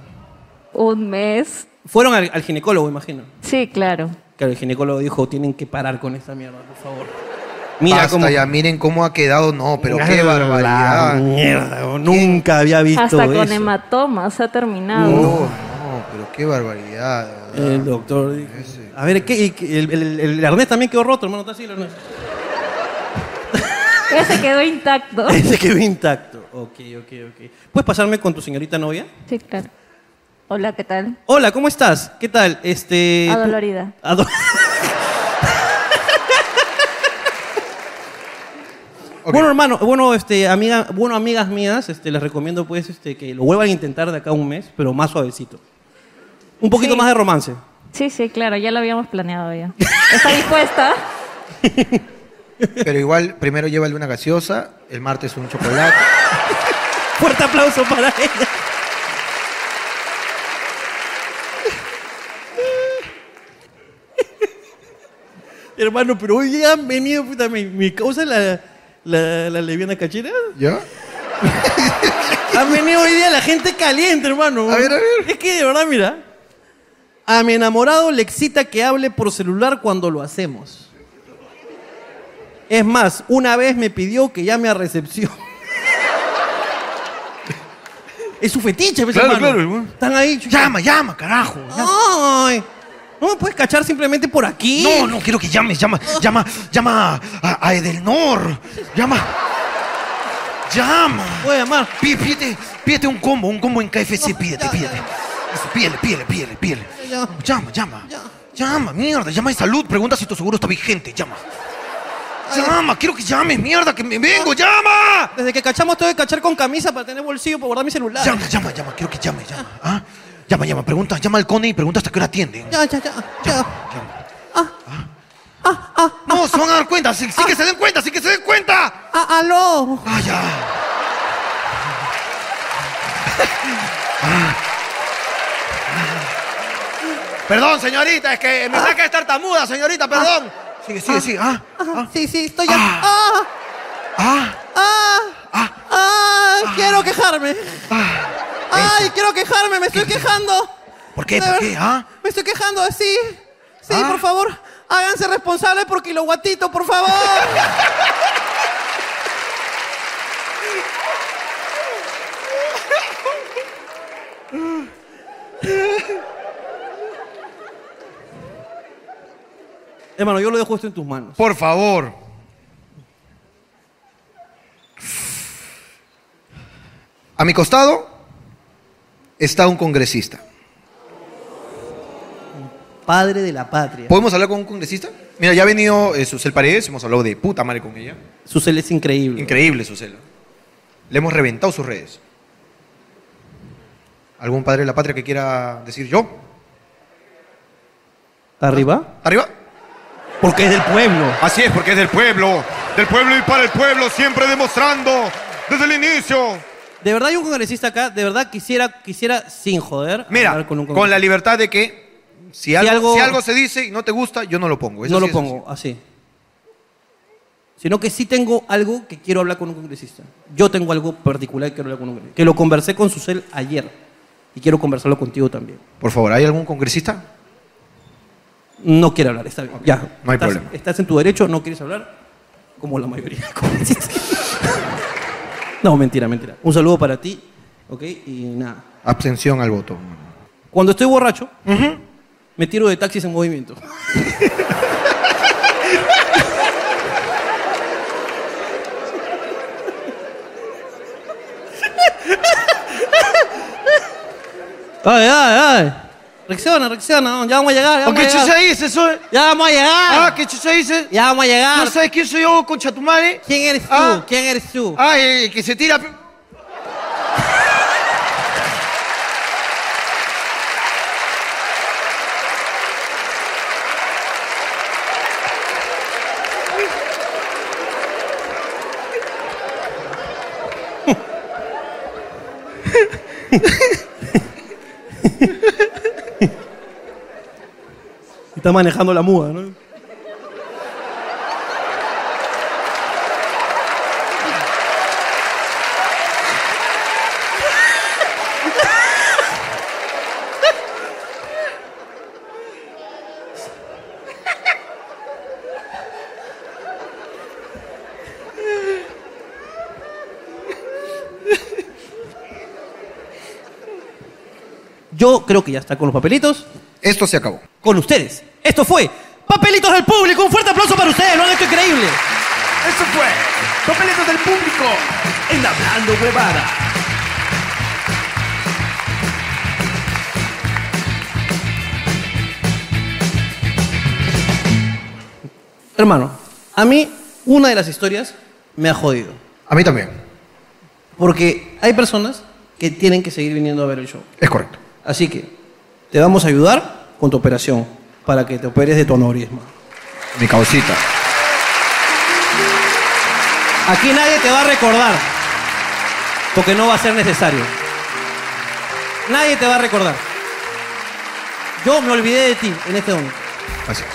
un mes. Fueron al, al ginecólogo, imagino. Sí, claro. Claro, el ginecólogo dijo, tienen que parar con esa mierda, por favor. Mira Mira cómo... cómo- ya, miren cómo ha quedado. No, pero qué Ah, barbaridad. la mierda, oh, nunca había visto Hasta eso. con hematomas ha terminado. No, no, pero qué barbaridad. de verdad. El doctor dijo. A ver, ¿qué? Y que- el, el- el arnés también quedó roto, hermano. Está así el arnés. Ese quedó intacto. Ese quedó intacto. Ok, ok, ok. ¿Puedes pasarme con tu señorita novia? Sí, claro. Hola, ¿qué tal? Hola, ¿cómo estás? ¿Qué tal? Este. tú- Adolorida. Ado- Bueno, hermano, bueno, este, amiga, bueno, amigas mías, este, les recomiendo pues este, que lo vuelvan a intentar de acá a un mes, pero más suavecito. Un poquito Sí. más de romance. Sí, sí, claro, ya lo habíamos planeado ya. ¿Está dispuesta? Pero igual, primero llévale una gaseosa, el martes un chocolate. Fuerte aplauso para ella. Hermano, pero hoy día han venido, puta, mi, mi causa la, la, la lesbiana cachera. ¿Ya? Han venido hoy día la gente caliente, hermano. A ver, a ver. Es que de verdad, mira. A mi enamorado le excita que hable por celular cuando lo hacemos. Es más, una vez me pidió que llame a recepción. es su fetiche, pues, Claro, hermano. claro, hermano. Están ahí. chucha. Llama, llama, carajo. Ay, no me puedes cachar simplemente por aquí. No, no, quiero que llames, llama, llama, llama a, a Edelnor. Llama. Llama. Voy a llamar. Pí- Pídete, pídete un combo, un combo en KFC, pídete, pídete. Eso, Pídele, pídele, pídele, pídele. Ya. Llama, llama. Llama, mierda, llama de salud, pregunta si tu seguro está vigente, llama. Llama, quiero que llames, mierda, que me vengo, llama. Desde que cachamos tengo que cachar con camisa para tener bolsillo para guardar mi celular. Llama, llama, llama, quiero que llame, llama. ¿Ah? Llama, llama, pregunta, llama al Cone y pregunta hasta qué hora atienden. Ya, ya, ya. ya. No, se van a dar cuenta, sí, sí que se den cuenta, sí que se den cuenta. Ah, aló. Ah, ya. Ah. Perdón, señorita, es que me saca de estar tamuda, señorita, perdón. Sigue, sigue, sigue. Ah, Ajá, Sí, sí, estoy ya. Ah, ah. ah, ah, quiero quejarme. Ah. Ay, quiero quejarme, me estoy quejando. ¿Por qué? De ¿Por ver- qué? Ah. Me estoy quejando, sí. Sí, Ah. por favor, háganse responsables por kiloguatito, por favor. Hermano, yo lo dejo esto en tus manos. Por favor. A mi costado está un congresista. Padre de la patria. ¿Podemos hablar con un congresista? Mira, ya ha venido eh, Susel Paredes, hemos hablado de puta madre con ella. Susel es increíble. Increíble, Susel. Le hemos reventado sus redes. ¿Algún padre de la patria que quiera decir yo? ¿Arriba? ¿Arriba? Porque es del pueblo. Así es, porque es del pueblo. Del pueblo y para el pueblo, siempre demostrando desde el inicio. De verdad hay un congresista acá, de verdad quisiera, quisiera sin joder, Mira, hablar con un con la libertad de que si algo, algo- si algo se dice y no te gusta, yo no lo pongo. Eso No sí lo Pues es pongo así. Sino que sí tengo algo que quiero hablar con un congresista. Yo tengo algo particular que quiero hablar con un congresista. Que lo conversé con Susel ayer. Y quiero conversarlo contigo también. así. Por favor, ¿hay algún congresista? No quiere hablar, está bien. Ya. no hay Estás- problema. Estás en tu derecho, no quieres hablar. Como la mayoría de congresistas. no, mentira, mentira. Un saludo para ti. ¿Ok? Y nada. Abstención al voto. Cuando estoy borracho, me tiro de taxis en movimiento. ay, ay, ay. Reacciona, reacciona. Ya vamos a llegar. Ya ¿O vamos qué a llegar. chucha dices? soy? Ya vamos a llegar. Ah, ¿qué chucha dices? Ya vamos a llegar. ¿No sabes quién soy yo, concha tu madre? ¿Quién eres tú? Ah. ¿Quién eres tú? Ah, eh, el que se tira. pe- Está manejando la muda, ¿no? Yo creo que ya está con los papelitos. Esto se acabó. Con ustedes. Esto fue Papelitos del Público. Un fuerte aplauso para ustedes. Lo han hecho increíble. Eso fue Papelitos del Público en Hablando Huevada. Hermano, a mí una de las historias me ha jodido. A mí también. Porque hay personas que tienen que seguir viniendo a ver el show. Es correcto. Así que te vamos a ayudar con tu operación para que te operes de tu aneurisma. Mi causita. Aquí nadie te va a recordar porque no va a ser necesario. Nadie te va a recordar. Yo me olvidé de ti en este momento. Así es.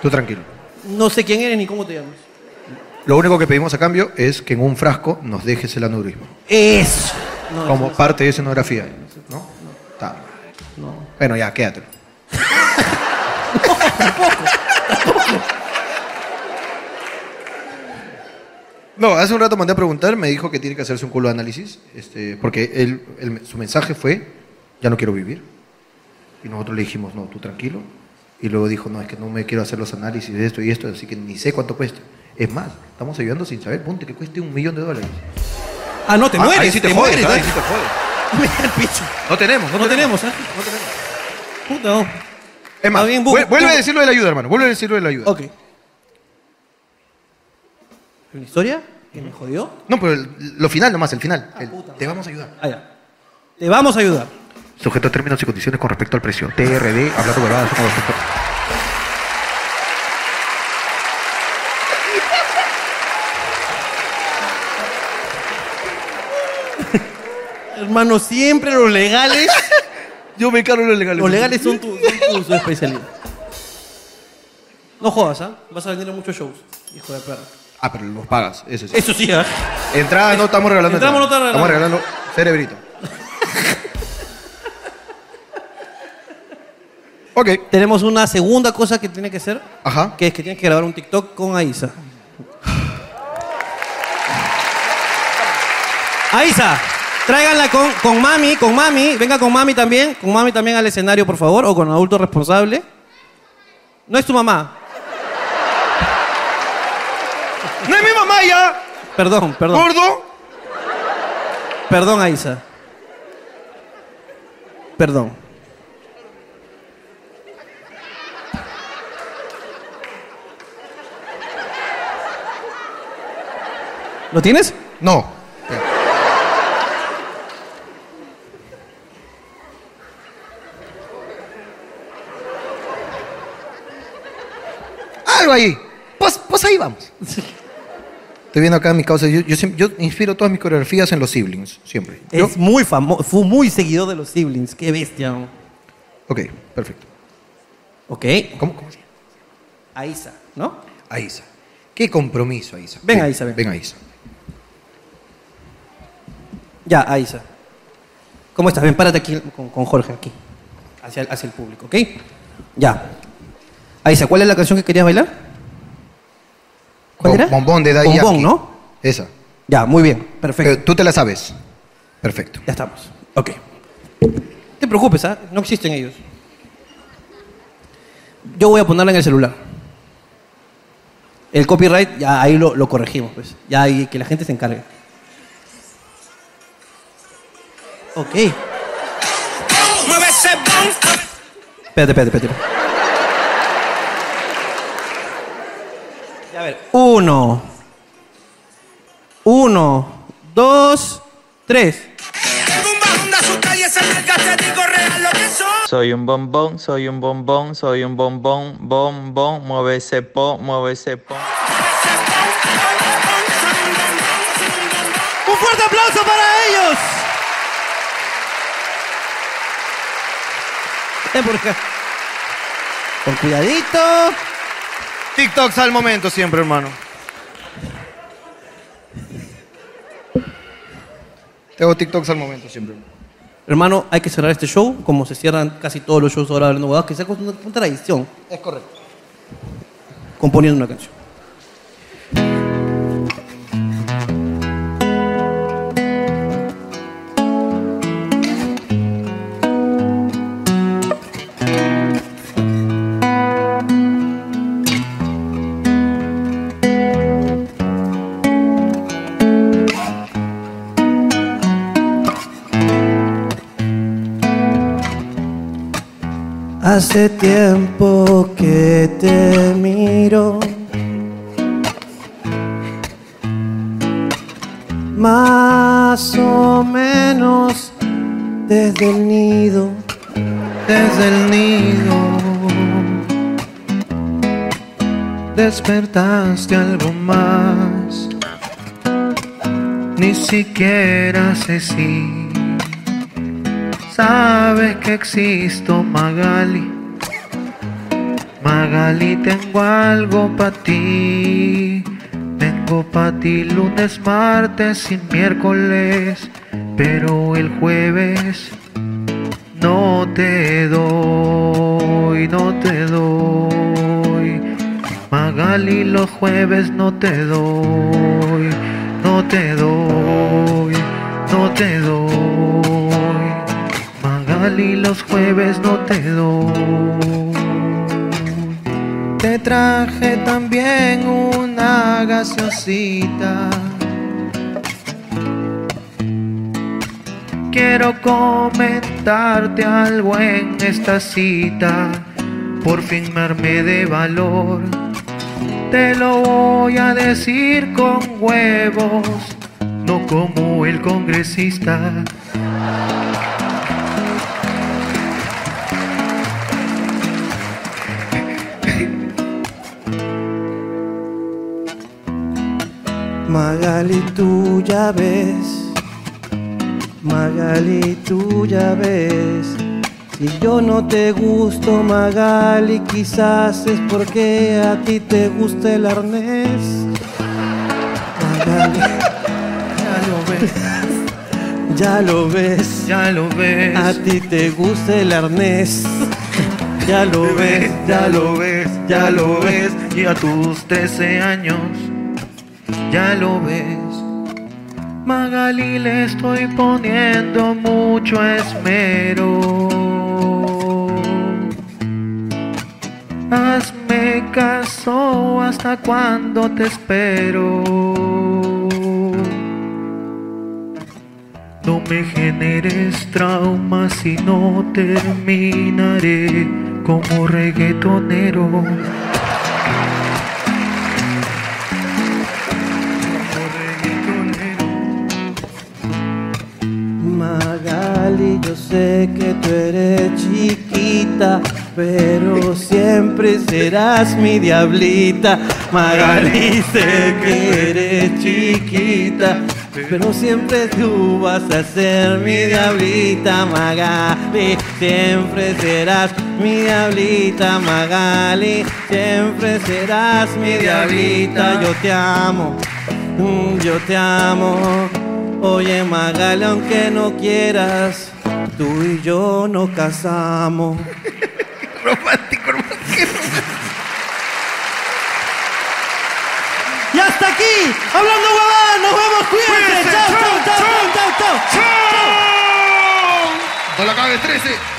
Tú tranquilo. No sé quién eres ni cómo te llamas. Lo único que pedimos a cambio es que en un frasco nos dejes el aneurisma. Eso. No, eso como no sé. parte de escenografía. ¿No? Está. Bueno, ya, quédatelo. No, hace un rato mandé a preguntar, me dijo que tiene que hacerse un culo de análisis, este, porque él, él- su mensaje fue, ya no quiero vivir. Y nosotros le dijimos, no, tú tranquilo. Y luego dijo, no, es que no me quiero hacer los análisis de esto y esto, así que ni sé cuánto cuesta. Es más, estamos ayudando sin saber, ponte que cueste un millón de dólares. Ah, no, te Ah, mueres. ahí sí te jodes, mueres, ah, ahí ¿eh? sí te jodes. Mira el picho. No tenemos, no, No tenemos, ¿eh? No tenemos. Puta, no. Es más, Está bien, bu- vuel- vuelve bu- a decirlo de la ayuda, hermano, vuelve a decirlo de la ayuda. Ok. ¿Una historia que me jodió? No, pero el- lo final nomás, el final. El- te vamos a ayudar. Ah, ya. Te vamos a ayudar. Sujeto a términos y condiciones con respecto al precio. TRD, hablando verdad, somos los mejores. Hermano, siempre los legales. Yo me encargo de los legales. los legales son tu, son tu- su especialidad. No jodas, ¿ah? Vas a venir a muchos shows, hijo de perra. Ah, pero los pagas, eso sí. Eso sí, ¿ah? Entrada no estamos regalando. Entramos, entrada. no Estamos estamos regalando cerebrito. Ok. Tenemos una segunda cosa que tiene que hacer. Ajá. Que es que tienes que grabar un TikTok con Aiza. Aiza, tráiganla con, con mami, con mami. Venga con mami también. Con mami también al escenario, por favor. O con adulto responsable. No es tu mamá. ¡No es mi mamá ya! Perdón, perdón. ¡Gordo! Perdón, Aiza. Perdón. ¿Lo tienes? No. Algo ahí. Pues, pues ahí vamos. Estoy viendo acá mi causa. Yo, yo, siempre- yo inspiro todas mis coreografías en los siblings, siempre. Yo- Es muy famoso, fue muy seguidor de los siblings. Qué bestia. ¿no? Ok, perfecto. Ok. ¿Cómo, cómo se llama? Aiza, ¿no? Aiza. Qué compromiso, Aiza. Ven, Aiza, ven. Ven, Aiza. Ya, Aiza. ¿Cómo estás? Ven, párate aquí con, con Jorge, aquí. Hacia, el- hacia el público, ¿ok? Ya. Aiza, ¿cuál es la canción que querías bailar? ¿Cuál Bo- era? Bombón de Daddy Bombón, Yankee. Eh, ¿no? Esa. Ya, muy bien. Perfecto. Pero tú te la sabes. Perfecto. Ya estamos. Ok. No te preocupes, ¿ah? No existen ellos. Yo voy a ponerla en el celular. El copyright, ya ahí lo, lo corregimos, pues. Ya ahí que la gente se encargue. Ok. Mueve ese bum, Espérate, espérate, espérate. Ya, a ver. Uno. Uno. Dos. Tres. anda su calle, se larga, te digo real lo que son. Soy un bombón, soy un bombón, soy un bombón, bombón, mueve ese po, mueve ese po. Un fuerte aplauso para ellos. Eh, Ven por acá. Con cuidadito. TikToks al momento siempre, hermano. Te hago TikToks al momento siempre. Hermano, hay que cerrar este show, como se cierran casi todos los shows ahora hablando huevadas, que sea con una, con tradición, Es correcto. componiendo una canción. Hace tiempo que te miro. Más o menos desde el nido. Desde el nido. Despertaste algo más. Ni siquiera sé si sabes que existo, Magali. Magali, tengo algo para ti. Tengo para ti lunes, martes y miércoles, pero el jueves no te doy, no te doy. Magali, los jueves no te doy, no te doy, no te doy. Magali, los jueves no te doy. Te traje también una gaseosita. Quiero comentarte algo en esta cita. Por fin me armé de valor. Te lo voy a decir con huevos, no como el congresista. Magali, tú ya ves. Magali, tú ya ves. Si yo no te gusto, Magali, quizás es porque a ti te gusta el arnés. Magali, ya lo ves. Ya lo ves. Ya lo ves. A ti te gusta el arnés. Ya lo ves, ya lo ves, Ya lo ves, y a tus 13 años, ya lo ves. Magali, le estoy poniendo mucho esmero. Hazme caso hasta cuando te espero. No me generes traumas si no terminaré como reggaetonero. Como reggaetonero. Magali, yo sé que tú eres chiquita, pero siempre serás mi diablita. Magali, sé que eres chiquita, pero siempre tú vas a ser mi diablita. Magali, siempre serás mi diablita. Magali, siempre serás mi diablita. Yo te amo, mm, yo te amo. Oye Magali, aunque no quieras, tú y yo nos casamos. Y hasta aquí, hablando huevadas, nos vemos, cuídense. Chao, chao, chao, chao, chao, chao. No la cagues 13.